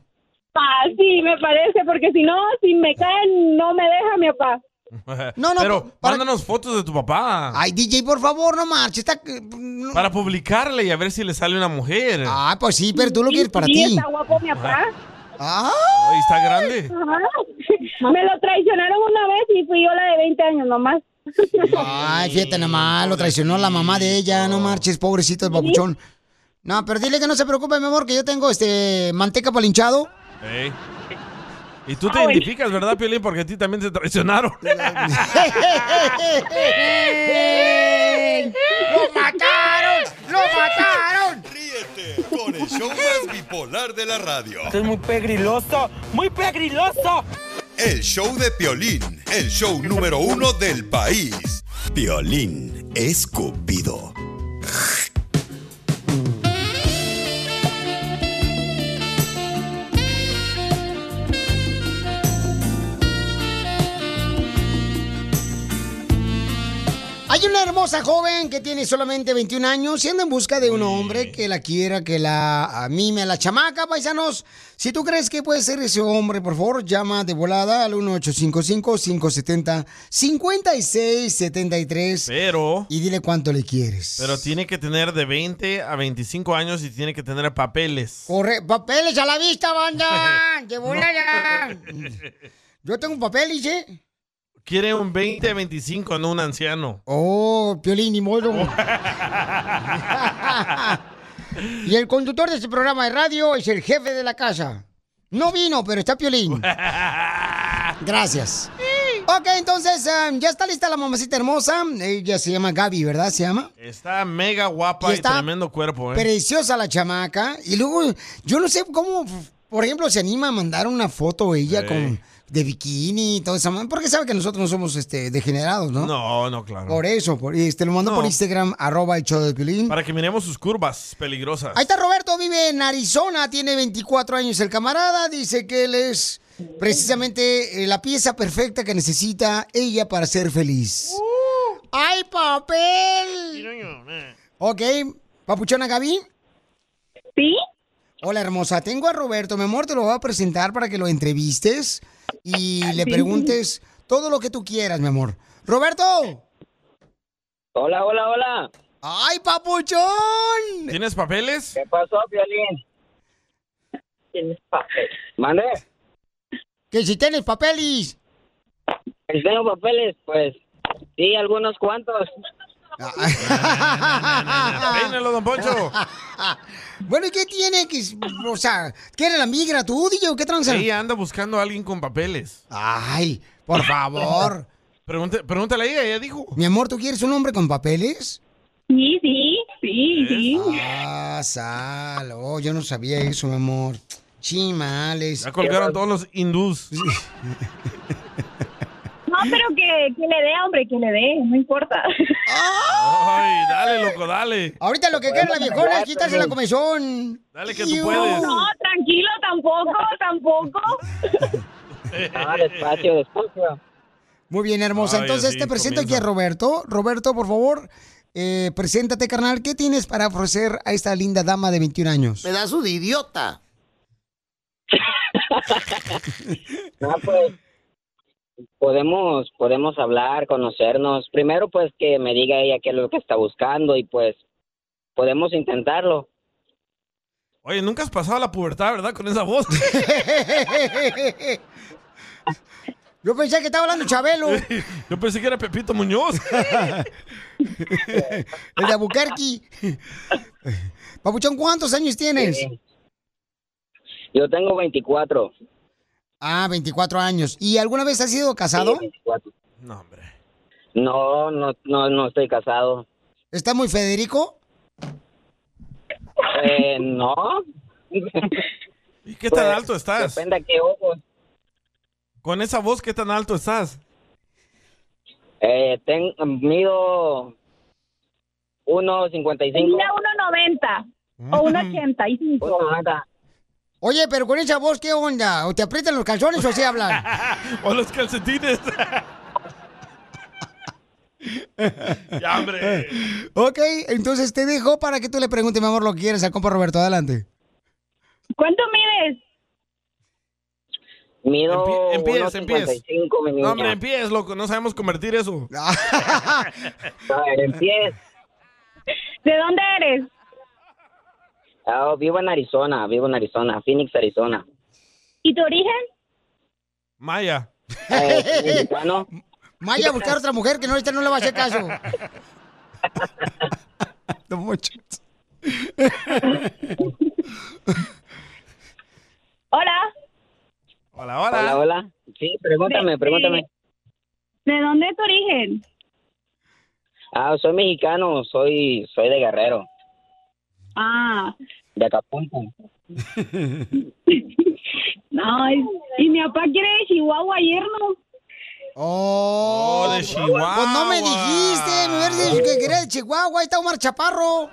Speaker 12: Ah, sí, me parece, porque si no, si me caen, no me deja mi papá.
Speaker 1: No, no,
Speaker 3: Pero
Speaker 1: para-
Speaker 3: mándanos fotos de tu papá.
Speaker 1: Ay, DJ, por favor, no marches. Está...
Speaker 3: Para publicarle y a ver si le sale una mujer.
Speaker 1: Ah, pues sí, pero tú lo quieres para
Speaker 12: Sí,
Speaker 1: ti.
Speaker 12: está guapo mi papá.
Speaker 1: Ah.
Speaker 3: Ay, está grande.
Speaker 12: Ajá. Me lo traicionaron una vez y fui yo la de 20 años nomás.
Speaker 1: Ay, fíjate nomás, lo traicionó la mamá de ella, no marches, pobrecito el babuchón. No, pero dile que no se preocupe, mi amor, que yo tengo este manteca para el hinchado.
Speaker 3: Ey. Y tú te
Speaker 12: Ah,
Speaker 3: identificas, ¿verdad, Piolín? Porque a ti también te traicionaron.
Speaker 14: ¡Lo mataron! ¡Lo mataron!
Speaker 10: Con el show más bipolar de la radio.
Speaker 14: Esto es muy pegriloso, muy pegriloso.
Speaker 10: El show de Piolín, el show número uno del país. Piolín escupido.
Speaker 1: Hay una hermosa joven que tiene solamente 21 años, siendo en busca de un hombre que la quiera, que la mime a la chamaca, paisanos. Si tú crees que puede ser ese hombre, por favor, llama de volada al 1855-570-5673.
Speaker 3: Pero.
Speaker 1: Y dile cuánto le quieres.
Speaker 3: Pero tiene que tener de 20 a 25 años y tiene que tener papeles.
Speaker 1: Corre, papeles a la vista, banda. ¡Que vuela ya! Yo tengo ¿eh? un papel, dice.
Speaker 3: Quiere un 20 a 25, no un anciano.
Speaker 1: Oh, Piolín y modo. y el conductor de este programa de radio es el jefe de la casa. No vino, pero está Piolín. Gracias. Ok, entonces, eh, ya está lista la mamacita hermosa. Ella se llama Gaby, ¿verdad? Se llama.
Speaker 3: Está mega guapa
Speaker 1: Y
Speaker 3: y,
Speaker 1: está
Speaker 3: tremendo cuerpo, ¿eh?
Speaker 1: Preciosa la chamaca. Y luego, yo no sé cómo, por ejemplo, se anima a mandar una foto ella
Speaker 3: Sí.
Speaker 1: con de bikini y todo eso. Porque sabe que nosotros no somos este, degenerados, ¿no?
Speaker 3: No, no, claro.
Speaker 1: Por eso, por, este, lo mandó
Speaker 3: No.
Speaker 1: por Instagram, arroba el show de Piolín.
Speaker 3: Para que miremos sus curvas peligrosas.
Speaker 1: Ahí está Roberto, vive en Arizona, tiene 24 años el camarada, dice que él es precisamente eh, la pieza perfecta que necesita ella para ser feliz. ¡Ay, papel! Ok, papuchona Gaby.
Speaker 12: ¿Sí?
Speaker 1: Hola, hermosa. Tengo a Roberto, mi amor, te lo voy a presentar para que lo entrevistes y le
Speaker 12: Sí.
Speaker 1: preguntes todo lo que tú quieras, mi amor. Roberto.
Speaker 11: Hola, hola, hola.
Speaker 1: ¡Ay, papuchón!
Speaker 3: ¿Tienes papeles?
Speaker 11: ¿Qué pasó, Violín? ¿Mande?
Speaker 1: Que si tienes papeles.
Speaker 11: Si tengo papeles, pues sí, algunos cuantos.
Speaker 3: Peínalo, don Poncho.
Speaker 1: Bueno, ¿y qué tiene? Que, o sea, ¿qué era la migra tú, DJ? o ¿Qué tranza?
Speaker 3: Ella anda buscando a alguien con papeles.
Speaker 1: Ay, por favor.
Speaker 3: Pregúntale, pregúntale a ella, ella dijo.
Speaker 1: Mi amor, ¿tú quieres un hombre con papeles?
Speaker 12: Sí, sí, sí, sí.
Speaker 1: Ah, sal. Oh, yo no sabía eso, mi amor. Chimales.
Speaker 3: Ya colgaron todos los hindús.
Speaker 12: No, pero que, que le dé, hombre, que le dé, no importa.
Speaker 3: Ay, dale, loco, dale.
Speaker 1: Ahorita lo que quiere la viejona es quitarse la comezón.
Speaker 3: Dale que tú puedes.
Speaker 12: No, tranquilo, tampoco, tampoco.
Speaker 11: Ah, despacio, despacio.
Speaker 1: Muy bien, hermosa.
Speaker 11: Ay,
Speaker 1: Entonces
Speaker 11: así
Speaker 1: te presento
Speaker 11: comienza.
Speaker 1: aquí a Roberto. Roberto, por favor, eh, preséntate, carnal. ¿Qué tienes para ofrecer a esta linda dama de 21 años?
Speaker 2: Pedazo de idiota.
Speaker 11: No, pues podemos, podemos hablar, conocernos. Primero, pues que me diga ella qué es lo que está buscando y pues podemos intentarlo.
Speaker 3: Oye, nunca has pasado la pubertad, ¿verdad? Con esa voz.
Speaker 1: Yo pensé que estaba hablando Chabelo.
Speaker 3: Yo pensé que era Pepito Muñoz.
Speaker 11: Pues
Speaker 1: El de Albuquerque. Papuchón, ¿cuántos años tienes?
Speaker 11: Yo tengo 24.
Speaker 1: Ah, 24 años. ¿Y alguna vez has sido casado?
Speaker 3: No,
Speaker 11: hombre. No, no, no, no estoy casado.
Speaker 1: ¿Está muy Federico?
Speaker 11: Eh, no.
Speaker 3: ¿Y qué tan alto estás?
Speaker 11: Pues, Depende a qué ojos.
Speaker 3: Con esa voz, ¿qué tan alto estás?
Speaker 11: Eh, ten- mido 1.55.
Speaker 12: Mira, 1.90
Speaker 11: Oh,
Speaker 12: o 1.85.
Speaker 1: Oye, pero con esa voz, ¿qué onda? ¿O te aprietan los calzones o así hablan?
Speaker 3: O los calcetines. ya, hombre.
Speaker 1: Eh, ok, entonces te dejo para que tú le preguntes, mi amor, lo que quieres al compa Roberto. Adelante.
Speaker 12: ¿Cuánto mides?
Speaker 11: Mido
Speaker 3: Empieza,
Speaker 11: 1.55,
Speaker 3: empieza.
Speaker 11: mi niña.
Speaker 3: No, hombre, empieza, loco. No sabemos convertir eso.
Speaker 11: A ver, empieza.
Speaker 12: ¿De dónde eres?
Speaker 11: Ah, vivo en Arizona, vivo en Arizona, Phoenix, Arizona.
Speaker 12: ¿Y tu origen?
Speaker 3: Maya.
Speaker 11: Eh, soy mexicano.
Speaker 1: Maya, a buscar otra mujer que no, esta no le va a hacer caso.
Speaker 12: Hola.
Speaker 3: Hola,
Speaker 11: hola. Hola, hola. Sí, pregúntame,
Speaker 12: De-
Speaker 11: pregúntame.
Speaker 12: ¿De dónde es tu origen?
Speaker 11: Ah, soy mexicano, soy soy de Guerrero,
Speaker 12: Ah,
Speaker 11: de Acapulco.
Speaker 3: Eh,
Speaker 12: no, es- y mi papá quiere de Chihuahua ayer, ¿no?
Speaker 1: Oh,
Speaker 3: de Chihuahua.
Speaker 1: Pues no me dijiste, me hubieras dicho que quería de Chihuahua. Ahí está Omar Chaparro.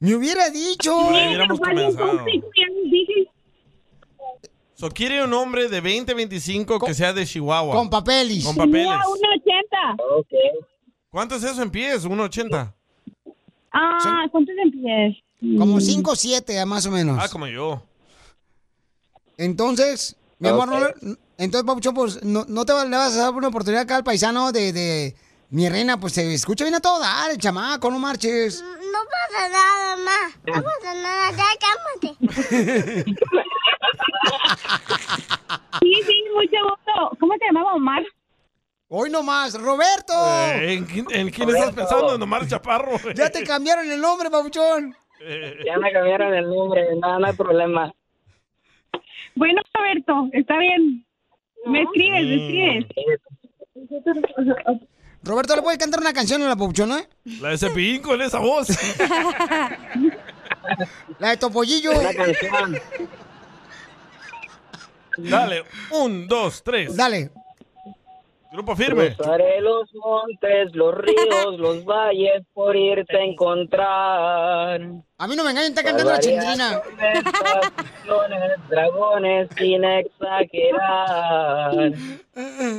Speaker 1: Me hubiera dicho.
Speaker 3: Ay, hubiéramos comenzado.
Speaker 12: Dije,
Speaker 3: So, quiere un hombre de 20, 25 que sea de Chihuahua.
Speaker 1: Con papeles.
Speaker 3: Con papeles.
Speaker 12: mira, 1.80.
Speaker 3: ¿Cuánto es eso en pies? ¿1.80?
Speaker 12: Ah, ¿cuántos empiezas?
Speaker 1: Como 5 o 7, más o menos.
Speaker 3: Ah, como yo.
Speaker 1: Entonces, mi amor,
Speaker 3: Ok.
Speaker 1: no le- entonces, Papuchón, pues, no, no te va- le vas a dar una oportunidad acá al paisano de, de mi reina, pues se escucha bien a todo dar, el chamaco, no marches.
Speaker 14: No pasa nada, mamá. No pasa nada, ya cálmate.
Speaker 12: Sí, sí, mucho gusto. ¿Cómo te llamaba Omar?
Speaker 1: Hoy nomás, Roberto.
Speaker 3: Eh, ¿En, quién- en quién estás pensando? En Omar Chaparro.
Speaker 1: Ya te cambiaron el nombre, Papuchón.
Speaker 3: eh.
Speaker 11: Ya me cambiaron el nombre, no, no hay problema.
Speaker 12: Bueno, Roberto, está bien. Me escribes, me escribes.
Speaker 3: Mm.
Speaker 1: Roberto, ¿le puedes cantar una canción a la eh? Papuchona?
Speaker 3: La de Cepillín con esa voz.
Speaker 1: La de Topollillo.
Speaker 3: Una canción. Dale, un, dos, tres.
Speaker 1: Dale.
Speaker 3: Grupo Pues firme.
Speaker 11: Cruzaré los montes, los ríos, los valles por irte a encontrar.
Speaker 1: A mí no me engañen, está cantando la
Speaker 11: Salvaría
Speaker 1: chilindrina.
Speaker 11: Leones, dragones sin exagerar.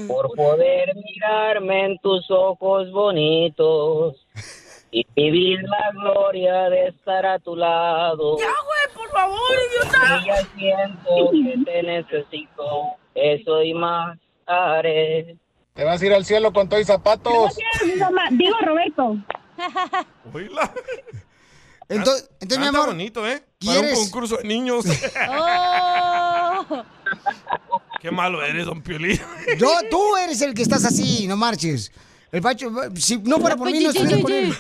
Speaker 11: Por poder mirarme en tus ojos bonitos y vivir la gloria de estar a tu lado.
Speaker 14: güey, por favor,
Speaker 11: Y ya siento que te necesito, eso y más haré.
Speaker 9: Te vas a ir al cielo con todos zapatos.
Speaker 12: Digo, Roberto.
Speaker 1: Entonces, entonces mi
Speaker 3: Canta
Speaker 1: amor.
Speaker 3: Ah, bonito, ¿eh? Para
Speaker 1: ¿quieres?
Speaker 3: un concurso de niños.
Speaker 1: Oh.
Speaker 3: Qué malo eres, don Piolín.
Speaker 1: Yo, tú eres el que estás así, no marches. El Pacho, si no fuera por
Speaker 3: No,
Speaker 1: mí, no
Speaker 3: pues, sí,
Speaker 1: estuviera
Speaker 3: sí,
Speaker 1: con él.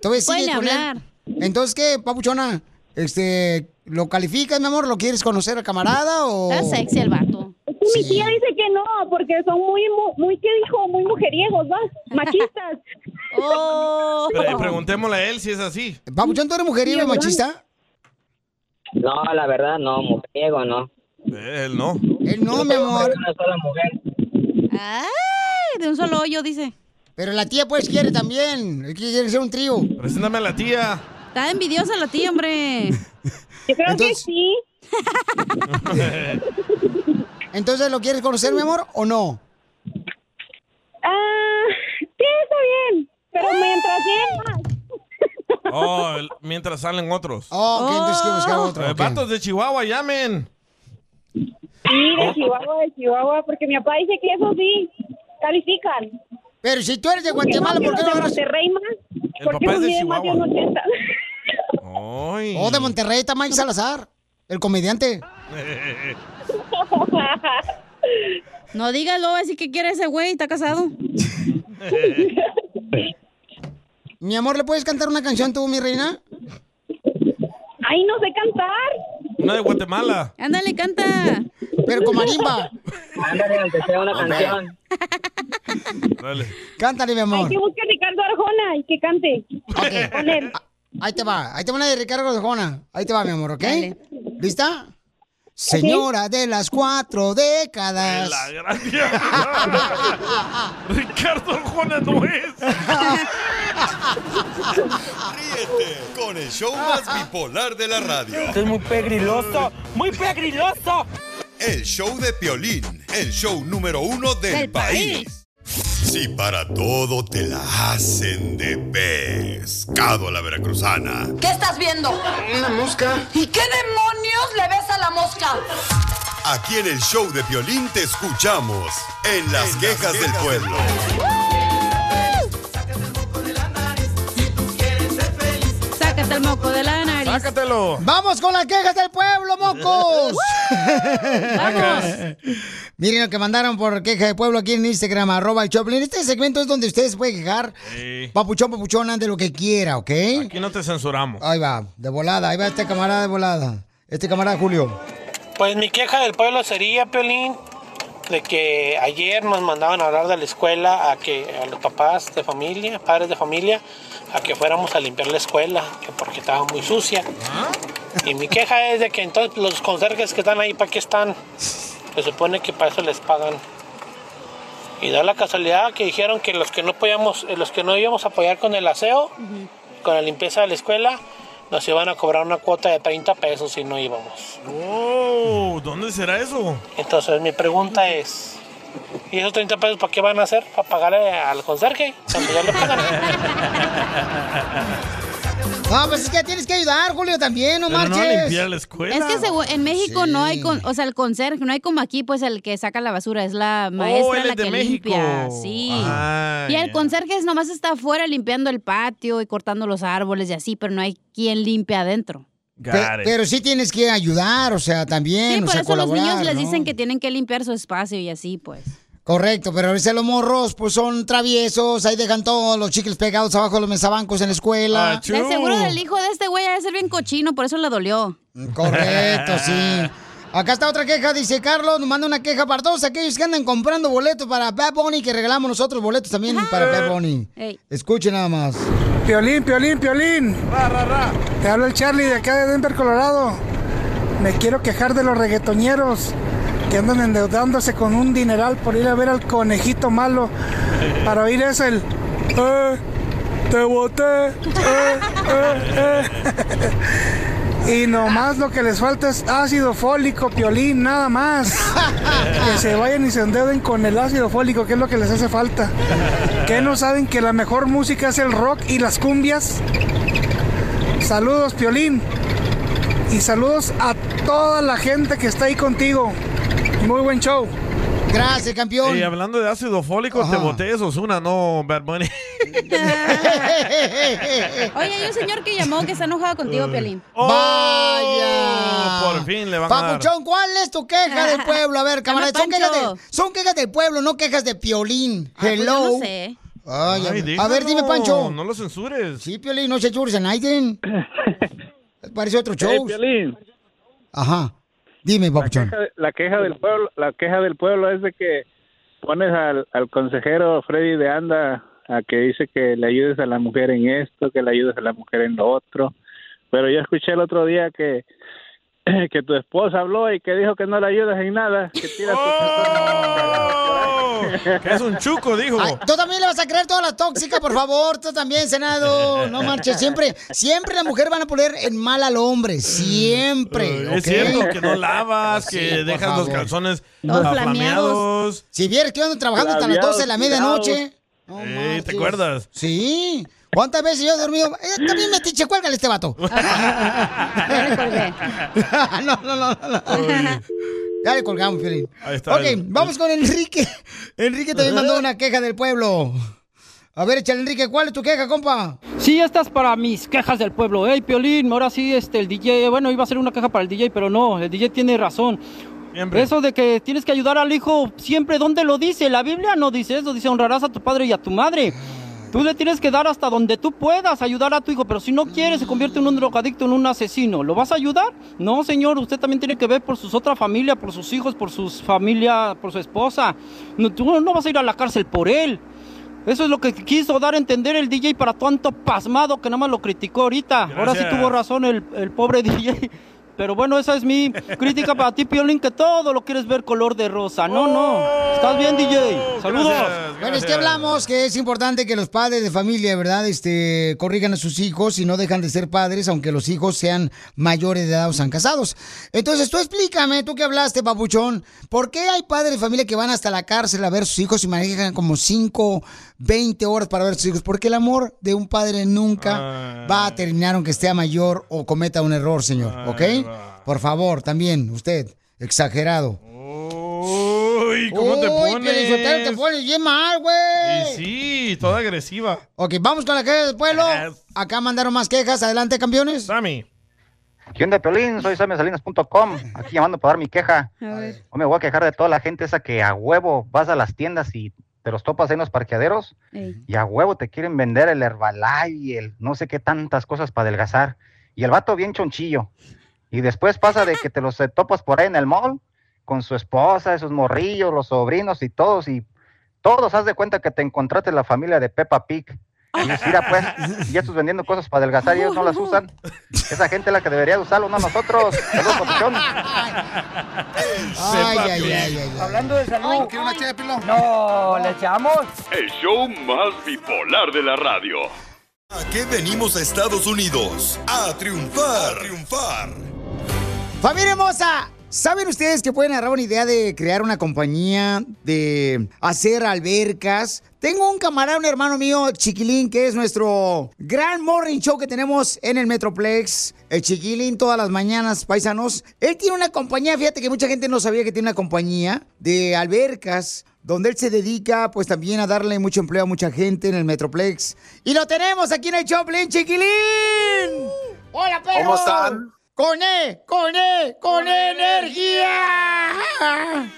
Speaker 1: Todavía sigue
Speaker 4: Pueden
Speaker 1: con
Speaker 4: hablar.
Speaker 1: él. Entonces, ¿qué, papuchona? Este, ¿lo calificas, mi amor? ¿Lo quieres conocer al camarada o...?
Speaker 4: Está sexy el vato.
Speaker 17: Mi tía dice que no, porque son muy, mu- muy, ¿qué dijo? Muy mujeriegos, ¿va? Machistas.
Speaker 4: oh.
Speaker 3: Pre- preguntémosle a él si es así.
Speaker 1: Papuchón, ¿tú eres mujeriego y machista?
Speaker 11: No, la verdad, no, mujeriego, no.
Speaker 3: Él no.
Speaker 1: Él no, mi amor.
Speaker 4: Ay, de un solo hoyo, dice.
Speaker 1: Pero la tía, pues, quiere también. Es que quiere ser un trío.
Speaker 3: Preséntame a la tía.
Speaker 4: Está envidiosa la tía, hombre.
Speaker 17: Yo creo que sí.
Speaker 1: Entonces, ¿lo quieres conocer, mi amor, o no?
Speaker 17: Ah, sí, está bien. Pero mientras bien.
Speaker 3: Oh, el- mientras salen otros.
Speaker 1: Oh,
Speaker 17: ok, entonces hay que buscar otro,
Speaker 3: Eh,
Speaker 17: ok.
Speaker 3: Vatos de Chihuahua, llamen. Oh,
Speaker 17: Sí, de Chihuahua, de Chihuahua, porque mi papá dice que eso sí, califican.
Speaker 1: Pero si tú eres de Guatemala, ¿por qué no
Speaker 17: de
Speaker 1: agarras-
Speaker 17: Monterrey más?
Speaker 3: El
Speaker 17: ¿Por qué
Speaker 3: papá es de
Speaker 17: mide más de un
Speaker 3: Chihuahua.
Speaker 17: 80?
Speaker 1: Oh, de Monterrey está Mike Salazar, el comediante.
Speaker 4: No dígalo, así que quiere ese güey, está casado.
Speaker 1: Mi amor, ¿le puedes cantar una canción tú, mi reina?
Speaker 17: Ay, no sé cantar.
Speaker 3: Una de Guatemala.
Speaker 4: Ándale, canta.
Speaker 1: Pero con marimba.
Speaker 11: Ándale, aunque sea una
Speaker 3: Ok.
Speaker 11: canción.
Speaker 3: Dale.
Speaker 1: Cántale, mi amor.
Speaker 17: Hay que buscar a Ricardo Arjona y que cante. Con él.
Speaker 1: Ah, Ahí te va, ahí te va una de Ricardo Arjona. Ahí te va, mi amor, ¿ok? ¿Lista? Señora de las cuatro décadas.
Speaker 3: La gran Ricardo Arjona no es.
Speaker 10: Ríete con el show más bipolar de la radio.
Speaker 14: Esto es muy pegriloso,
Speaker 10: muy pegriloso. El show de Piolín, el show número uno del,
Speaker 14: Del
Speaker 10: país. Si para todo te la hacen de pescado a la veracruzana,
Speaker 14: ¿Qué estás viendo? Una mosca. ¿Y qué demonios le ves a la mosca?
Speaker 10: aquí en el show de Piolín te escuchamos en las, quejas, del pueblo.
Speaker 4: Sácate el moco de la nariz.
Speaker 3: Sácatelo.
Speaker 1: ¡Vamos con las quejas del pueblo, mocos! ¡Vamos! Miren lo que mandaron por queja del pueblo aquí en Instagram, arroba el Choplin. Este segmento es donde ustedes pueden quejar,
Speaker 3: Sí.
Speaker 1: papuchón, papuchona, de lo que quiera, ¿ok?
Speaker 3: Aquí no te censuramos.
Speaker 1: Ahí va, de volada, ahí va este camarada de volada. Este camarada Julio.
Speaker 18: Pues mi queja del pueblo sería, Piolín, de que ayer nos mandaban a hablar de la escuela a que a los papás de familia, padres de familia, a que fuéramos a limpiar la escuela, que porque estaba muy sucia. Y mi queja es de que entonces los conserjes que están ahí, ¿para qué están? Se supone que para eso les pagan. Y da la casualidad que dijeron que los que no podíamos, eh, los que no íbamos a apoyar con el aseo, con la limpieza de la escuela, nos iban a cobrar una cuota de 30 pesos si no íbamos.
Speaker 3: Oh, ¿dónde será eso?
Speaker 18: Entonces mi pregunta es, ¿y esos 30 pesos para qué van a hacer? ¿Para pagarle al conserje? Cuando ya le pagan.
Speaker 1: No, pues es que tienes que ayudar, Julio, también, no
Speaker 3: Pero no a
Speaker 1: marches.
Speaker 3: limpiar la escuela.
Speaker 4: Es que según- en México no hay, con, o sea, el conserje, no hay como aquí, pues el que saca la basura, es la maestra
Speaker 3: oh, él
Speaker 4: la
Speaker 3: es de
Speaker 4: que
Speaker 3: México.
Speaker 4: limpia. Sí.
Speaker 3: Ah,
Speaker 4: y el
Speaker 3: ya.
Speaker 4: conserje es nomás está afuera limpiando el patio y cortando los árboles y así, pero no hay quien limpie adentro.
Speaker 1: Pe-
Speaker 3: Got it.
Speaker 1: pero sí tienes que ayudar, o sea, también,
Speaker 4: Sí,
Speaker 1: o
Speaker 4: por
Speaker 1: Eh, sea,
Speaker 4: eso los
Speaker 1: colaborar,
Speaker 4: niños les
Speaker 1: ¿no?
Speaker 4: dicen que tienen que limpiar su espacio y así, pues.
Speaker 1: Correcto, pero a veces los morros pues son traviesos, ahí dejan todos los chicles pegados abajo de los mesabancos en la escuela.
Speaker 3: Ah,
Speaker 4: De seguro del hijo de este güey ha de ser bien cochino, por eso le dolió.
Speaker 1: Correcto, sí. Acá está otra queja, dice Carlos, nos manda una queja para todos aquellos que andan comprando boletos para Bad Bunny, que regalamos nosotros boletos también para Bad Bunny. Escuchen nada más.
Speaker 32: Piolín, Piolín, Piolín. Te habla el Charlie de acá de Denver, Colorado. Me quiero quejar de los reggaetoñeros que andan endeudándose con un dineral por ir a ver al conejito malo. Para oír es el... "Eh, te boté. eh, eh, eh". Y nomás lo que les falta es ácido fólico, piolín, nada más. Que se vayan y se endeuden con el ácido fólico, que es lo que les hace falta. ¿Qué no saben que la mejor música es el rock y las cumbias? Saludos, Piolín. Y saludos a toda la gente que está ahí contigo. Muy buen show.
Speaker 1: Gracias, campeón.
Speaker 3: Y hablando de ácido fólico,
Speaker 1: Ajá.
Speaker 3: te boté esos una, no, Bad Bunny.
Speaker 4: Oye, hay un señor que llamó que está enojado contigo, Piolín.
Speaker 1: Oh. ¡Vaya!
Speaker 3: Oh, Por fin le van a dar.
Speaker 1: Papuchón, ¿cuál es tu queja del pueblo? A ver, camarada, son
Speaker 4: Pancho.
Speaker 1: quejas, de- son quejas del pueblo, no quejas de Piolín.
Speaker 4: pues
Speaker 1: Hello.
Speaker 4: yo no sé.
Speaker 1: Ay, a
Speaker 3: Ay,
Speaker 1: ver.
Speaker 3: dígalo,
Speaker 1: a ver, dime, Pancho.
Speaker 3: No lo censures.
Speaker 1: Sí, Piolín, no se chursen, Aiden. Parece otro show. Ajá. Dime, Papuchón.
Speaker 23: queja- Eh, la queja del pueblo la queja del pueblo es de que pones al, al consejero Freddy de Anda a que dice que le ayudes a la mujer en esto que le ayudes a la mujer en lo otro pero yo escuché el otro día que que tu esposa habló y que dijo que no le ayudas en nada que tiras
Speaker 3: Oh, que es un chuco dijo
Speaker 1: Ay, Tú también le vas a creer toda la tóxica, por favor. Tú también, Senado. No marches. Siempre, siempre la mujer van a poner en mal al hombre. Siempre.
Speaker 3: Es
Speaker 1: ¿ok?
Speaker 3: cierto que no lavas,
Speaker 1: Sí,
Speaker 3: que
Speaker 1: por
Speaker 3: dejas los
Speaker 1: favor.
Speaker 3: calzones
Speaker 1: Todos
Speaker 3: aflameados.
Speaker 1: Si vieras que yo ando trabajando hasta las
Speaker 3: Labiados,
Speaker 1: 12 de la medianoche.
Speaker 3: Ey, ¿Te acuerdas?
Speaker 1: Sí. ¿Cuántas veces yo he dormido? Eh, también me tiche, cuélgale a este vato. no, no, no, no, no. Ya le colgamos, Felipe.
Speaker 3: Ahí está
Speaker 1: Ok,
Speaker 3: el-
Speaker 1: vamos con Enrique. Enrique también mandó una queja del pueblo. A ver, échale, Enrique, ¿cuál es tu queja, compa?
Speaker 20: Sí, estas para mis quejas del pueblo. Hey, Piolín, ahora sí, este, el DJ, bueno, iba a ser una queja para el DJ, pero no, el DJ tiene razón. Eso de que tienes que ayudar al hijo siempre, ¿dónde lo dice? La Biblia no dice eso, dice honrarás a tu padre y a tu madre. Tú le tienes que dar hasta donde tú puedas ayudar a tu hijo, pero si no quieres, se convierte en un drogadicto, en un asesino. ¿Lo vas a ayudar? No, señor, usted también tiene que ver por sus otra familia, por sus hijos, por sus familia, por su esposa. No, tú no vas a ir a la cárcel por él. Eso es lo que quiso dar a entender el DJ para tanto pasmado que nada más lo criticó ahorita. Ahora sí
Speaker 8: Gracias.
Speaker 20: tuvo razón el, el pobre DJ. Pero bueno, esa es mi crítica para ti, Piolín, que todo lo quieres ver color de rosa. No, no. Estás bien, DJ. Saludos.
Speaker 1: Bueno, es que hablamos que es importante que los padres de familia, ¿verdad? Este, corrijan a sus hijos y no dejan de ser padres, aunque los hijos sean mayores de edad o sean casados. Entonces, tú explícame, tú que hablaste, papuchón, ¿por qué hay padres de familia que van hasta la cárcel a ver a sus hijos y manejan como 5, 20 horas para ver a sus hijos? Porque el amor de un padre nunca va a terminar aunque esté mayor o cometa un error, señor, ¿ok? Por favor, también, usted, exagerado.
Speaker 3: Uy, ¿cómo te
Speaker 1: Uy,
Speaker 3: pones?
Speaker 1: Pielinsotelo, te pones bien mal, güey.
Speaker 3: Y sí, toda agresiva.
Speaker 1: Ok, vamos con la queja del pueblo. Acá mandaron más quejas. Adelante, campeones.
Speaker 3: Sammy.
Speaker 25: ¿Qué onda, Piolín? Soy salinas.com aquí llamando para dar mi queja. pues, No me voy a quejar de toda la gente esa que a huevo vas a las tiendas y te los topas ahí en los parqueaderos y a huevo te quieren vender el Herbalife y el no sé qué tantas cosas para adelgazar. Y el vato bien chonchillo. Y después pasa de que te los eh, topas por ahí en el mall con su esposa, sus morrillos, los sobrinos y todos. Y todos haz de cuenta que te encontraste la familia de Peppa Pig. Y dices, mira pues, y estos vendiendo cosas para adelgazar y ellos no las usan. Esa gente es la que debería usarlo, no nosotros. Saludos, papuchón.
Speaker 1: Ay, ay, ay, ay,
Speaker 26: Hablando de salud. ¿Quieres una No, ¿le echamos?
Speaker 10: El show más bipolar de la radio. ¿A qué venimos a Estados Unidos? A triunfar. A triunfar.
Speaker 1: Familia hermosa, ¿saben ustedes que pueden agarrar una idea de crear una compañía, de hacer albercas? Tengo un camarada, un hermano mío, Chiquilín, que es nuestro gran morning show que tenemos en el Metroplex. El Chiquilín todas las mañanas, paisanos. Él tiene una compañía, fíjate que mucha gente no sabía que tiene una compañía de albercas. Donde él se dedica, pues también a darle mucho empleo a mucha gente en el Metroplex. Y lo tenemos aquí en el Choplin, chiquilín. ¡Hola, perro!
Speaker 2: ¿Cómo están?
Speaker 1: ¡Con E! ¡Con E! ¡Con E energía!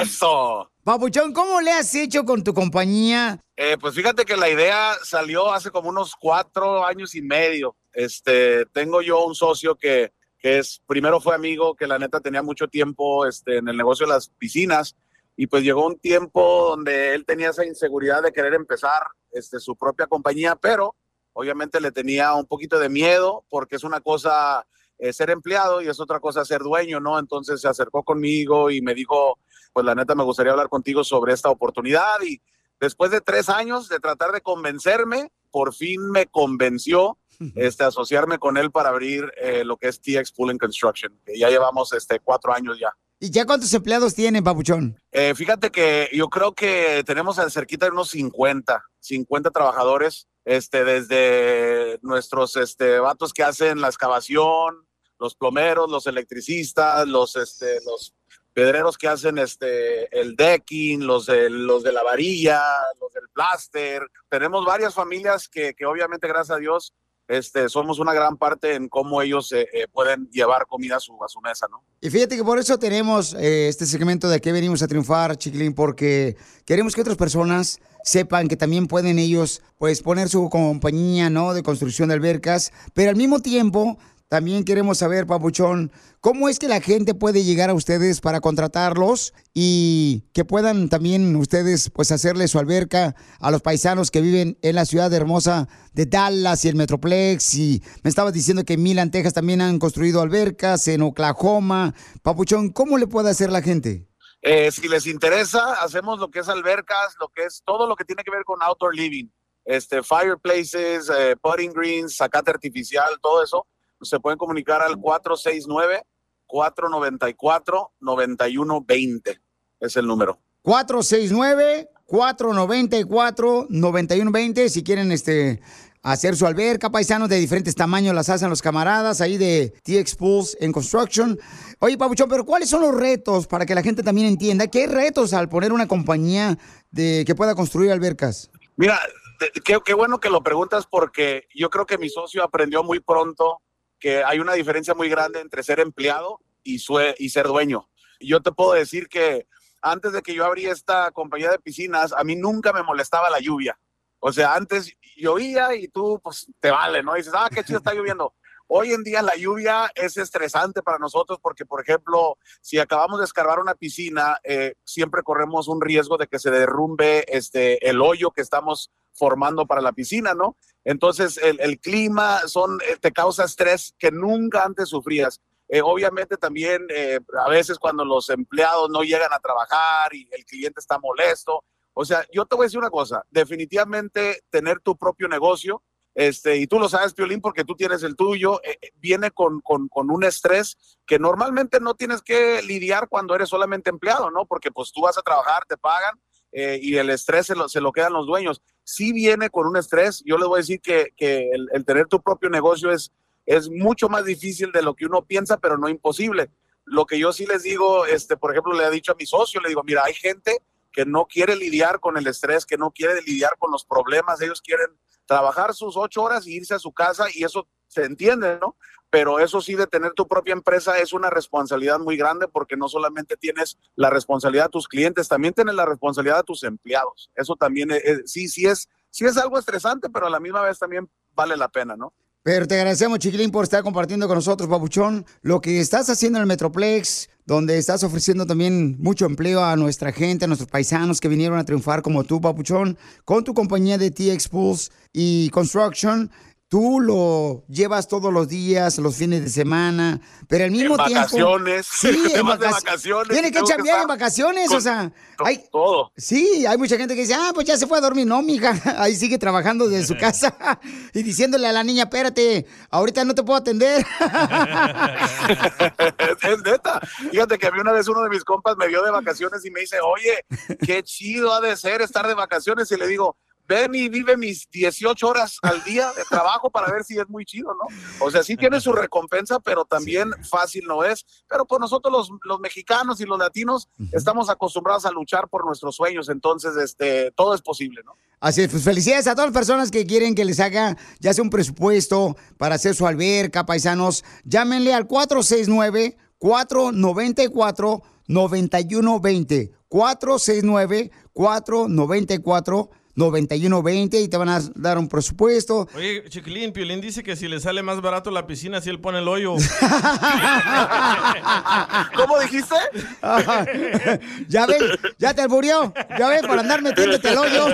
Speaker 26: Eso.
Speaker 1: Papuchón, ¿cómo le has hecho con tu compañía?
Speaker 26: Eh, pues fíjate que la idea salió hace como unos cuatro años y medio. Este, tengo yo un socio que, que es, primero fue amigo, que la neta tenía mucho tiempo este, en el negocio de las piscinas. Y pues llegó un tiempo donde él tenía esa inseguridad de querer empezar este, su propia compañía, pero obviamente le tenía un poquito de miedo porque es una cosa eh, ser empleado y es otra cosa ser dueño, ¿no? Entonces se acercó conmigo y me dijo, pues la neta me gustaría hablar contigo sobre esta oportunidad y después de tres años de tratar de convencerme, por fin me convenció este, asociarme con él para abrir eh, lo que es TX Pool and Construction, que ya llevamos este, cuatro años ya.
Speaker 1: ¿Y ya cuántos empleados tienen, Papuchón?
Speaker 26: Eh, fíjate que yo creo que tenemos al cerquita de unos 50, 50 trabajadores, este, desde nuestros este, vatos que hacen la excavación, los plomeros, los electricistas, los, este, los pedreros que hacen este el decking, los de, los de la varilla, los del plaster. Tenemos varias familias que, que obviamente, gracias a Dios, este, somos una gran parte en cómo ellos eh, eh, pueden llevar comida a su, a su mesa, ¿no?
Speaker 1: Y fíjate que por eso tenemos eh, este segmento de que venimos a triunfar, Chiquilín, porque queremos que otras personas sepan que también pueden ellos pues poner su compañía, ¿no? De construcción de albercas, pero al mismo tiempo también queremos saber, Papuchón, cómo es que la gente puede llegar a ustedes para contratarlos y que puedan también ustedes pues hacerle su alberca a los paisanos que viven en la ciudad hermosa de Dallas y el Metroplex y me estabas diciendo que en Milan, Texas también han construido albercas en Oklahoma. Papuchón, ¿cómo le puede hacer la gente?
Speaker 26: Eh, si les interesa, hacemos lo que es albercas, lo que es todo lo que tiene que ver con outdoor living, este, fireplaces, eh, putting greens, sacate artificial, todo eso. Se pueden comunicar al 469-494-9120. Es el número.
Speaker 1: 469-494-9120. Si quieren este, hacer su alberca, paisanos de diferentes tamaños, las hacen los camaradas ahí de TX Pools en Construction. Oye, Pabuchón, pero ¿cuáles son los retos para que la gente también entienda? ¿Qué retos al poner una compañía de, que pueda construir albercas?
Speaker 26: Mira, de- qué, qué bueno que lo preguntas porque yo creo que mi socio aprendió muy pronto que hay una diferencia muy grande entre ser empleado y, sue- y ser dueño. Y Yo te puedo decir que antes de que yo abrí esta compañía de piscinas, a mí nunca me molestaba la lluvia. O sea, antes llovía y tú pues te vale, ¿no? dices, ah, qué chido está lloviendo. Hoy en día la lluvia es estresante para nosotros porque, por ejemplo, si acabamos de escarbar una piscina, eh, siempre corremos un riesgo de que se derrumbe este, el hoyo que estamos formando para la piscina, ¿no? Entonces, el, el clima son, eh, te causa estrés que nunca antes sufrías. Eh, obviamente también eh, a veces cuando los empleados no llegan a trabajar y el cliente está molesto. O sea, yo te voy a decir una cosa, definitivamente tener tu propio negocio, este, y tú lo sabes, Piolín, porque tú tienes el tuyo, eh, eh, viene con, con, con un estrés que normalmente no tienes que lidiar cuando eres solamente empleado, ¿no? Porque pues tú vas a trabajar, te pagan, eh, y el estrés se lo, se lo quedan los dueños. Si viene con un estrés, yo les voy a decir que, que el, el tener tu propio negocio es, es mucho más difícil de lo que uno piensa, pero no imposible. Lo que yo sí les digo, este, por ejemplo, le he dicho a mi socio, le digo, mira, hay gente que no quiere lidiar con el estrés, que no quiere lidiar con los problemas, ellos quieren trabajar sus ocho horas y irse a su casa y eso se entiende, ¿no? Pero eso sí, de tener tu propia empresa es una responsabilidad muy grande porque no solamente tienes la responsabilidad de tus clientes, también tienes la responsabilidad de tus empleados. Eso también es- es- sí, sí es, sí es algo estresante, pero a la misma vez también vale la pena, ¿no?
Speaker 1: Pero te agradecemos, Chiquilín, por estar compartiendo con nosotros, Papuchón, lo que estás haciendo en el Metroplex, donde estás ofreciendo también mucho empleo a nuestra gente, a nuestros paisanos que vinieron a triunfar como tú, Papuchón, con tu compañía de TX Pools y Construction. Tú lo llevas todos los días, los fines de semana, pero al mismo
Speaker 26: En
Speaker 1: tiempo...
Speaker 26: vacaciones,
Speaker 1: Sí,
Speaker 26: te
Speaker 1: en
Speaker 26: vas de
Speaker 1: vacac-
Speaker 26: vacaciones y
Speaker 1: Tiene que
Speaker 26: tengo que
Speaker 1: chambear en
Speaker 26: estar
Speaker 1: vacaciones, o
Speaker 26: con
Speaker 1: sea...
Speaker 26: to-
Speaker 1: hay-
Speaker 26: todo.
Speaker 1: Sí, hay mucha gente que dice, ah, pues ya se fue a dormir. No, mija, ahí sigue trabajando desde su casa y diciéndole a la niña, espérate, ahorita no te puedo atender.
Speaker 26: es, es neta. Fíjate que a mí una vez uno de mis compas me vio de vacaciones y me dice, oye, qué chido ha de ser estar de vacaciones. Y le digo, ven y vive mis 18 horas al día de trabajo para ver si es muy chido, ¿no? O sea, sí tiene su recompensa, pero también fácil no es. Pero pues nosotros los, los mexicanos y los latinos estamos acostumbrados a luchar por nuestros sueños. Entonces, este, todo es posible, ¿no?
Speaker 1: Así es, pues felicidades a todas las personas que quieren que les haga ya sea un presupuesto para hacer su alberca, paisanos. Llámenle al 469 494 9120. 469 494 9120 y te van a dar un presupuesto.
Speaker 3: Oye, Chiquilín, Piolín dice que si le sale más barato la piscina, si él pone el hoyo.
Speaker 26: ¿Cómo dijiste?
Speaker 1: Ajá. ya ves, ya te alburió. Ya ves, por andar metiéndote al hoyo.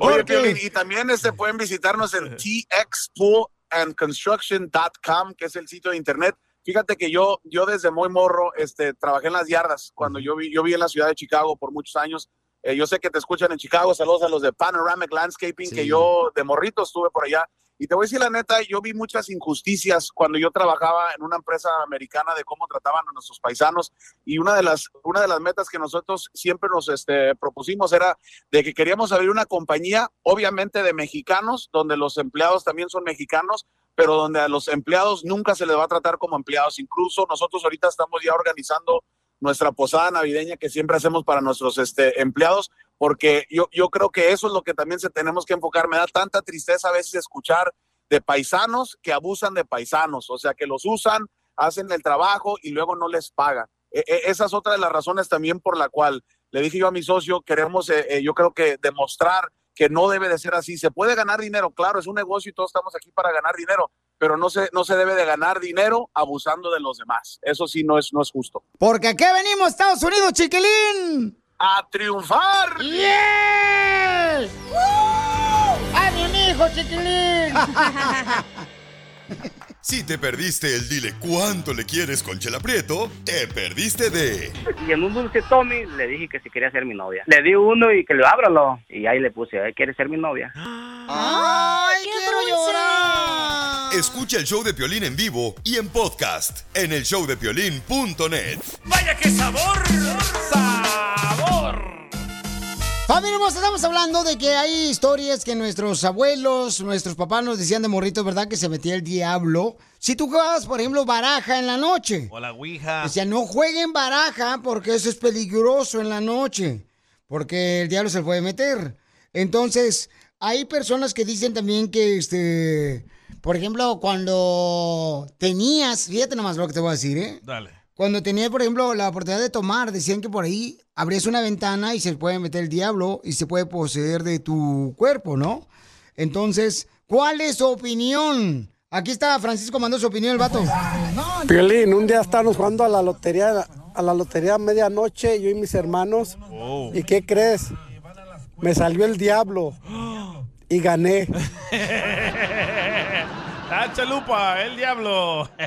Speaker 26: Oye, Piolín, y también este, pueden visitarnos en txpoolandconstruction.com, que es el sitio de internet. Fíjate que yo, yo desde muy morro este, trabajé en las yardas. Cuando yo, vi, yo viví en la ciudad de Chicago por muchos años. Eh, yo sé que te escuchan en Chicago. Saludos a los de Panoramic Landscaping, que yo de morrito estuve por allá. Y te voy a decir la neta, yo vi muchas injusticias cuando yo trabajaba en una empresa americana de cómo trataban a nuestros paisanos. Y una de las, una de las metas que nosotros siempre nos este, propusimos era de que queríamos abrir una compañía, obviamente de mexicanos, donde los empleados también son mexicanos, pero donde a los empleados nunca se les va a tratar como empleados. Incluso nosotros ahorita estamos ya organizando nuestra posada navideña que siempre hacemos para nuestros este, empleados, porque yo, yo creo que eso es lo que también se tenemos que enfocar. Me da tanta tristeza a veces escuchar de paisanos que abusan de paisanos, o sea, que los usan, hacen el trabajo y luego no les pagan. E- e- esa es otra de las razones también por la cual le dije yo a mi socio, queremos, eh, eh, yo creo que demostrar que no debe de ser así. Se puede ganar dinero, claro, es un negocio y todos estamos aquí para ganar dinero, pero no se, no se debe de ganar dinero abusando de los demás. Eso sí no es, no es justo.
Speaker 1: Porque aquí venimos, Estados Unidos, chiquilín.
Speaker 26: A triunfar.
Speaker 1: ¡Yeah!
Speaker 14: ¡Hazme un hijo, chiquilín!
Speaker 10: Si te perdiste el dile cuánto le quieres con Chela Prieto, te perdiste de
Speaker 8: Y en un dulce Tommy le dije que si quería ser mi novia. Le di uno y que lo ábralo. Y ahí le puse, "Ay, ¿quieres ser mi novia?
Speaker 1: ¡Ay, quiero llorar!
Speaker 10: Escucha el show de Piolín en vivo y en podcast en el showdepiolín.net.
Speaker 14: ¡Vaya qué sabor! ¡Sabor!
Speaker 1: Familia hermosa, estamos hablando de que hay historias que nuestros abuelos, nuestros papás nos decían de morritos, ¿verdad? Que se metía el diablo. Si tú jugabas, por ejemplo, baraja en la noche.
Speaker 3: O la Ouija.
Speaker 1: Decían, no jueguen baraja porque eso es peligroso en la noche. Porque el diablo se puede meter. Entonces, hay personas que dicen también que, este, por ejemplo, cuando tenías, fíjate nomás lo que te voy a decir, ¿eh?
Speaker 3: Dale.
Speaker 1: Cuando tenía, por ejemplo, la oportunidad de tomar, decían que por ahí abrías una ventana y se puede meter el diablo y se puede poseer de tu cuerpo, ¿no? Entonces, ¿cuál es su opinión? Aquí está Francisco mandó su opinión el vato.
Speaker 29: Piolín, un día estábamos jugando a la lotería, a la lotería a medianoche, yo y mis hermanos. ¿Y qué crees? Me salió el diablo y gané.
Speaker 3: ¡Ah, chalupa! ¡El diablo!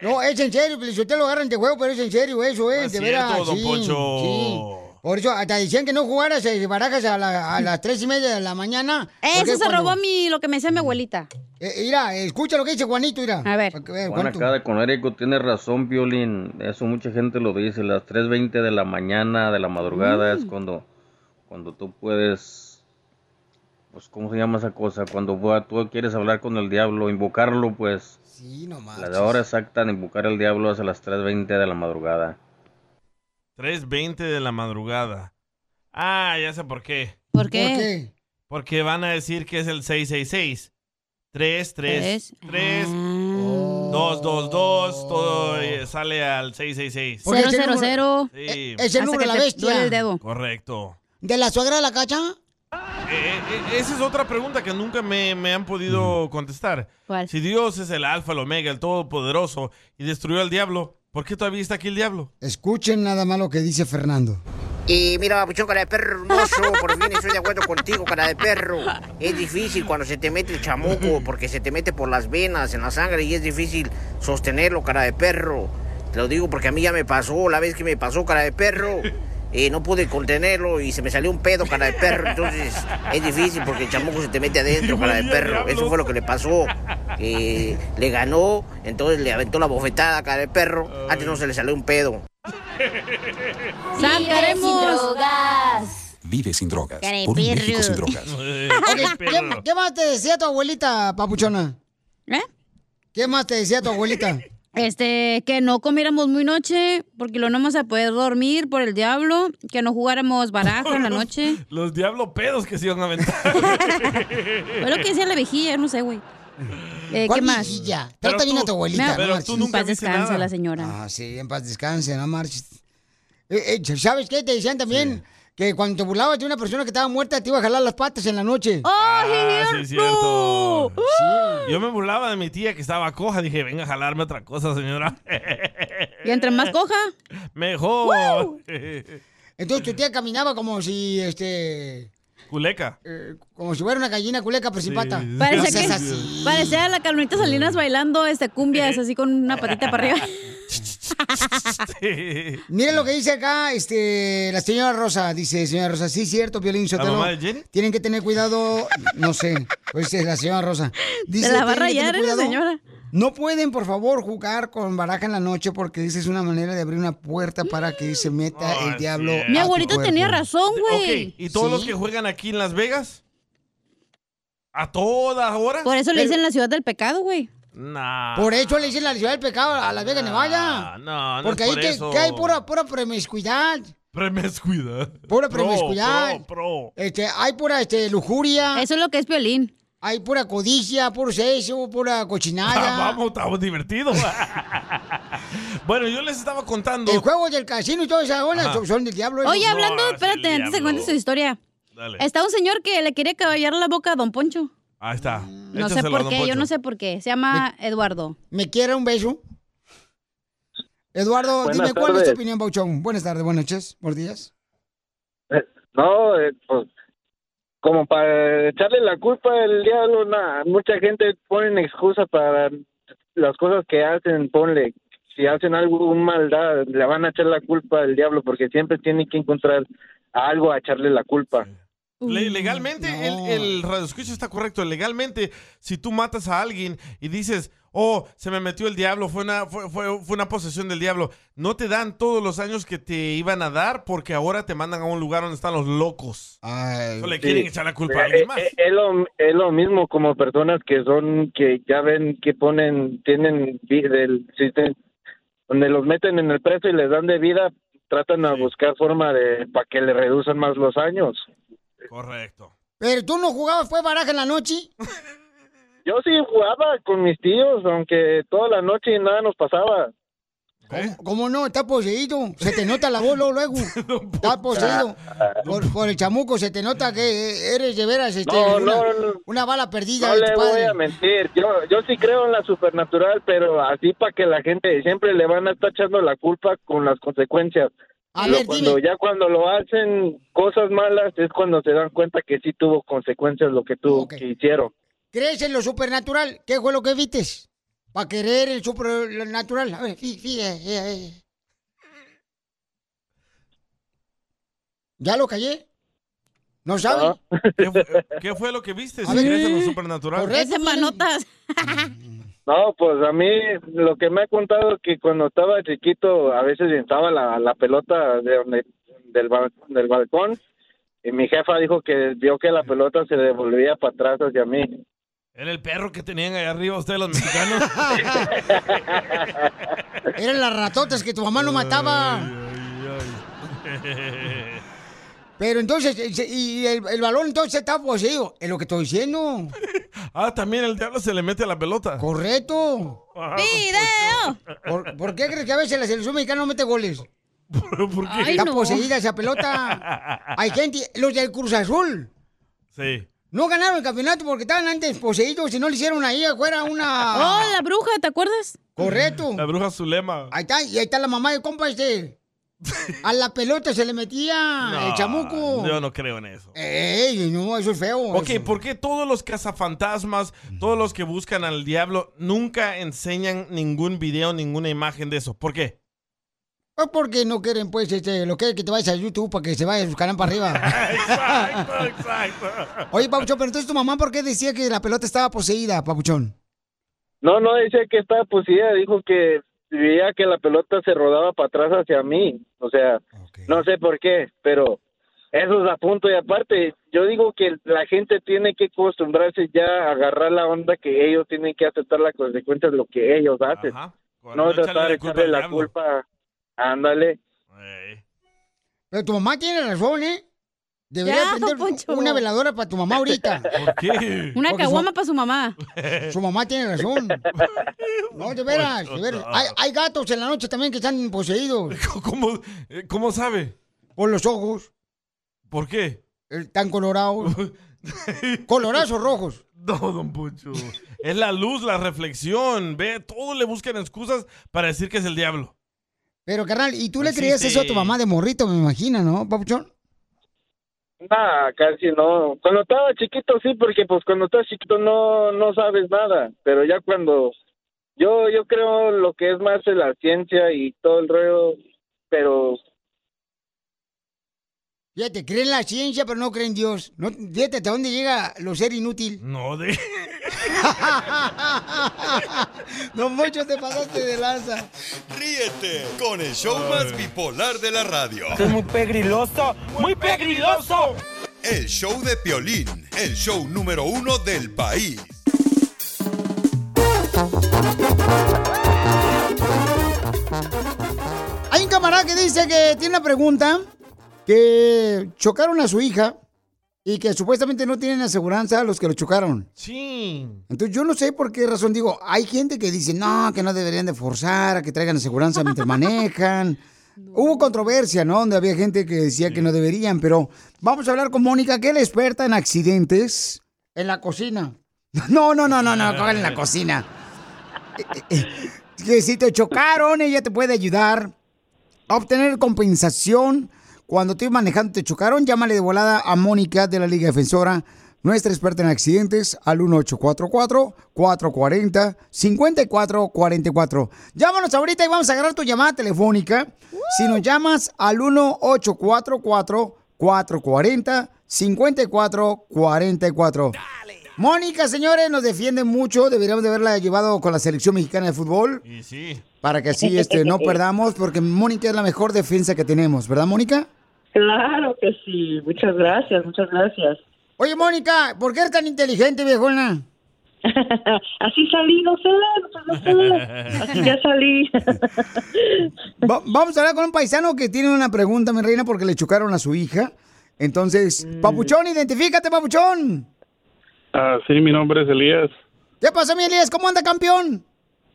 Speaker 1: No, es en serio, si usted lo agarran de juego, pero es en serio eso, ¿eh?
Speaker 3: Es
Speaker 1: de
Speaker 3: cierto,
Speaker 1: veras.
Speaker 3: don
Speaker 1: sí,
Speaker 3: Poncho.
Speaker 1: sí. Por eso, hasta decían que no jugaras eh, barajas a, la- a las tres y media de la mañana.
Speaker 4: Eso se robó
Speaker 1: mi...
Speaker 4: mi, lo que me decía mi abuelita.
Speaker 1: eh, mira, escucha lo que dice Juanito, mira. A ver.
Speaker 33: Juan
Speaker 1: ¿cuánto?
Speaker 33: acá de Conérico tiene razón, Violín. Eso mucha gente lo dice. Las 3.20 de la mañana, de la madrugada,
Speaker 17: Mm.
Speaker 33: es cuando, cuando tú puedes... Pues, ¿cómo se llama esa cosa? Cuando va- tú quieres hablar con el diablo, invocarlo, pues...
Speaker 1: Sí, no
Speaker 33: La de hora exacta de invocar al diablo es a las 3.20 de la madrugada.
Speaker 3: 3.20 de la madrugada. Ah, ya sé por qué.
Speaker 4: ¿Por qué? ¿Por qué?
Speaker 3: Porque van a decir que es el 666. 3, 3,
Speaker 4: Tres.
Speaker 3: 3,
Speaker 1: Ah.
Speaker 3: 2, 2, 2, todo eh, sale al 666.
Speaker 4: Porque es el Cero,
Speaker 1: número-
Speaker 4: cero,
Speaker 3: Sí.
Speaker 4: cero. Eh, es el Hasta número de que la te bestia. duele el dedo.
Speaker 3: Correcto.
Speaker 1: ¿De la suegra de la cacha?
Speaker 3: Eh, eh, esa es otra pregunta que nunca me, me han podido contestar.
Speaker 4: ¿Cuál?
Speaker 3: Si Dios es el alfa, el omega, el todopoderoso y destruyó al diablo, ¿por qué todavía está aquí el diablo?
Speaker 1: Escuchen nada más lo que dice Fernando.
Speaker 34: Y mira, papuchón, cara de perro hermoso, por fin estoy de acuerdo contigo, cara de perro. Es difícil cuando se te mete el chamuco, porque se te mete por las venas, en la sangre, y es difícil sostenerlo, cara de perro. Te lo digo porque a mí ya me pasó, la vez que me pasó, cara de perro, eh, no pude contenerlo y se me salió un pedo, cara de perro. Entonces, es difícil porque el chamuco se te mete adentro, cara de perro. Eso fue lo que le pasó. Eh, le ganó, entonces le aventó la bofetada, cara de perro. Antes no se le salió un pedo.
Speaker 35: Vive sin drogas.
Speaker 1: Cara de
Speaker 35: Por un México
Speaker 1: perro.
Speaker 35: sin drogas.
Speaker 1: Ok, ¿qué, qué más te decía tu abuelita, papuchona?
Speaker 4: ¿Eh?
Speaker 1: ¿Qué más te decía tu abuelita?
Speaker 4: Este, que no comiéramos muy noche, porque lo no vamos a poder dormir por el diablo, que no jugáramos baraja Ah, en la noche.
Speaker 3: Los diablo pedos que se iban a aventar.
Speaker 4: Fue lo que decía la vejilla, no sé, güey. Eh,
Speaker 1: ¿Cuál
Speaker 4: ¿Qué más?
Speaker 1: vejilla? Trata Pero bien a tú- tu abuelita,
Speaker 4: Me-
Speaker 1: pero no marches. tú nunca
Speaker 4: En paz
Speaker 1: viste
Speaker 4: descanse
Speaker 1: nada.
Speaker 4: la señora.
Speaker 1: Ah, sí, en paz descanse, no marches. Eh, eh, ¿Sabes qué? Te decían también que cuando te burlabas de una persona que estaba muerta, te iba a jalar las patas en la
Speaker 4: ¡Oh,
Speaker 1: noche.
Speaker 3: Ah, sí, es cierto. Yo me burlaba de mi tía que estaba coja. Dije, venga a jalarme otra cosa, señora.
Speaker 4: Y entre más coja.
Speaker 3: Mejor.
Speaker 4: ¡Wow!
Speaker 1: Entonces tu tía caminaba como si, este, eh,
Speaker 3: Culeca.
Speaker 1: como si fuera una gallina culeca, pero sin
Speaker 3: Sí.
Speaker 1: pata.
Speaker 4: Parece
Speaker 1: No seas
Speaker 4: que-
Speaker 1: así.
Speaker 4: Parecía la Carmelita Salinas bailando este
Speaker 1: Eh.
Speaker 4: cumbias así con una patita para arriba.
Speaker 1: Miren lo que dice acá, este, la señora Rosa, dice, señora Rosa, sí, cierto, Violín Sotelo.
Speaker 3: mamá de Jenny?
Speaker 1: Tienen que tener cuidado, no sé, pues es la señora Rosa. Dice,
Speaker 4: Se la va a
Speaker 1: "Tienen que tener
Speaker 4: rayar esa
Speaker 1: cuidado.
Speaker 4: señora.
Speaker 1: No pueden, por favor, jugar con baraja en la noche porque dice es una manera de abrir una puerta para que se meta el diablo.
Speaker 3: cierto.
Speaker 1: a
Speaker 3: Mi
Speaker 1: Ah, tu
Speaker 3: abuelito
Speaker 1: cuerpo".
Speaker 4: tenía razón,
Speaker 3: Ok, ¿y todos los que juegan aquí en Las Vegas? ¿A todas horas?
Speaker 4: Por eso le dicen la ciudad del pecado, güey.
Speaker 3: Nah.
Speaker 1: Por eso le dicen la ciudad del pecado a Las Vegas, Nevada.
Speaker 3: Ah, no, no
Speaker 1: Porque
Speaker 3: es
Speaker 1: ahí
Speaker 3: por
Speaker 1: que,
Speaker 3: eso.
Speaker 1: que hay pura, pura promiscuidad.
Speaker 3: Premescuidad.
Speaker 1: Pura
Speaker 3: Pro,
Speaker 1: promiscuidad.
Speaker 3: pro, pro.
Speaker 1: Este, hay pura este, lujuria. Eso
Speaker 4: es lo que es violín.
Speaker 1: Hay pura codicia, puro sexo, pura
Speaker 3: Ah,
Speaker 1: cochinada.
Speaker 3: vamos, estamos divertidos. bueno, yo les estaba contando.
Speaker 1: El juego del casino y todas esas olas
Speaker 3: Ajá.
Speaker 1: son- son del diablo.
Speaker 4: Oye,
Speaker 1: esos.
Speaker 4: hablando, espérate, antes de que cuente su historia.
Speaker 3: Dale.
Speaker 4: Está un señor que le quiere caballar la boca a Don Poncho.
Speaker 3: Ahí está.
Speaker 4: No sé por qué, yo no sé por qué. Se llama Eduardo.
Speaker 1: ¿Me quiere un beso? Eduardo,
Speaker 23: Buenas
Speaker 1: dime cuál es tu
Speaker 23: tardes.
Speaker 1: opinión, Bauchón. Buenas tardes, buenas noches, buenos días.
Speaker 23: Eh, No, eh, pues como para echarle la culpa al diablo, na- mucha gente pone excusa para las cosas que hacen, ponle, si hacen algo, un maldad, le van a echar la culpa al diablo porque siempre tiene que encontrar algo a echarle la culpa.
Speaker 3: Le- legalmente, el, el radioescucho está correcto. Legalmente, si tú matas a alguien y dices, oh, se me metió el diablo, fue una, fue, fue- fue una posesión del diablo, no te dan todos los años que te iban a dar porque ahora te mandan a un lugar donde están los locos. Eso le quieren
Speaker 23: Sí.
Speaker 3: echar la culpa a
Speaker 23: Eh,
Speaker 3: alguien
Speaker 23: eh,
Speaker 3: más.
Speaker 23: eh, Es, lo, es lo mismo como personas que son, que ya ven que ponen, tienen vi- del sistema, donde los meten en el preso y les dan de vida, tratan a buscar forma de, para que le reduzcan más los años.
Speaker 3: Correcto.
Speaker 1: Pero tú no jugabas, fue baraja en la noche.
Speaker 3: ¿Eh?
Speaker 23: Yo sí jugaba con mis tíos, aunque toda la noche nada nos pasaba.
Speaker 1: ¿Cómo, cómo no? Está poseído. Se te nota la voz luego, luego. Está
Speaker 23: Ah,
Speaker 1: poseído. Por, por el chamuco se te nota que eres de veras este,
Speaker 23: No,
Speaker 1: una,
Speaker 23: no, no.
Speaker 1: una bala perdida
Speaker 23: No
Speaker 1: de
Speaker 23: le
Speaker 1: tu
Speaker 23: voy
Speaker 1: padre.
Speaker 23: a mentir, yo, yo sí creo en la supernatural, pero así para que la gente siempre le van a estar echando la culpa con las consecuencias.
Speaker 1: A
Speaker 23: Lo-
Speaker 1: ver,
Speaker 23: cuando,
Speaker 1: dime.
Speaker 23: ya cuando lo hacen cosas malas es cuando se dan cuenta que sí tuvo consecuencias lo que tuvo que hicieron.
Speaker 1: ¿Crees en lo supernatural? ¿Qué fue lo que vistes? Para querer el supernatural. A ver, fí- fí- eh, eh, eh. ¿Ya lo callé? eh, ¿No sabe?
Speaker 3: ¿Qué, fue- Eh, qué fue lo que viste? Si crees en lo supernatural.
Speaker 4: panotas.
Speaker 23: No, pues a mí lo que me ha contado que cuando estaba chiquito a veces estaba la, la pelota de donde, del, bal- del balcón y mi jefa dijo que vio que la pelota se devolvía para atrás hacia mí.
Speaker 3: Era el perro que tenían allá arriba ustedes los mexicanos.
Speaker 1: Eran las ratotas que tu mamá no mataba. Pero entonces, eh, se- y el, el balón entonces está poseído. Es lo que estoy diciendo.
Speaker 3: ah, también el diablo se le mete a la pelota. Ah,
Speaker 1: Correcto. ¿Por, por qué crees que a veces la selección mexicana no mete goles?
Speaker 3: ¿Por
Speaker 1: qué? Está poseída esa pelota. Hay gente, los del Cruz Azul,
Speaker 3: Sí.
Speaker 1: no ganaron el campeonato porque estaban antes poseídos y no le hicieron ahí afuera una...
Speaker 4: Oh, la bruja, ¿te acuerdas?
Speaker 1: Correcto.
Speaker 3: La bruja Zulema.
Speaker 1: Ahí está, y ahí está la mamá de compa este. A la pelota se le metía el
Speaker 3: No,
Speaker 1: chamuco.
Speaker 3: Yo no creo en eso.
Speaker 1: Ey, no, eso es feo.
Speaker 3: Ok,
Speaker 1: eso.
Speaker 3: ¿por qué todos los cazafantasmas, todos los que buscan al diablo, nunca enseñan ningún video, ninguna imagen de eso? ¿Por qué?
Speaker 1: Pues porque no quieren, pues, este, lo que que te vayas a YouTube para que se vaya su canal para arriba.
Speaker 3: Exacto.
Speaker 1: Oye, Papuchón, pero entonces tu mamá, ¿por qué decía que la pelota estaba poseída, Papuchón?
Speaker 23: No, no, dice que estaba poseída, dijo que veía que la pelota se rodaba para atrás hacia mí, o sea, no sé por qué, pero eso es a punto y aparte, yo digo que la gente tiene que acostumbrarse ya a agarrar la onda que ellos tienen que aceptar las consecuencias de lo que ellos hacen,
Speaker 3: no
Speaker 23: no tratar de
Speaker 3: echarle la culpa
Speaker 23: echarle
Speaker 3: al
Speaker 23: la
Speaker 3: diablo.
Speaker 23: culpa, ándale.
Speaker 1: Pero tu mamá tiene razón, ¿eh? Debería
Speaker 4: Ya,
Speaker 1: prender
Speaker 4: Poncho.
Speaker 1: una veladora para tu mamá ahorita.
Speaker 3: ¿Por qué?
Speaker 4: Una
Speaker 1: Porque
Speaker 4: caguama para su mamá.
Speaker 1: Su mamá tiene razón. No, de veras, de veras. Hay, hay gatos en la noche también que están poseídos.
Speaker 3: ¿Cómo, eh, cómo sabe?
Speaker 1: Por los ojos. Eh,
Speaker 3: ¿Por qué?
Speaker 1: Están colorados. Colorados o rojos.
Speaker 3: No, don Pucho. Es la luz, la reflexión. Ve, todos le buscan excusas para decir que es el diablo.
Speaker 1: Pero, carnal, ¿y tú le
Speaker 3: Existe.
Speaker 1: creías eso a tu mamá de morrito, me imagino, no, Papuchón?
Speaker 23: Nah, casi no. Cuando estaba chiquito sí, porque pues cuando estás chiquito no no sabes nada, pero ya cuando yo yo creo lo que es más de la ciencia y todo el rollo, pero
Speaker 1: Fíjate, creen la ciencia, pero no creen en Dios. No, fíjate hasta dónde llega lo ser inútil.
Speaker 3: No, de...
Speaker 1: no, mucho te pasaste de lanza.
Speaker 10: Ríete con el show más bipolar de la radio.
Speaker 23: es muy pegriloso,
Speaker 10: muy pegriloso. El show de Piolín, el show número uno del país.
Speaker 1: camarada que dice que tiene una pregunta, que chocaron a su hija y que supuestamente no tienen aseguranza a los que lo chocaron.
Speaker 14: Sí.
Speaker 1: Entonces yo no sé por qué razón digo, hay gente que dice, no, que no deberían de forzar a que traigan aseguranza mientras manejan. Hubo controversia, ¿no? Donde había gente que decía que no deberían, pero vamos a hablar con Mónica, que es la experta en accidentes en la cocina. No, no, no, no, no, no en la cocina. Que si te chocaron, ella te puede ayudar a obtener compensación. Cuando estoy manejando te chocaron, llámale de volada a Mónica de la Liga Defensora, nuestra experta en accidentes, al 1844-440-5444. Llámanos ahorita y vamos a agarrar tu llamada telefónica. Si nos llamas al 1844-440-5444. Mónica, señores, nos defiende mucho. Deberíamos de haberla llevado con la selección mexicana de fútbol
Speaker 14: Y sí.
Speaker 1: para que así este,
Speaker 36: Eh,
Speaker 1: no perdamos, porque Mónica es la mejor defensa que tenemos, ¿verdad, Mónica?
Speaker 36: Claro que sí, muchas gracias, muchas gracias.
Speaker 1: Oye, Mónica, ¿por qué eres tan inteligente, viejona?
Speaker 36: Así salí, no sé, no sé, así ya salí.
Speaker 1: Va- vamos a hablar con un paisano que tiene una pregunta, mi reina, porque le chocaron a su hija. Entonces,
Speaker 36: Mm.
Speaker 1: Papuchón, identifícate, Papuchón.
Speaker 37: Ah, sí, mi nombre es Elías.
Speaker 1: ¿Qué pasó, mi Elías? ¿Cómo anda, campeón?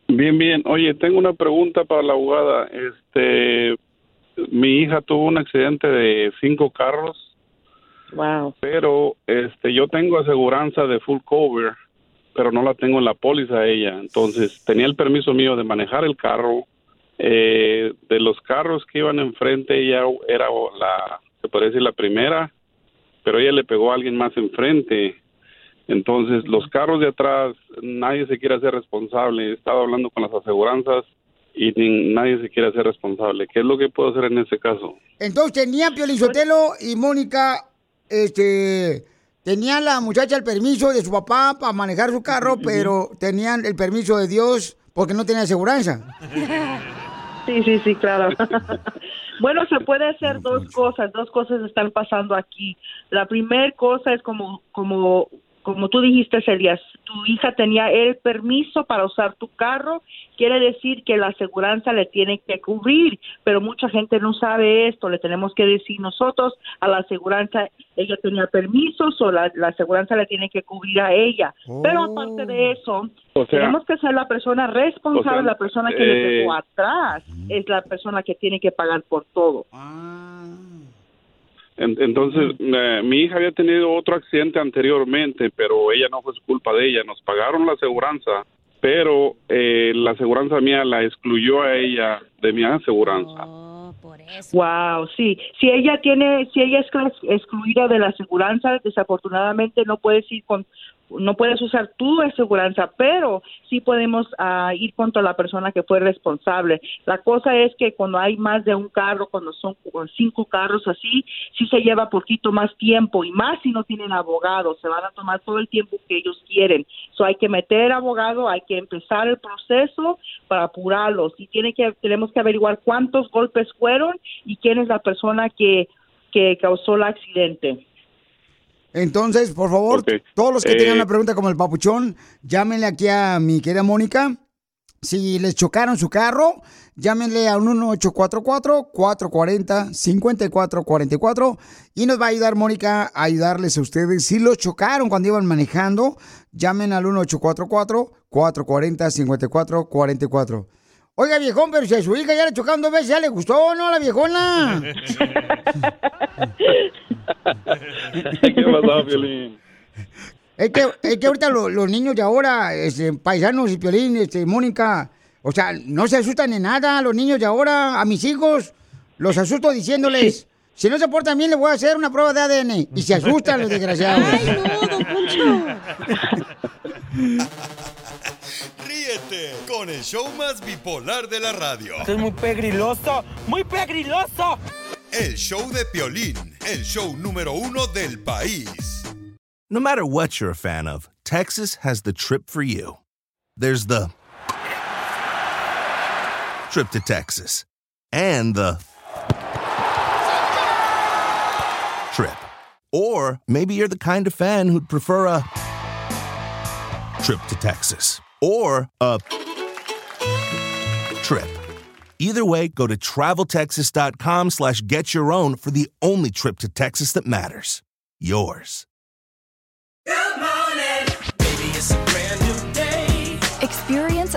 Speaker 37: Bien, bien. Oye, tengo una pregunta para la abogada. Este, mi hija tuvo un accidente de cinco carros.
Speaker 36: Wow.
Speaker 37: Pero, este, yo tengo aseguranza de full cover, pero no la tengo en la póliza a ella. Entonces, tenía el permiso mío de manejar el carro. Eh, de los carros que iban enfrente, ella era la, se parece la primera, pero ella le pegó a alguien más enfrente. Entonces, los carros de atrás, nadie se quiere hacer responsable. He estado hablando con las aseguranzas y ni- nadie se quiere hacer responsable. ¿Qué es lo que puedo hacer en ese caso?
Speaker 1: Entonces tenía Piolizotelo y Mónica, este, tenía la muchacha el permiso de su papá para manejar su carro, pero tenían el permiso de Dios porque no tenía aseguranza.
Speaker 36: Sí, sí, sí, claro. Bueno, se puede hacer dos cosas, dos cosas están pasando aquí. La primera cosa es como, como, como tú dijiste, Elías, tu hija tenía el permiso para usar tu carro, quiere decir que la aseguranza le tiene que cubrir, pero mucha gente no sabe esto, le tenemos que decir nosotros a la aseguranza, ella tenía permisos o la, la aseguranza le tiene que cubrir a ella. Pero aparte de eso,
Speaker 37: O sea-
Speaker 36: tenemos que ser la persona responsable,
Speaker 37: O sea,
Speaker 36: la persona que le
Speaker 37: eh,
Speaker 36: pegó a atrás es la persona que tiene que pagar por todo.
Speaker 37: En- Entonces, eh, mi hija había tenido otro accidente anteriormente, pero ella no fue su culpa de ella. Nos pagaron la aseguranza, pero eh, la aseguranza mía la excluyó a ella de mi aseguranza.
Speaker 36: Wow, sí. Si ella tiene, si ella es clas- excluida de la aseguranza, desafortunadamente no puedes ir con, no puedes usar tu aseguranza, pero sí podemos ah, ir contra la persona que fue responsable. La cosa es que cuando hay más de un carro, cuando son cu- cinco carros así, sí se lleva poquito más tiempo y más si no tienen abogado, se van a tomar todo el tiempo que ellos quieren. So hay que meter abogado, hay que empezar el proceso para apurarlos y tiene que tenemos que averiguar cuántos golpes fueron y quién es la persona que que causó el accidente.
Speaker 1: Entonces, por favor, todos los que
Speaker 36: Eh,
Speaker 1: tengan una pregunta como el papuchón, llámenle aquí a mi querida Mónica. Si les chocaron su carro, llámenle al 1844-440-5444 y nos va a ayudar Mónica a ayudarles a ustedes. Si los chocaron cuando iban manejando, llamen al 1844-440-5444. Oiga, viejón, pero si a su hija ya le chocaron dos veces, ¿ya le gustó o no a la viejona?
Speaker 14: é
Speaker 37: ¿Qué pasó, Piolín?
Speaker 1: Es que, es que ahorita lo- los niños de ahora, este, paisanos y piolín, este, Mónica, o sea, no se asustan de nada los niños de ahora. A mis hijos los asusto diciéndoles, si no se portan bien, les voy a hacer una prueba de ADN. Y se asustan los desgraciados.
Speaker 10: Ríete con el show más bipolar de la radio.
Speaker 37: es muy pegriloso,
Speaker 10: muy pegriloso. El show de Piolín, el show número uno del país.
Speaker 28: No matter what you're a fan of, Texas has the trip for you. There's the trip to Texas and the trip. Or maybe you're the kind of fan who'd prefer a trip to Texas or a trip. Either way, go to traveltexas.com slash get your own for the only trip to Texas that matters. Yours.
Speaker 9: Experience